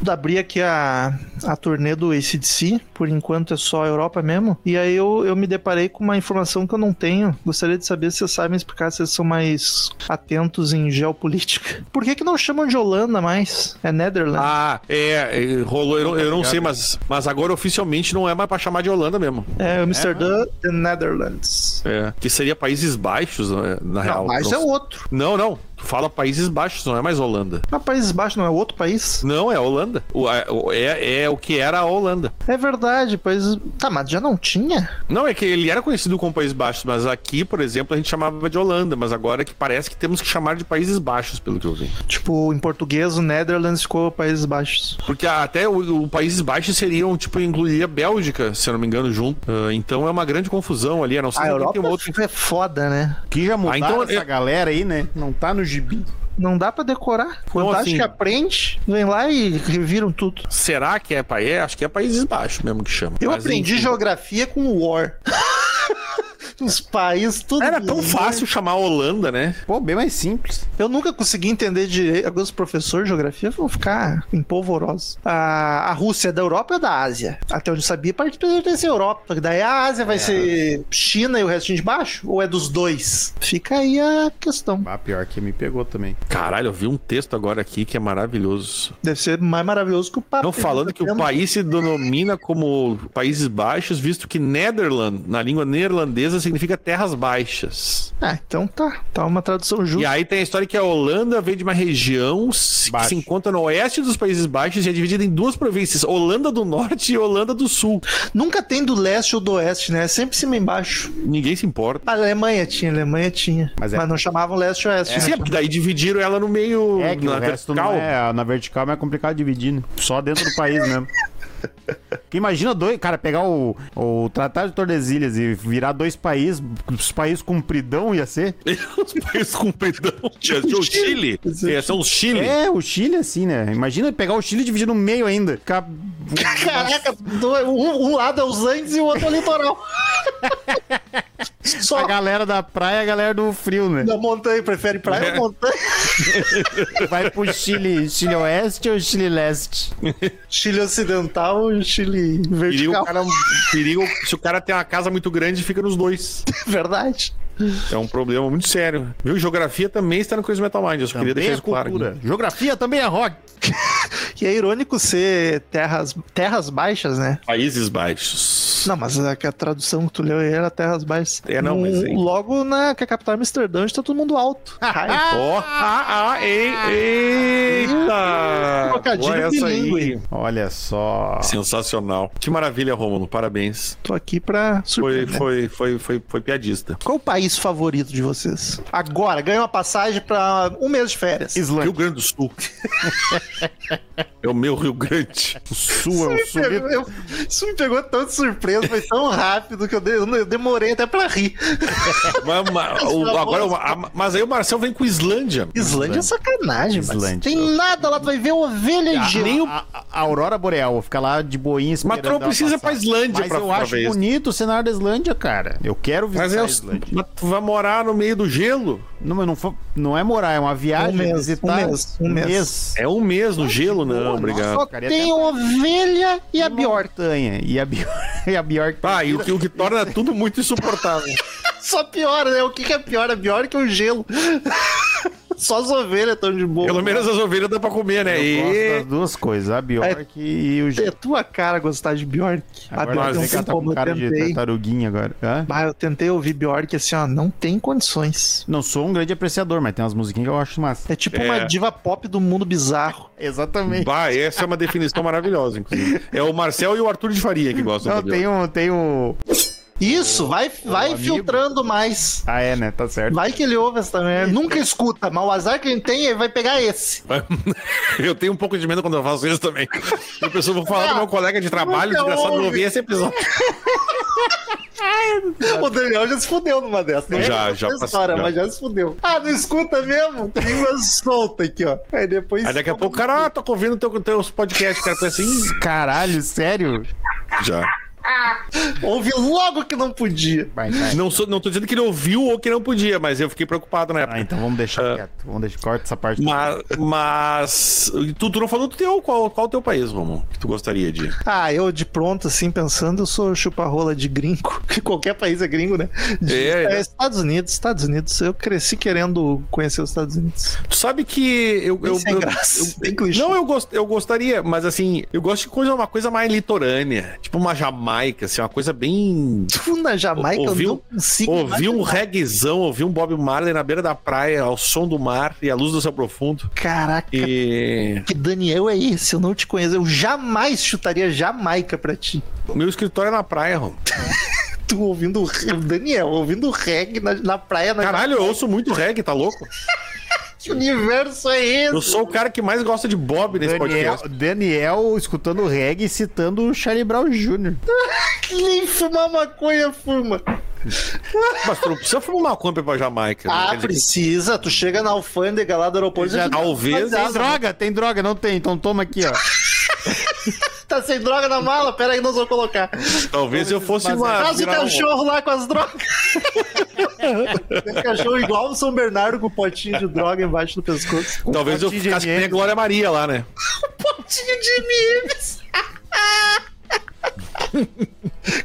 [SPEAKER 1] Vou abrir aqui a, a turnê do ACDC, por enquanto é só a Europa mesmo. E aí eu, eu me deparei com uma informação que eu não tenho. Gostaria de saber se vocês sabem explicar, se vocês são mais atentos em geopolítica. Por que, que não chamam de Holanda mais? É Netherlands.
[SPEAKER 2] Ah, é, é, rolou, eu, não- eu não sei, mas, mas agora oficialmente não é mais pra chamar de Holanda mesmo.
[SPEAKER 1] é Amsterdã, The Netherlands.
[SPEAKER 2] É. Que seria Países Baixos, né, na real.
[SPEAKER 1] Não, mas
[SPEAKER 2] não,
[SPEAKER 1] é outro.
[SPEAKER 2] não, não. Tu fala Países Baixos, não é mais Holanda.
[SPEAKER 1] Mas Países Baixos não é outro país?
[SPEAKER 2] Não, é Holanda. O- é- o- é, é o que era a Holanda.
[SPEAKER 1] É verdade, Países... Tá, mas já não tinha?
[SPEAKER 2] Não, é que ele era conhecido como Países Baixos, mas aqui, por exemplo, a gente chamava de Holanda, mas agora é que parece que temos que chamar de Países Baixos, pelo que eu vi.
[SPEAKER 1] Tipo, em português, o Netherlands ficou Países Baixos.
[SPEAKER 2] Porque até o, o Países Baixos seriam, tipo, incluiria a Bélgica, se eu não me engano, junto. Ah, então é uma grande confusão ali, a não ser
[SPEAKER 1] A
[SPEAKER 2] que
[SPEAKER 1] Europa
[SPEAKER 2] tem um outro.
[SPEAKER 1] é foda, né?
[SPEAKER 3] Que já mudaram
[SPEAKER 2] então
[SPEAKER 3] essa
[SPEAKER 2] eu-
[SPEAKER 3] galera aí, né? Não tá no gibi.
[SPEAKER 1] Não dá pra decorar. Fantástico
[SPEAKER 2] assim-
[SPEAKER 1] aprende, vem lá e reviram tudo.
[SPEAKER 2] Será que é país? Acho que é Países Baixos mesmo que chama.
[SPEAKER 1] Eu
[SPEAKER 2] Mas,
[SPEAKER 1] aprendi
[SPEAKER 2] enfim.
[SPEAKER 1] geografia com War. Os países, tudo.
[SPEAKER 2] Era tão
[SPEAKER 1] bizarro.
[SPEAKER 2] fácil chamar a Holanda, né?
[SPEAKER 3] Pô, bem mais simples.
[SPEAKER 1] Eu nunca consegui entender direito. Agora os professores de geografia vão ficar empolvorosos. A, a Rússia é da Europa ou da Ásia? Até onde eu sabia, parte pertence à Europa. Só que Daí a Ásia
[SPEAKER 2] É.
[SPEAKER 1] vai ser China e o restinho de baixo? Ou é dos dois? Fica aí a questão.
[SPEAKER 3] Ah, pior que me pegou também.
[SPEAKER 2] Caralho, eu vi um texto agora aqui que é maravilhoso.
[SPEAKER 1] Deve ser mais maravilhoso que o Ah, papo.
[SPEAKER 2] Não falando que o país se denomina como Países Baixos, visto que Netherland, na língua neerlandesa, significa terras baixas.
[SPEAKER 1] Ah, então tá. Tá uma tradução justa.
[SPEAKER 2] E aí tem a história que a Holanda veio de uma região se- que
[SPEAKER 3] Baixo.
[SPEAKER 2] se encontra no oeste dos Países Baixos e é dividida em duas províncias, Holanda do Norte e Holanda do Sul.
[SPEAKER 1] Nunca tem do leste ou do oeste, né? É Sempre cima e embaixo.
[SPEAKER 2] Ninguém se importa.
[SPEAKER 1] A Alemanha tinha, a Alemanha tinha.
[SPEAKER 3] Mas
[SPEAKER 1] Mas,
[SPEAKER 3] é-
[SPEAKER 1] não chamavam leste e oeste.
[SPEAKER 2] Sim,
[SPEAKER 1] né?
[SPEAKER 2] é porque daí dividiram ela no meio
[SPEAKER 3] É que
[SPEAKER 2] na
[SPEAKER 3] o resto
[SPEAKER 2] vertical.
[SPEAKER 3] não é. Na vertical é mais complicado dividir, né? Só dentro do país mesmo. Porque Imagina dois, cara, pegar o, o Tratado de Tordesilhas e virar dois países, os países compridão ia ser.
[SPEAKER 2] Os países com perdão. Ia ser o Chile. Ia ser o Chile.
[SPEAKER 3] É, o Chile assim, né? Imagina pegar o Chile e dividir no meio ainda. Ficar-
[SPEAKER 1] Caraca, do- um, um lado é os Andes e o outro é o litoral.
[SPEAKER 3] A
[SPEAKER 1] Só
[SPEAKER 3] galera da praia, a galera do frio, né?
[SPEAKER 1] da montanha, prefere
[SPEAKER 2] É.
[SPEAKER 1] praia ou montanha?
[SPEAKER 3] Vai pro Chile, Chile Oeste ou Chile Leste?
[SPEAKER 1] Chile ocidental e Chile
[SPEAKER 2] Perigo,
[SPEAKER 1] vertical.
[SPEAKER 2] o cara, perigo, se o cara tem uma casa muito grande, fica nos dois.
[SPEAKER 1] Verdade.
[SPEAKER 2] É um problema muito sério. Viu? Geografia também está no Crazy Metal Mind. Eu só queria deixar
[SPEAKER 3] Também é
[SPEAKER 2] isso claro.
[SPEAKER 3] cultura.
[SPEAKER 2] aqui.
[SPEAKER 3] Geografia também é rock.
[SPEAKER 1] E é irônico ser terras, terras baixas, né?
[SPEAKER 2] Países Baixos.
[SPEAKER 1] Não, mas a, a tradução que tu leu aí era terras baixas. Hum,
[SPEAKER 2] É, não, mas aí-
[SPEAKER 1] Logo na que a capital é Amsterdã, onde tá todo mundo alto. Raio.
[SPEAKER 2] Ó, ah, ah, ei, eita!
[SPEAKER 1] Trocadilho
[SPEAKER 2] Boa
[SPEAKER 1] bilíngue.
[SPEAKER 3] Olha só.
[SPEAKER 2] Sensacional. Que maravilha, Rômulo. Parabéns.
[SPEAKER 1] Tô aqui pra
[SPEAKER 2] Foi,
[SPEAKER 1] surpreender.
[SPEAKER 2] foi, foi, foi, foi piadista.
[SPEAKER 1] Qual o país favorito de vocês? Agora, ganha uma passagem pra um mês de férias.
[SPEAKER 2] Rio
[SPEAKER 3] Islândia.
[SPEAKER 2] Grande do Sul. é o meu Rio Grande.
[SPEAKER 3] O sul é o sul.
[SPEAKER 1] Eu- eu- isso me pegou tão de surpresa, foi tão rápido que eu, de- eu demorei até pra rir.
[SPEAKER 2] Mas, mas, o- agora, o- a- mas aí o Marcel vem com Islândia.
[SPEAKER 1] Islândia é sacanagem, mas
[SPEAKER 3] Islândia. Ah, é
[SPEAKER 1] tem nada lá, tu vai ver ovelha e
[SPEAKER 3] A,
[SPEAKER 1] gelo.
[SPEAKER 3] a- a- a Aurora Boreal, vou ficar lá de boinha esperando.
[SPEAKER 2] Mas tu não
[SPEAKER 3] ela
[SPEAKER 2] precisa ir
[SPEAKER 3] passar.
[SPEAKER 2] pra Islândia
[SPEAKER 3] Mas
[SPEAKER 2] pra-
[SPEAKER 3] eu
[SPEAKER 2] pra
[SPEAKER 3] acho
[SPEAKER 2] ver isso.
[SPEAKER 3] bonito o cenário da Islândia, cara. Eu quero visitar
[SPEAKER 2] Mas, é,
[SPEAKER 3] a
[SPEAKER 2] o-
[SPEAKER 3] Ah, Islândia.
[SPEAKER 2] mas tu vai morar no meio do gelo?
[SPEAKER 3] Não, mas não, fo- não é morar, é uma viagem.
[SPEAKER 1] Um mês,
[SPEAKER 3] é visitar.
[SPEAKER 1] um mês, um mês.
[SPEAKER 2] É um mês no gelo? Não, obrigado.
[SPEAKER 1] Só
[SPEAKER 3] cara, e
[SPEAKER 1] tem
[SPEAKER 3] até-
[SPEAKER 1] ovelha e a
[SPEAKER 3] um E a
[SPEAKER 1] Bjork.
[SPEAKER 3] Bjortanha. E a Bjork. E a Bjork.
[SPEAKER 2] Ah, e o que, o que torna tudo muito insuportável.
[SPEAKER 1] Só piora, né? O que, que é pior? A Bjork é o gelo. Só as ovelhas estão de boa.
[SPEAKER 2] Pelo menos as ovelhas dá pra comer, né?
[SPEAKER 3] Eu gosto
[SPEAKER 2] E...
[SPEAKER 3] das duas coisas, a Bjork e o
[SPEAKER 1] É
[SPEAKER 3] Gil.
[SPEAKER 1] tua cara gostar de Bjork.
[SPEAKER 3] Agora
[SPEAKER 2] Bjork
[SPEAKER 3] nós
[SPEAKER 1] não
[SPEAKER 3] vem
[SPEAKER 1] tem um
[SPEAKER 3] cá, tá
[SPEAKER 1] como,
[SPEAKER 3] com
[SPEAKER 1] eu
[SPEAKER 3] cara de
[SPEAKER 1] tentei.
[SPEAKER 3] tartaruguinha agora. Hã?
[SPEAKER 1] Bah, eu tentei ouvir Bjork assim, ó, não tem condições.
[SPEAKER 3] Não sou um grande apreciador, mas tem umas musiquinhas que eu acho massa.
[SPEAKER 1] É tipo uma
[SPEAKER 2] É.
[SPEAKER 1] diva pop do mundo bizarro.
[SPEAKER 3] Exatamente.
[SPEAKER 2] Bah, essa é uma definição maravilhosa, inclusive. É o Marcel e o Arthur de Faria que gostam.
[SPEAKER 3] Não,
[SPEAKER 2] da
[SPEAKER 3] tem um, tem um...
[SPEAKER 1] Isso, vai, vai
[SPEAKER 3] amigo.
[SPEAKER 1] filtrando mais.
[SPEAKER 3] Ah, é, né? Tá certo.
[SPEAKER 1] Vai que ele ouve essa
[SPEAKER 2] É.
[SPEAKER 1] merda. Nunca escuta, mas o azar que ele tem, ele vai pegar esse.
[SPEAKER 2] Eu tenho um pouco de medo quando eu faço isso também. Eu pessoal vou falar
[SPEAKER 1] Não,
[SPEAKER 2] do meu colega de
[SPEAKER 3] é
[SPEAKER 2] trabalho,
[SPEAKER 1] nunca
[SPEAKER 2] desgraçado,
[SPEAKER 1] ouve.
[SPEAKER 2] não ouvi esse episódio.
[SPEAKER 1] O Daniel já se fudeu numa dessas. né?
[SPEAKER 2] Já, já
[SPEAKER 1] Essa
[SPEAKER 2] passou,
[SPEAKER 1] História,
[SPEAKER 2] já.
[SPEAKER 1] Mas já se fudeu. Ah, não escuta mesmo? Língua solta aqui, ó. Aí depois.
[SPEAKER 2] Aí daqui a pouco, cara, ah, tô ouvindo teu, teus podcasts, cara, tu é assim.
[SPEAKER 3] Caralho, sério?
[SPEAKER 2] Já.
[SPEAKER 1] Ouve logo que não podia.
[SPEAKER 3] Vai, vai.
[SPEAKER 2] Não, sou, não tô dizendo que ele ouviu ou que não podia, mas eu fiquei preocupado na época.
[SPEAKER 3] Ah, então vamos deixar
[SPEAKER 2] Ah.
[SPEAKER 3] quieto. Vamos deixar, corta essa parte.
[SPEAKER 2] Mas, mas tu, tu não falou do teu, qual, qual o teu país, Romulo, que tu gostaria de?
[SPEAKER 1] Ah, eu de pronto, assim, pensando, eu sou chupa-rola de gringo. Que qualquer país é gringo, né? De-
[SPEAKER 2] É, né?
[SPEAKER 1] Estados Unidos, Estados Unidos. Eu cresci querendo conhecer os Estados Unidos.
[SPEAKER 2] Tu sabe que eu... eu,
[SPEAKER 1] sem
[SPEAKER 2] eu-
[SPEAKER 1] é graça,
[SPEAKER 2] eu-
[SPEAKER 1] bem clichê.
[SPEAKER 2] não, eu, gost, eu gostaria, mas assim, eu gosto de coisa, uma coisa mais litorânea, tipo uma Jamaica, assim, uma coisa bem...
[SPEAKER 1] Tu na Jamaica,
[SPEAKER 2] Ouviu?
[SPEAKER 1] eu não consigo.
[SPEAKER 2] Ouvir um
[SPEAKER 1] imaginar.
[SPEAKER 2] reguezão, ouvir um Bob Marley na beira da praia, ao som do mar e à luz do céu profundo.
[SPEAKER 1] Caraca,
[SPEAKER 2] E
[SPEAKER 1] que Daniel é esse? Eu não te conheço. Eu jamais chutaria Jamaica pra ti.
[SPEAKER 2] meu escritório é na praia, Rom.
[SPEAKER 1] Tu ouvindo o re- Daniel, ouvindo reggae na, na praia, na
[SPEAKER 2] Caralho, eu ouço muito reggae, tá louco?
[SPEAKER 1] Que universo é esse?
[SPEAKER 2] Eu sou o cara que mais gosta de Bob nesse
[SPEAKER 3] Daniel,
[SPEAKER 2] podcast.
[SPEAKER 3] Daniel escutando reggae e citando o Charlie Brown Jr.
[SPEAKER 1] Que nem fumar maconha fuma.
[SPEAKER 2] Mas tu não precisa fumar maconha pra ir pra Jamaica. né?
[SPEAKER 1] Ah,
[SPEAKER 2] Quer dizer,
[SPEAKER 1] precisa. Tu chega na alfândega lá do aeroporto já
[SPEAKER 2] Talvez.
[SPEAKER 1] Tá
[SPEAKER 3] Tem
[SPEAKER 1] sem
[SPEAKER 3] droga, tem droga, não tem. Então toma aqui, ó.
[SPEAKER 1] tá sem droga na mala? Pera aí, nós vamos colocar.
[SPEAKER 2] Talvez eu fosse
[SPEAKER 3] Mas é
[SPEAKER 2] uma.
[SPEAKER 1] Traz o
[SPEAKER 2] virar um-
[SPEAKER 1] cachorro lá com as drogas. Tem cachorro igual o São Bernardo com o potinho de droga embaixo do pescoço.
[SPEAKER 2] Talvez eu
[SPEAKER 3] potinho de
[SPEAKER 2] ficasse que nem a
[SPEAKER 3] ML.
[SPEAKER 2] Glória Maria lá, né?
[SPEAKER 1] Potinho de memes.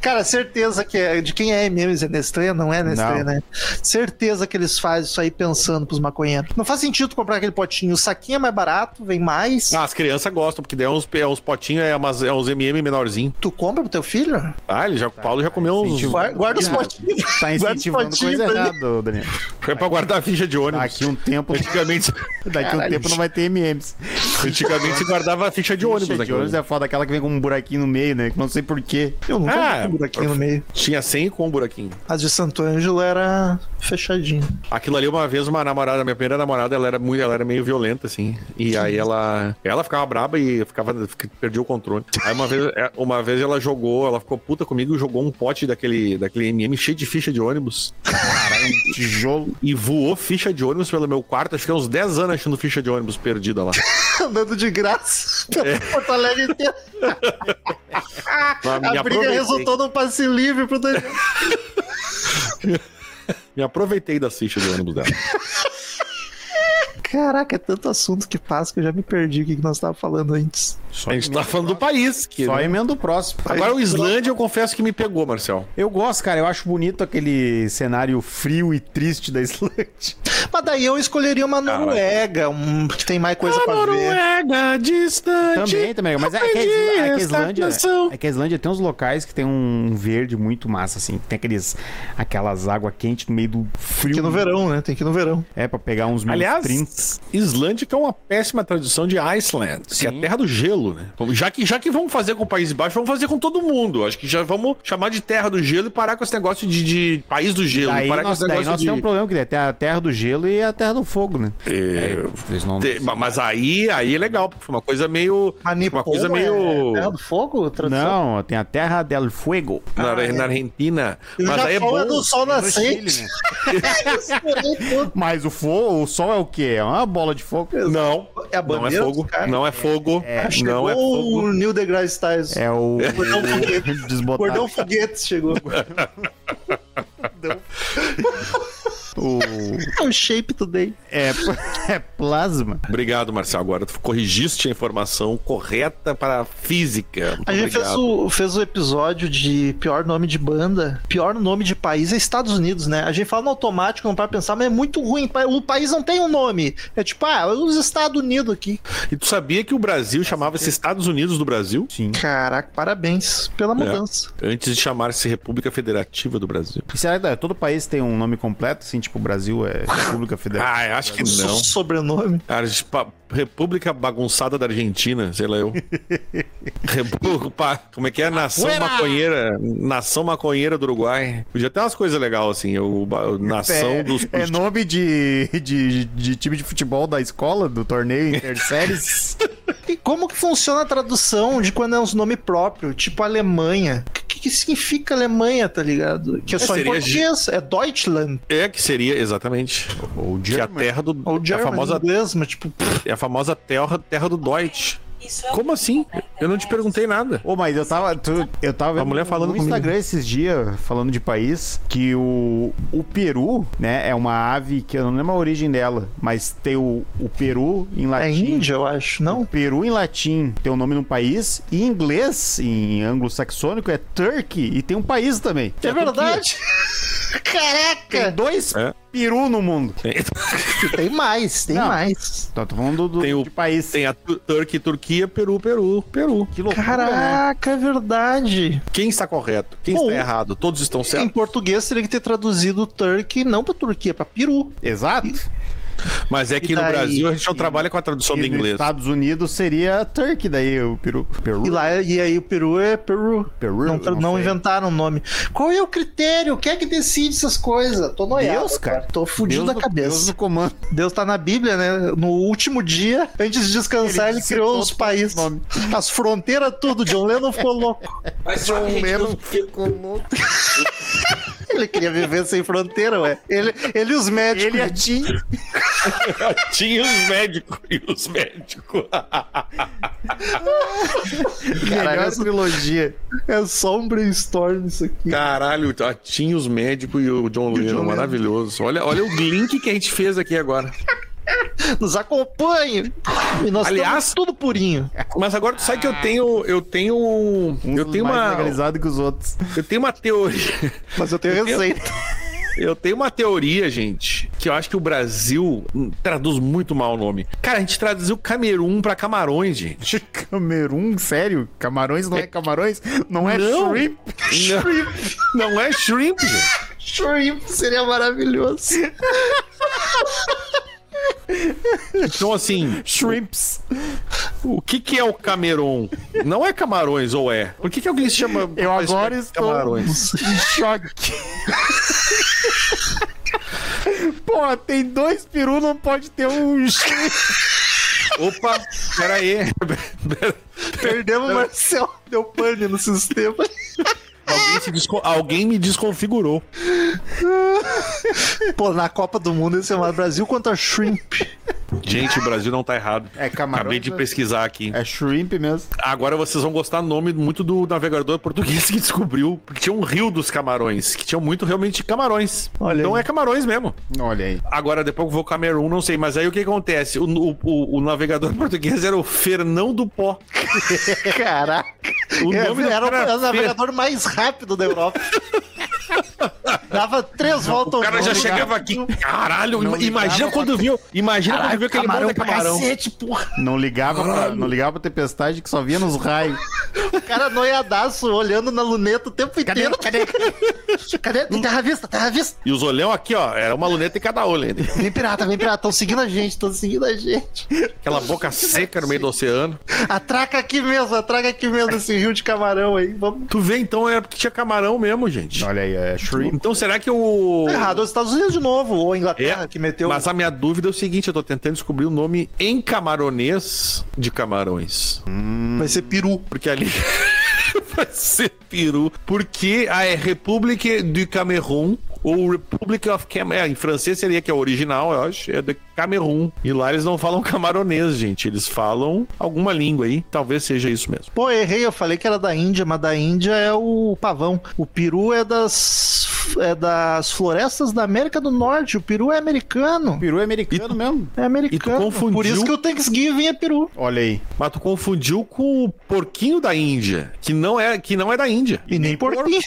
[SPEAKER 1] Cara, certeza que é. De quem é memes? É Nestlé? Não é Nestlé,
[SPEAKER 3] Não.
[SPEAKER 1] né? Certeza que eles fazem isso aí pensando pros maconheiros. Não faz sentido tu comprar aquele potinho. O saquinho é mais barato, vem mais.
[SPEAKER 2] Ah, as crianças gostam, porque daí é uns, é uns potinhos, é, umas, é uns MM menorzinho.
[SPEAKER 1] Tu compra pro teu filho?
[SPEAKER 2] Ah, ele já, o Paulo já comeu uns.
[SPEAKER 3] Incentivo.
[SPEAKER 1] Guarda, guarda os
[SPEAKER 3] Ah.
[SPEAKER 1] potinhos.
[SPEAKER 3] Tá incentivando
[SPEAKER 1] Guarda o potinho
[SPEAKER 3] coisa
[SPEAKER 1] pra ele.
[SPEAKER 3] errada, ô, Daniel.
[SPEAKER 2] É pra guardar a ficha de ônibus.
[SPEAKER 3] Daqui um tempo,
[SPEAKER 2] Antigamente,
[SPEAKER 3] daqui um tempo não vai ter MMs.
[SPEAKER 2] antigamente se guardava a ficha de ônibus.
[SPEAKER 3] Ficha
[SPEAKER 2] né,
[SPEAKER 3] de ônibus é foda, aquela que vem com um buraquinho no meio, né? Que não sei porquê.
[SPEAKER 1] Eu nunca
[SPEAKER 2] Ah,
[SPEAKER 1] vi um buraquinho no meio.
[SPEAKER 2] Tinha 100 com um buraquinho.
[SPEAKER 1] As de Santo Ângelo era fechadinho.
[SPEAKER 2] Aquilo ali, uma vez, uma namorada, minha primeira namorada, ela era muito, ela era meio violenta, assim. E aí ela. Ela ficava braba e eu ficava. fica- Perdia o controle. Aí uma vez, é, uma vez ela jogou, ela ficou puta comigo e jogou um pote daquele, daquele MM cheio de ficha de ônibus.
[SPEAKER 3] Caralho, um tijolo.
[SPEAKER 2] E voou ficha de ônibus pelo meu quarto. Eu fiquei uns 10 anos achando ficha de ônibus perdida lá.
[SPEAKER 1] Andando de graça pelo
[SPEAKER 2] É.
[SPEAKER 1] Porto Alegre inteiro.
[SPEAKER 2] Mas me
[SPEAKER 1] A briga
[SPEAKER 2] aproveitei.
[SPEAKER 1] resultou num passe livre pro Daniel.
[SPEAKER 2] Me aproveitei das fichas de ônibus dela.
[SPEAKER 1] Caraca, é tanto assunto que passa que eu já me perdi o que que nós estávamos falando antes.
[SPEAKER 3] Só,
[SPEAKER 2] A gente
[SPEAKER 3] emenda-
[SPEAKER 2] tá falando do país. Que,
[SPEAKER 3] só
[SPEAKER 2] né?
[SPEAKER 3] emenda o próximo.
[SPEAKER 2] Agora o Islândia eu confesso que me pegou, Marcel.
[SPEAKER 3] Eu gosto, cara. Eu acho bonito aquele cenário frio e triste da Islândia.
[SPEAKER 1] Mas daí eu escolheria uma
[SPEAKER 2] Caraca.
[SPEAKER 1] Noruega, um que tem mais
[SPEAKER 2] Ah,
[SPEAKER 1] coisa pra ver.
[SPEAKER 2] distante.
[SPEAKER 3] Também, também. Mas é que, a Isla- é que a
[SPEAKER 2] né?
[SPEAKER 3] Islândia, é que a Islândia tem uns locais que tem um verde muito massa, assim. Tem aqueles, aquelas águas quentes no meio do
[SPEAKER 1] Tem que
[SPEAKER 3] frio.
[SPEAKER 1] ir no verão, né? Tem que ir no verão.
[SPEAKER 3] É, pra pegar uns menos
[SPEAKER 2] Aliás,
[SPEAKER 3] 30.
[SPEAKER 2] Islândia que é uma péssima tradição de Iceland, que é a terra do gelo, né? Então, Já que, já que vamos fazer com o País Baixo, vamos fazer com todo mundo. Acho que já vamos chamar de terra do gelo e parar com esse negócio de, de país do gelo.
[SPEAKER 3] Daí
[SPEAKER 2] parar
[SPEAKER 3] nós,
[SPEAKER 2] com esse
[SPEAKER 3] daí
[SPEAKER 2] negócio
[SPEAKER 3] nós
[SPEAKER 2] de...
[SPEAKER 3] temos um problema, que tem a terra do gelo e a terra do fogo, né? É, eles não...
[SPEAKER 2] Te- ma- Mas aí, aí é legal, porque foi uma coisa meio.
[SPEAKER 1] Manipô,
[SPEAKER 2] uma coisa meio.
[SPEAKER 1] É Terra do Fogo? Tradução?
[SPEAKER 3] Não, tem a terra del fuego.
[SPEAKER 2] Na, na Argentina.
[SPEAKER 1] E o
[SPEAKER 2] Mas aí é
[SPEAKER 1] Japão
[SPEAKER 2] bom.
[SPEAKER 1] é do sol
[SPEAKER 3] No Chile,
[SPEAKER 1] nascente.
[SPEAKER 3] né?
[SPEAKER 1] Misturei tudo.
[SPEAKER 3] Mas o fogo, o sol é o quê? É uma bola de fogo.
[SPEAKER 2] Não,
[SPEAKER 1] É a
[SPEAKER 2] não é
[SPEAKER 1] bandeira
[SPEAKER 2] fogo.
[SPEAKER 1] dos caras.
[SPEAKER 2] Não é fogo. não
[SPEAKER 1] Chegou
[SPEAKER 2] é fogo.
[SPEAKER 1] o Neil deGrasse Tyson.
[SPEAKER 3] É o...
[SPEAKER 1] Gordão Foguete.
[SPEAKER 3] Desbotado.
[SPEAKER 1] Gordão Foguetes chegou.
[SPEAKER 3] o
[SPEAKER 1] É o shape today.
[SPEAKER 3] é, é plasma.
[SPEAKER 2] Obrigado, Marcelo. Agora tu corrigiste a informação correta para a física. Muito
[SPEAKER 1] A gente fez
[SPEAKER 2] obrigado.
[SPEAKER 1] o, fez o episódio de pior nome de banda, pior nome de país é Estados Unidos, né? A gente fala no automático, não para pensar, mas é muito ruim. O país não tem um nome. É tipo, ah, os Estados Unidos aqui.
[SPEAKER 2] E tu sabia que o Brasil chamava-se Estados Unidos do Brasil?
[SPEAKER 3] Sim.
[SPEAKER 1] Caraca, parabéns pela mudança.
[SPEAKER 2] Antes de chamar-se República Federativa do Brasil.
[SPEAKER 3] E será que todo país tem um nome completo? Assim, tipo, o Brasil é República Federal.
[SPEAKER 2] Ah, eu acho que
[SPEAKER 1] So-
[SPEAKER 2] não.
[SPEAKER 1] Sobrenome.
[SPEAKER 2] Cara, pa- República Bagunçada da Argentina, sei lá eu. Repu- pa- Como é que é? Nação Maconheira.
[SPEAKER 3] Maconheira!
[SPEAKER 2] Nação Maconheira do Uruguai. Podia ter umas coisas legais assim. O, ba- o Nação
[SPEAKER 3] é,
[SPEAKER 2] dos.
[SPEAKER 3] é nome de, de, de time de futebol da escola, do torneio interséries.
[SPEAKER 1] E como que funciona a tradução de quando é uns nome próprio, tipo Alemanha? O que, que significa Alemanha, tá ligado? Que é só em
[SPEAKER 2] seria
[SPEAKER 1] português, é Deutschland.
[SPEAKER 2] É que seria, exatamente.
[SPEAKER 3] Ou
[SPEAKER 2] Que é a terra do.
[SPEAKER 1] Ou
[SPEAKER 2] é a
[SPEAKER 1] German,
[SPEAKER 2] famosa,
[SPEAKER 1] inglês, mas tipo, pff,
[SPEAKER 2] é a famosa terra, terra do Deutsch. Como assim? Eu não te perguntei nada.
[SPEAKER 3] Ô, mas eu tava. tu- eu tava
[SPEAKER 2] A mulher falando
[SPEAKER 3] no
[SPEAKER 2] comigo.
[SPEAKER 3] Instagram esses dias, falando de país, que o, o Peru, né, é uma ave que eu não lembro a origem dela, mas tem o, o Peru em
[SPEAKER 1] é
[SPEAKER 3] latim.
[SPEAKER 1] Índia, eu acho, não?
[SPEAKER 3] Peru em latim tem o nome num país, e em inglês, em anglo-saxônico, é Turkey, e tem um país também. que
[SPEAKER 1] É
[SPEAKER 3] a Turquia.
[SPEAKER 1] verdade?
[SPEAKER 3] Tem
[SPEAKER 1] Caraca!
[SPEAKER 3] dois
[SPEAKER 2] É.
[SPEAKER 3] Peru no mundo.
[SPEAKER 1] Tem mais, tem
[SPEAKER 3] Não.
[SPEAKER 1] mais.
[SPEAKER 3] Então, tô falando do,
[SPEAKER 2] Tem o-
[SPEAKER 3] de país.
[SPEAKER 2] Tem a Tu- Turquia, Turquia, Peru, Peru, Peru.
[SPEAKER 3] Que loucura, né?
[SPEAKER 1] Caraca, é verdade.
[SPEAKER 2] Quem está correto? Quem
[SPEAKER 1] Bom,
[SPEAKER 2] está errado? Todos estão
[SPEAKER 1] Em
[SPEAKER 2] certos.
[SPEAKER 1] português teria que ter traduzido Turkey não pra Turquia, pra Peru.
[SPEAKER 3] Exato.
[SPEAKER 2] Mas é que
[SPEAKER 1] e
[SPEAKER 2] no
[SPEAKER 1] daí-
[SPEAKER 2] Brasil a gente não
[SPEAKER 3] e-
[SPEAKER 2] trabalha com a tradução
[SPEAKER 3] E
[SPEAKER 2] do
[SPEAKER 3] nos
[SPEAKER 2] inglês.
[SPEAKER 3] Estados Unidos seria Turkey, daí o Peru. Peru.
[SPEAKER 1] E lá e aí o Peru é Peru.
[SPEAKER 3] Peru,
[SPEAKER 1] Não,
[SPEAKER 3] não
[SPEAKER 1] não,
[SPEAKER 3] sei.
[SPEAKER 1] inventaram o nome. Qual é o critério? Quem é que decide essas coisas? Tô noiado.
[SPEAKER 3] Deus, cara.
[SPEAKER 1] Tô fudido
[SPEAKER 3] Deus
[SPEAKER 1] da
[SPEAKER 3] do- Deus
[SPEAKER 1] cabeça.
[SPEAKER 3] do comando.
[SPEAKER 1] Deus tá na Bíblia, né? No último dia, antes de descansar,
[SPEAKER 3] Ele
[SPEAKER 1] ele, criou
[SPEAKER 3] citou
[SPEAKER 1] os países.
[SPEAKER 3] todos os
[SPEAKER 1] As fronteiras, tudo. John Lennon ficou louco.
[SPEAKER 5] Mas John
[SPEAKER 3] Lennon ficou louco.
[SPEAKER 1] Ele queria viver sem fronteira, ué. Ele, ele e os médicos.
[SPEAKER 3] Ele é Tim.
[SPEAKER 2] Tinha os médicos e os médicos.
[SPEAKER 3] Melhor
[SPEAKER 1] essa-
[SPEAKER 3] é trilogia.
[SPEAKER 1] É só um brainstorm isso aqui.
[SPEAKER 2] Caralho, tá, tinha os médicos e o John Lennon,
[SPEAKER 1] Lennon.
[SPEAKER 2] maravilhoso. Olha, olha o link que a gente fez aqui agora.
[SPEAKER 1] Nos acompanhe. E nós
[SPEAKER 2] Aliás-
[SPEAKER 1] temos tudo purinho.
[SPEAKER 2] Mas agora tu sabe que eu tenho, eu tenho,
[SPEAKER 3] Um
[SPEAKER 2] eu tenho
[SPEAKER 3] mais
[SPEAKER 2] uma,
[SPEAKER 3] legalizado que os outros.
[SPEAKER 2] eu tenho uma teoria,
[SPEAKER 1] Mas eu tenho receita.
[SPEAKER 2] eu tenho uma teoria, gente, que eu acho que o Brasil hum, traduz muito mal o nome. Cara, a gente traduziu Camerun pra Camarões, gente.
[SPEAKER 3] Camerun, sério? Camarões não é camarões? Não é
[SPEAKER 2] Não.
[SPEAKER 3] shrimp?
[SPEAKER 2] Não, não é shrimp, gente.
[SPEAKER 1] Shrimp seria maravilhoso.
[SPEAKER 2] Então, assim,
[SPEAKER 3] Shrimps.
[SPEAKER 2] o que, que é o Camerun? Não é camarões, ou é? Por que, que alguém se chama.
[SPEAKER 3] Eu agora
[SPEAKER 2] de
[SPEAKER 3] estou
[SPEAKER 2] Camarões?
[SPEAKER 3] em choque. Porra, tem dois peru, não pode ter um shrimp.
[SPEAKER 2] Opa, peraí.
[SPEAKER 1] Perdemos o Marcel. Deu pane no sistema.
[SPEAKER 2] alguém, se desco- alguém me desconfigurou.
[SPEAKER 1] Pô, na Copa do Mundo esse é mais Brasil contra Shrimp.
[SPEAKER 2] Gente, o Brasil não tá errado.
[SPEAKER 3] É camarões,
[SPEAKER 2] Acabei de
[SPEAKER 3] né?
[SPEAKER 2] pesquisar aqui.
[SPEAKER 3] É shrimp mesmo.
[SPEAKER 2] Agora vocês vão gostar do nome muito do navegador português que descobriu. Porque tinha um rio dos camarões, que tinha muito realmente camarões.
[SPEAKER 1] Olha
[SPEAKER 2] então
[SPEAKER 1] aí.
[SPEAKER 2] é camarões mesmo.
[SPEAKER 3] Olha aí.
[SPEAKER 2] Agora, depois eu vou Camerun, não sei. Mas aí o que acontece? O, o- o- o navegador português era o Fernão do Pó.
[SPEAKER 1] Caraca.
[SPEAKER 2] O
[SPEAKER 1] É,
[SPEAKER 2] nome do
[SPEAKER 1] era, o-
[SPEAKER 2] cara
[SPEAKER 1] era o
[SPEAKER 2] é Fer-
[SPEAKER 1] navegador mais rápido da Europa. Dava três voltas
[SPEAKER 2] O cara já
[SPEAKER 1] mundo.
[SPEAKER 2] chegava aqui. Caralho,
[SPEAKER 3] Não
[SPEAKER 2] ima- imagina
[SPEAKER 3] ligava
[SPEAKER 2] quando viu. Imagina quando viu aquele monte de camarão.
[SPEAKER 1] porra.
[SPEAKER 3] Não ligava, pra, não ligava pra tempestade que só via nos raios.
[SPEAKER 1] O cara noiadaço, olhando na luneta o tempo inteiro. Cadê? Cadê? Tem terra à vista, terra à vista.
[SPEAKER 2] E os olhão aqui, ó, era uma luneta em cada olho ainda.
[SPEAKER 1] Vem pirata, vem pirata. Estão seguindo a gente, estão seguindo a gente.
[SPEAKER 2] Aquela boca seca no meio do oceano.
[SPEAKER 1] Atraca aqui mesmo, atraca aqui mesmo esse rio de camarão aí. Vamos.
[SPEAKER 2] Tu vê, então, era porque tinha camarão mesmo, gente.
[SPEAKER 3] Olha aí, é shrimp.
[SPEAKER 2] Então, será que o...
[SPEAKER 1] Errado, é os Estados Unidos de novo, ou a Inglaterra
[SPEAKER 2] É,
[SPEAKER 1] que meteu.
[SPEAKER 2] Mas a minha dúvida é o seguinte, eu tô tentando descobrir o nome em camaronês de camarões.
[SPEAKER 1] Vai ser peru.
[SPEAKER 2] Porque ali é vai ser peru. Porque a República do Camerun ou Republic of Cameroon. É, em francês seria que é o original, eu acho, é de Camerun. E lá eles não falam camaronês, gente. Eles falam alguma língua aí. Talvez seja isso mesmo.
[SPEAKER 1] Pô, errei, eu falei que era da Índia, mas da Índia é o pavão. O peru é das é das florestas da América do Norte. O peru é americano.
[SPEAKER 3] Peru é americano mesmo.
[SPEAKER 1] É americano.
[SPEAKER 2] confundiu-
[SPEAKER 1] Por isso que o Thanksgiving é peru.
[SPEAKER 3] Olha aí.
[SPEAKER 2] Mas tu confundiu com o porquinho da Índia, que não é, que não é da Índia.
[SPEAKER 1] E nem porquinho.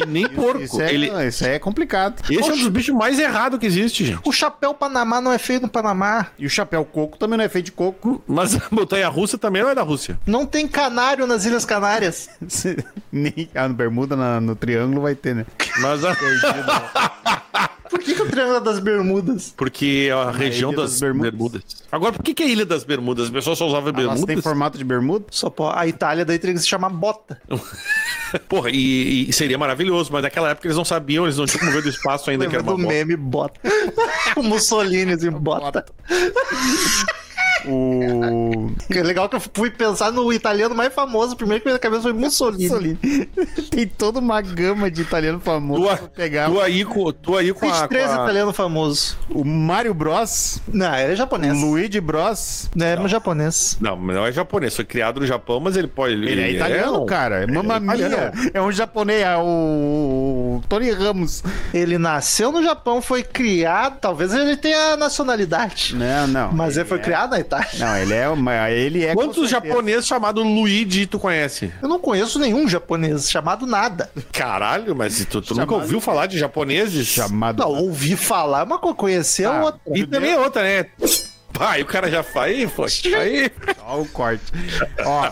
[SPEAKER 2] E nem porco.
[SPEAKER 3] Isso é,
[SPEAKER 2] Ele,
[SPEAKER 3] não, isso aí é complicado.
[SPEAKER 2] esse é um dos bichos mais errados que existe, gente.
[SPEAKER 1] O chapéu Panamá não é feio no Panamá.
[SPEAKER 3] E o chapéu coco também não é feito de coco.
[SPEAKER 2] Mas a montanha russa também não é da Rússia.
[SPEAKER 1] Não tem canário nas Ilhas Canárias.
[SPEAKER 3] Nem a bermuda na- no triângulo vai ter, né?
[SPEAKER 2] Mas a-
[SPEAKER 1] Por que, que o Triângulo das Bermudas?
[SPEAKER 2] porque é a região
[SPEAKER 3] Ilha
[SPEAKER 2] das,
[SPEAKER 3] das Bermudas.
[SPEAKER 2] Bermudas. Agora, por que, que é a Ilha das Bermudas? As pessoas só usavam
[SPEAKER 3] Ah, mas tem
[SPEAKER 2] Bermudas?
[SPEAKER 3] formato de bermuda?
[SPEAKER 1] Só pô, a Itália daí teria que se chamar bota.
[SPEAKER 2] Porra, e, e seria maravilhoso, mas naquela época eles não sabiam, eles não tinham como ver do espaço ainda que
[SPEAKER 1] Lembra
[SPEAKER 2] era
[SPEAKER 1] do
[SPEAKER 2] uma bosta.
[SPEAKER 1] meme bota. o Mussolini assim, bota.
[SPEAKER 3] O.
[SPEAKER 1] Que É legal que eu fui pensar no italiano mais famoso. O primeiro que veio na cabeça foi Mussolini.
[SPEAKER 3] Mussolini. tem toda uma gama de italiano famoso.
[SPEAKER 2] Tu, a-
[SPEAKER 3] Vou pegar um
[SPEAKER 2] tu aí com, tu aí com a.
[SPEAKER 1] Tem
[SPEAKER 2] com
[SPEAKER 1] três
[SPEAKER 2] a-
[SPEAKER 1] italianos famosos.
[SPEAKER 3] o Mario Bros,
[SPEAKER 1] Não, ele é japonês.
[SPEAKER 3] Luigi Bros.
[SPEAKER 1] É, mas japonês.
[SPEAKER 2] Não, mas não é japonês, foi criado no Japão, mas ele pode.
[SPEAKER 3] Ele é italiano,
[SPEAKER 2] um-
[SPEAKER 3] cara. É Mamma mia.
[SPEAKER 2] italiano.
[SPEAKER 3] É um japonês, é o Tony Ramos.
[SPEAKER 1] Ele nasceu no Japão, foi criado. Talvez ele tenha nacionalidade.
[SPEAKER 3] Não, não.
[SPEAKER 1] Mas é ele
[SPEAKER 2] É.
[SPEAKER 1] foi criado na Itália.
[SPEAKER 3] é- Não, ele é uma. Ele é. com
[SPEAKER 2] Quantos
[SPEAKER 3] certeza.
[SPEAKER 2] japoneses chamados Luigi tu conhece?
[SPEAKER 1] Eu não conheço nenhum japonês chamado nada.
[SPEAKER 2] Caralho, mas tu, tu
[SPEAKER 3] Chamado-
[SPEAKER 2] nunca ouviu falar de japoneses?
[SPEAKER 3] Chamado.
[SPEAKER 1] Não, ouvi falar, mas conhecer é
[SPEAKER 3] Ah,
[SPEAKER 1] outra.
[SPEAKER 2] E também é outra, né? Pai, o cara já faz. Aí, pô, aí.
[SPEAKER 3] Ó, o corte. Ó.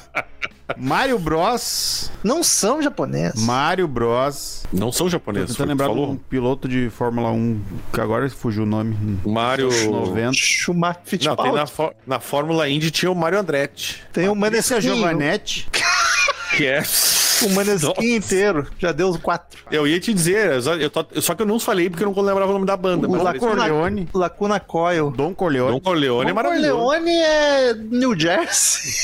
[SPEAKER 3] Mario Bros.
[SPEAKER 1] Não são japoneses.
[SPEAKER 3] Mario Bros.
[SPEAKER 2] Não são
[SPEAKER 3] Tô
[SPEAKER 2] japoneses. foi o
[SPEAKER 3] tentando
[SPEAKER 2] que
[SPEAKER 3] lembrar de um
[SPEAKER 2] falou.
[SPEAKER 3] piloto de Fórmula 1, que agora fugiu o nome.
[SPEAKER 2] Mário.
[SPEAKER 3] 90.
[SPEAKER 1] Schumacher
[SPEAKER 2] Não,
[SPEAKER 1] Fittipaldi.
[SPEAKER 2] tem na, fó- na Fórmula Indy tinha o Mário Andretti,
[SPEAKER 1] Tem o
[SPEAKER 3] Esse é
[SPEAKER 1] Maneskin.
[SPEAKER 3] Giovanetti.
[SPEAKER 2] que é.
[SPEAKER 1] O Maneskin inteiro. Já deu os quatro.
[SPEAKER 2] Eu ia te dizer, eu só, eu tô- só que eu não falei porque eu não lembrava o nome da banda.
[SPEAKER 1] O
[SPEAKER 2] Mas
[SPEAKER 1] Lacuna,
[SPEAKER 2] Corleone.
[SPEAKER 3] Corleone.
[SPEAKER 1] Lacuna Coil.
[SPEAKER 3] Dom Corleone.
[SPEAKER 2] Don Corleone é
[SPEAKER 1] O
[SPEAKER 2] maravilhoso.
[SPEAKER 1] Corleone é New Jersey.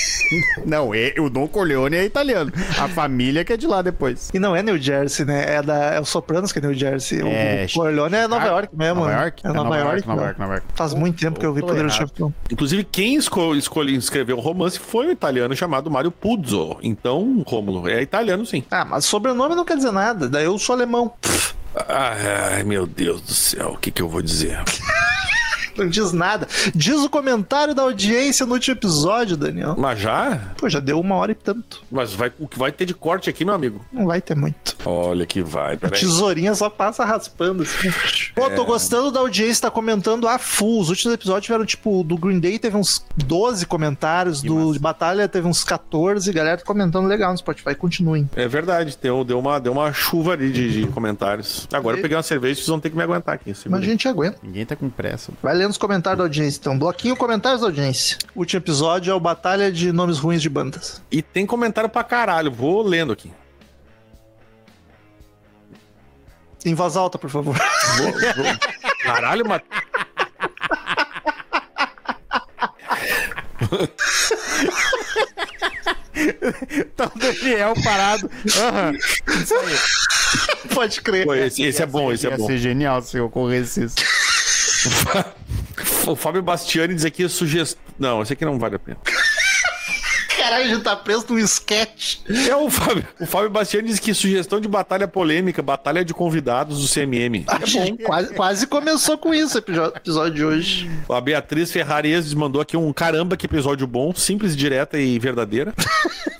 [SPEAKER 3] Não, é- o Dom Corleone é italiano. A família que é de lá depois.
[SPEAKER 1] E não é New Jersey, né? É, da, é o Sopranos que é New Jersey. O-
[SPEAKER 3] É,
[SPEAKER 1] o Corleone é Nova
[SPEAKER 3] Chicago.
[SPEAKER 1] York mesmo.
[SPEAKER 3] Nova
[SPEAKER 1] né?
[SPEAKER 3] York?
[SPEAKER 1] É Nova, York.
[SPEAKER 3] Nova
[SPEAKER 1] né?
[SPEAKER 3] York, Nova York.
[SPEAKER 1] Faz muito tempo que eu vi
[SPEAKER 3] Tô
[SPEAKER 1] Poder do
[SPEAKER 3] errado.
[SPEAKER 1] Chapéu.
[SPEAKER 2] Inclusive, quem esco- escolhe escrever o romance foi um italiano chamado Mário Puzo. Então, Rômulo, é italiano sim.
[SPEAKER 1] Ah, mas sobrenome não quer dizer nada. Daí eu sou alemão. Pff,
[SPEAKER 2] Ai, meu Deus do céu, o que, que eu vou dizer?
[SPEAKER 1] Não diz nada. Diz o comentário da audiência no último episódio, Daniel.
[SPEAKER 2] Mas já?
[SPEAKER 1] Pô, já deu uma hora e tanto.
[SPEAKER 2] Mas vai, o que vai ter de corte aqui, meu amigo?
[SPEAKER 1] Não vai ter muito.
[SPEAKER 2] Olha que né? vai, peraí.
[SPEAKER 1] Tesourinha só passa raspando. Assim. Pô, tô gostando da audiência, tá comentando a full. Os últimos episódios tiveram, tipo, do Green Day teve uns 12 comentários, do de Batalha teve uns 14. Galera tá comentando legal no Spotify, continuem.
[SPEAKER 2] É verdade, deu, deu, uma, deu uma chuva ali de, de comentários. Agora eu peguei uma cerveja, vocês vão ter que me aguentar aqui.
[SPEAKER 1] Mas
[SPEAKER 2] segura.
[SPEAKER 1] a gente aguenta.
[SPEAKER 3] Ninguém tá com pressa.
[SPEAKER 1] Vai lendo os comentários da audiência, então. Bloquinho comentários da audiência. Último episódio é o Batalha de Nomes Ruins de Bandas.
[SPEAKER 2] E tem comentário pra caralho, vou lendo aqui.
[SPEAKER 1] Em voz alta, por favor.
[SPEAKER 2] Vou- vou- Caralho, mas.
[SPEAKER 3] Tá o Daniel parado. Aham.
[SPEAKER 1] Pode crer.
[SPEAKER 2] Pô, Esse, esse é bom, esse é
[SPEAKER 3] Ia
[SPEAKER 2] bom.
[SPEAKER 3] ser genial se ocorresse isso.
[SPEAKER 2] O Fábio Bastiani diz aqui sugestão. Não, esse aqui não vale a pena.
[SPEAKER 1] Caralho, a gente tá preso num sketch.
[SPEAKER 2] É o Fábio. O Fábio Bastiani diz que sugestão de batalha polêmica, batalha de convidados do CMM.
[SPEAKER 1] A gente É quase, quase começou com isso o episo- episódio de hoje.
[SPEAKER 2] A Beatriz Ferrares mandou aqui um caramba que episódio bom, simples, direta e verdadeira.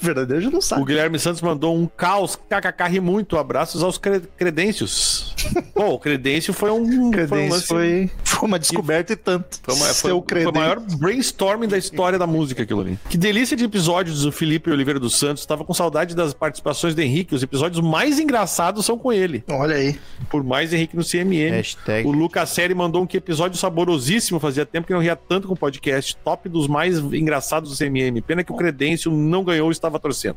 [SPEAKER 1] Verdadeiro, a gente não
[SPEAKER 2] O
[SPEAKER 1] sabe.
[SPEAKER 2] Guilherme Santos mandou um caos, kkk, ri muito, abraços aos cre credêncios. Pô, o credêncio foi um... foi um
[SPEAKER 1] Credence
[SPEAKER 2] lance-
[SPEAKER 1] foi, foi uma descoberta e tanto.
[SPEAKER 2] Foi, uma- foi-
[SPEAKER 1] Seu
[SPEAKER 2] foi o
[SPEAKER 1] Credence.
[SPEAKER 2] maior brainstorming da história da música, aquilo ali. Que delícia de episódios do Felipe Oliveira dos Santos. Tava com saudade das participações do Henrique. Os episódios mais engraçados são com ele.
[SPEAKER 1] Olha aí.
[SPEAKER 2] Por mais Henrique no CMM.
[SPEAKER 3] Hashtag.
[SPEAKER 2] O Lucas Série mandou um que episódio saborosíssimo. Fazia tempo que não ria tanto com o podcast. Top dos mais engraçados do CMM. Pena que o Credêncio não ganhou e estava torcendo.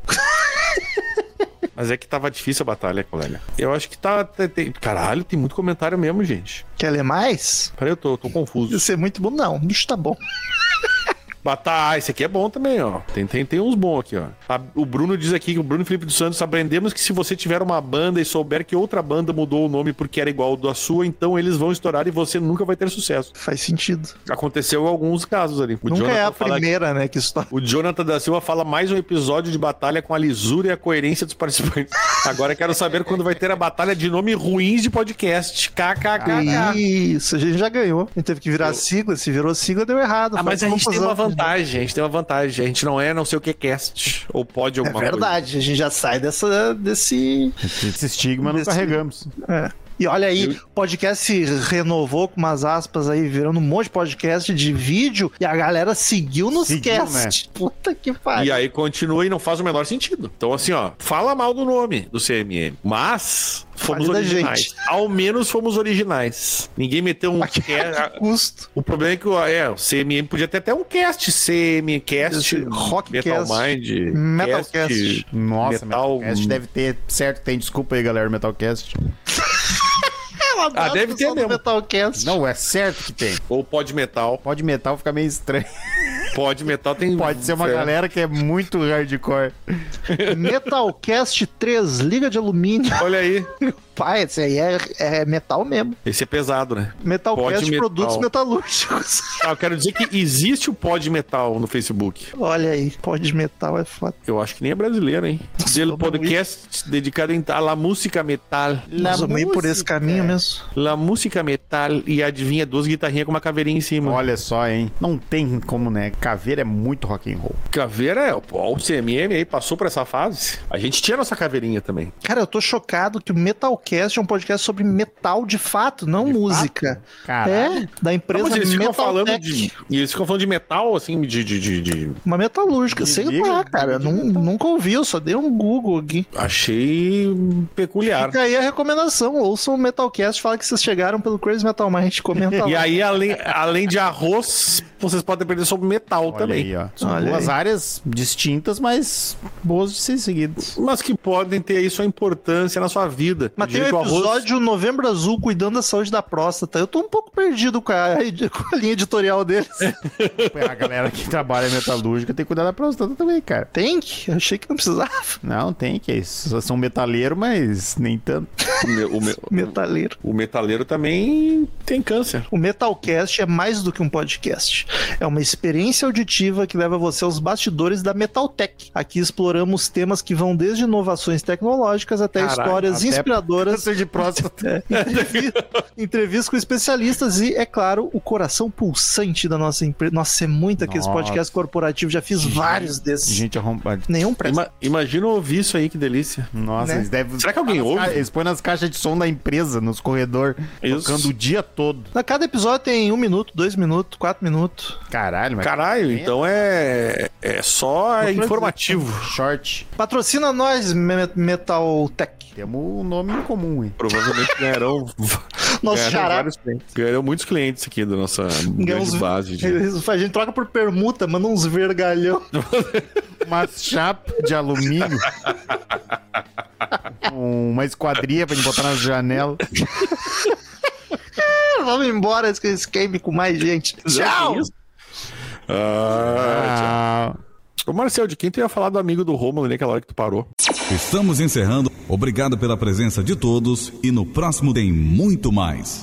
[SPEAKER 2] Mas é que tava difícil a batalha, colega. Eu acho que tá. tem- tem- Caralho, tem muito comentário mesmo, gente.
[SPEAKER 1] Quer ler mais?
[SPEAKER 2] Peraí, eu tô, tô confuso.
[SPEAKER 1] Isso é muito bom. Não, bicho tá bom.
[SPEAKER 2] tá, ah, Batalha, esse aqui é bom também, ó. Tem, tem, tem uns bons aqui, ó. A- o Bruno diz aqui que o Bruno Felipe dos Santos aprendemos que se você tiver uma banda e souber que outra banda mudou o nome porque era igual da sua, então eles vão estourar e você nunca vai ter sucesso.
[SPEAKER 1] Faz sentido.
[SPEAKER 2] Aconteceu alguns casos ali. O
[SPEAKER 1] Nunca é a
[SPEAKER 2] fala-
[SPEAKER 1] primeira, né, que história.
[SPEAKER 2] O Jonathan da Silva fala mais um episódio de batalha com a lisura e a coerência dos participantes. Agora quero saber quando vai ter a batalha de nome ruins de podcast. Ah, KKK.
[SPEAKER 1] Isso, a gente já ganhou. A gente teve que virar sigla, se virou sigla, deu errado.
[SPEAKER 2] Ah, mas
[SPEAKER 1] Faz
[SPEAKER 2] a gente tem
[SPEAKER 1] confusão.
[SPEAKER 2] uma vantagem, a gente tem uma vantagem. A gente não é não sei o que cast. Ou
[SPEAKER 1] É
[SPEAKER 2] pode alguma coisa.
[SPEAKER 1] verdade, a gente já sai dessa, desse.
[SPEAKER 3] Esse estigma não
[SPEAKER 1] Desse-
[SPEAKER 3] carregamos.
[SPEAKER 1] É. E olha aí, o podcast se renovou com umas aspas aí, virando um monte de podcast de vídeo, e a galera seguiu nos
[SPEAKER 3] Seguiu,
[SPEAKER 1] cast. Puta que pariu.
[SPEAKER 2] né? E aí continua e não faz o menor sentido. Então, assim, ó, fala mal do nome do CMM. Mas fomos
[SPEAKER 1] Fale da
[SPEAKER 2] originais.
[SPEAKER 1] gente.
[SPEAKER 2] Ao menos fomos originais. Ninguém meteu um. quer-
[SPEAKER 1] Custo.
[SPEAKER 2] o problema é que ó, é, o CMM podia ter até um cast. CMcast,
[SPEAKER 1] Esse rockcast,
[SPEAKER 2] Metal Mind,
[SPEAKER 1] metalcast.
[SPEAKER 2] cast,
[SPEAKER 3] Nossa,
[SPEAKER 2] Metal-
[SPEAKER 3] Metalcast deve ter. Certo, tem. Desculpa aí, galera, Metalcast.
[SPEAKER 2] Ah, deve ter mesmo.
[SPEAKER 1] Metalcast.
[SPEAKER 3] Não, é certo que tem.
[SPEAKER 2] Ou Pod Metal.
[SPEAKER 3] Pode metal fica meio estranho.
[SPEAKER 2] Pod Metal tem.
[SPEAKER 3] Pode ser uma
[SPEAKER 2] é.
[SPEAKER 3] galera que é muito hardcore.
[SPEAKER 1] Metalcast 3, liga de alumínio.
[SPEAKER 2] Olha aí.
[SPEAKER 1] Pai, esse aí é, é metal mesmo.
[SPEAKER 2] Esse é pesado, né?
[SPEAKER 1] Metalcast
[SPEAKER 2] Pode metal.
[SPEAKER 1] Produtos Metalúrgicos.
[SPEAKER 2] Ah, eu quero dizer que existe o Pod Metal no Facebook.
[SPEAKER 1] Olha aí, pó de metal é foda.
[SPEAKER 2] Eu acho que nem é brasileiro, hein? Dele podcast dedicado em- à la música metal.
[SPEAKER 1] Nós vamos ir por esse caminho mesmo.
[SPEAKER 2] La música metal e adivinha duas guitarrinhas com uma caveirinha em cima.
[SPEAKER 3] Olha só, hein? Não tem como, né? Caveira é muito rock and roll.
[SPEAKER 2] Caveira é, ó, o CMM aí passou por essa fase. A gente tinha nossa caveirinha também.
[SPEAKER 1] Cara, eu tô chocado que o Metalcast é um podcast sobre metal de fato, não música.
[SPEAKER 3] Caralho.
[SPEAKER 1] É, da
[SPEAKER 2] Não,
[SPEAKER 1] empresa
[SPEAKER 2] mas eles ficam falando
[SPEAKER 1] Metaltech.
[SPEAKER 2] de. E eles ficam falando de metal, assim, de. de, de, de-
[SPEAKER 1] Uma metalúrgica,
[SPEAKER 3] De
[SPEAKER 1] sei
[SPEAKER 3] liga,
[SPEAKER 1] lá,
[SPEAKER 3] de
[SPEAKER 1] cara.
[SPEAKER 3] liga
[SPEAKER 1] nun- nunca ouvi, eu só dei um Google aqui.
[SPEAKER 2] Achei peculiar.
[SPEAKER 1] Fica aí a recomendação, ouçam o Metalcast, fala que vocês chegaram pelo Crazy Metal Mind, comenta lá.
[SPEAKER 2] E aí, além, além de arroz, vocês podem aprender sobre metal
[SPEAKER 3] Olha
[SPEAKER 2] também.
[SPEAKER 3] aí, ó. São
[SPEAKER 1] Olha
[SPEAKER 3] duas
[SPEAKER 1] aí.
[SPEAKER 3] áreas distintas, mas boas de ser seguidas.
[SPEAKER 2] Mas que podem ter aí sua importância na sua vida.
[SPEAKER 1] Mas
[SPEAKER 2] Eu
[SPEAKER 1] tem um
[SPEAKER 2] diria que o arroz-
[SPEAKER 1] episódio Novembro Azul cuidando da saúde da próstata. Eu tô um pouco perdido com a, com a linha editorial deles.
[SPEAKER 3] Tipo, é A galera que trabalha em metalúrgica tem que cuidar da próstata também, cara.
[SPEAKER 1] Tem que? Eu achei que não precisava.
[SPEAKER 3] Não, tem que é isso. São metaleiro, mas nem tanto.
[SPEAKER 2] O, meu- o meu-
[SPEAKER 1] Metaleiro.
[SPEAKER 2] o metaleiro também tem câncer.
[SPEAKER 1] O Metalcast é mais do que um podcast. É uma experiência auditiva que leva você aos bastidores da Metaltech. Aqui exploramos temas que vão desde inovações tecnológicas até
[SPEAKER 2] Caralho,
[SPEAKER 1] histórias
[SPEAKER 3] até
[SPEAKER 1] inspiradoras, É,
[SPEAKER 3] Câncer de próstata.
[SPEAKER 1] entrevi- entrevistas com especialistas e, é claro, o coração pulsante da nossa empresa. Nossa, é muito aqueles
[SPEAKER 3] Nossa.
[SPEAKER 1] podcasts corporativos. Já fiz vários desses.
[SPEAKER 3] Gente arrombada.
[SPEAKER 1] Nenhum presta.
[SPEAKER 2] Ima- imagina ouvir isso aí, que delícia.
[SPEAKER 3] Nossa,
[SPEAKER 1] Né?
[SPEAKER 3] eles devem.
[SPEAKER 2] Será que alguém
[SPEAKER 3] nas
[SPEAKER 2] ouve?
[SPEAKER 3] ca- Eles põem nas caixas de som da empresa, nos corredores,
[SPEAKER 2] Isso.
[SPEAKER 3] tocando o dia todo.
[SPEAKER 1] Na Cada episódio tem um minuto, dois minutos, quatro minutos.
[SPEAKER 3] Caralho, mas.
[SPEAKER 2] Caralho, então é, é só
[SPEAKER 3] Não
[SPEAKER 2] informativo.
[SPEAKER 3] Short.
[SPEAKER 1] Patrocina nós, Me- Metaltech.
[SPEAKER 3] Temos um nome em comum, hein?
[SPEAKER 2] Provavelmente ganharão,
[SPEAKER 1] Nosso
[SPEAKER 3] É,
[SPEAKER 2] ganharão
[SPEAKER 1] xará.
[SPEAKER 2] vários clientes. Ganharão muitos clientes aqui da nossa
[SPEAKER 1] Ganhamos-
[SPEAKER 2] grande base. de-
[SPEAKER 1] Eles- A gente troca por permuta, manda uns vergalhão.
[SPEAKER 3] Uma chapa de alumínio. Uma esquadria pra gente botar na janela.
[SPEAKER 1] Vamos embora esse escape com mais gente. Tchau!
[SPEAKER 2] Ah,
[SPEAKER 3] Ah,
[SPEAKER 2] tchau. Ô, Marcel, de quem tu ia falar do amigo do Romulo naquela hora que tu parou?
[SPEAKER 7] Estamos encerrando. Obrigado pela presença de todos e no próximo tem muito mais.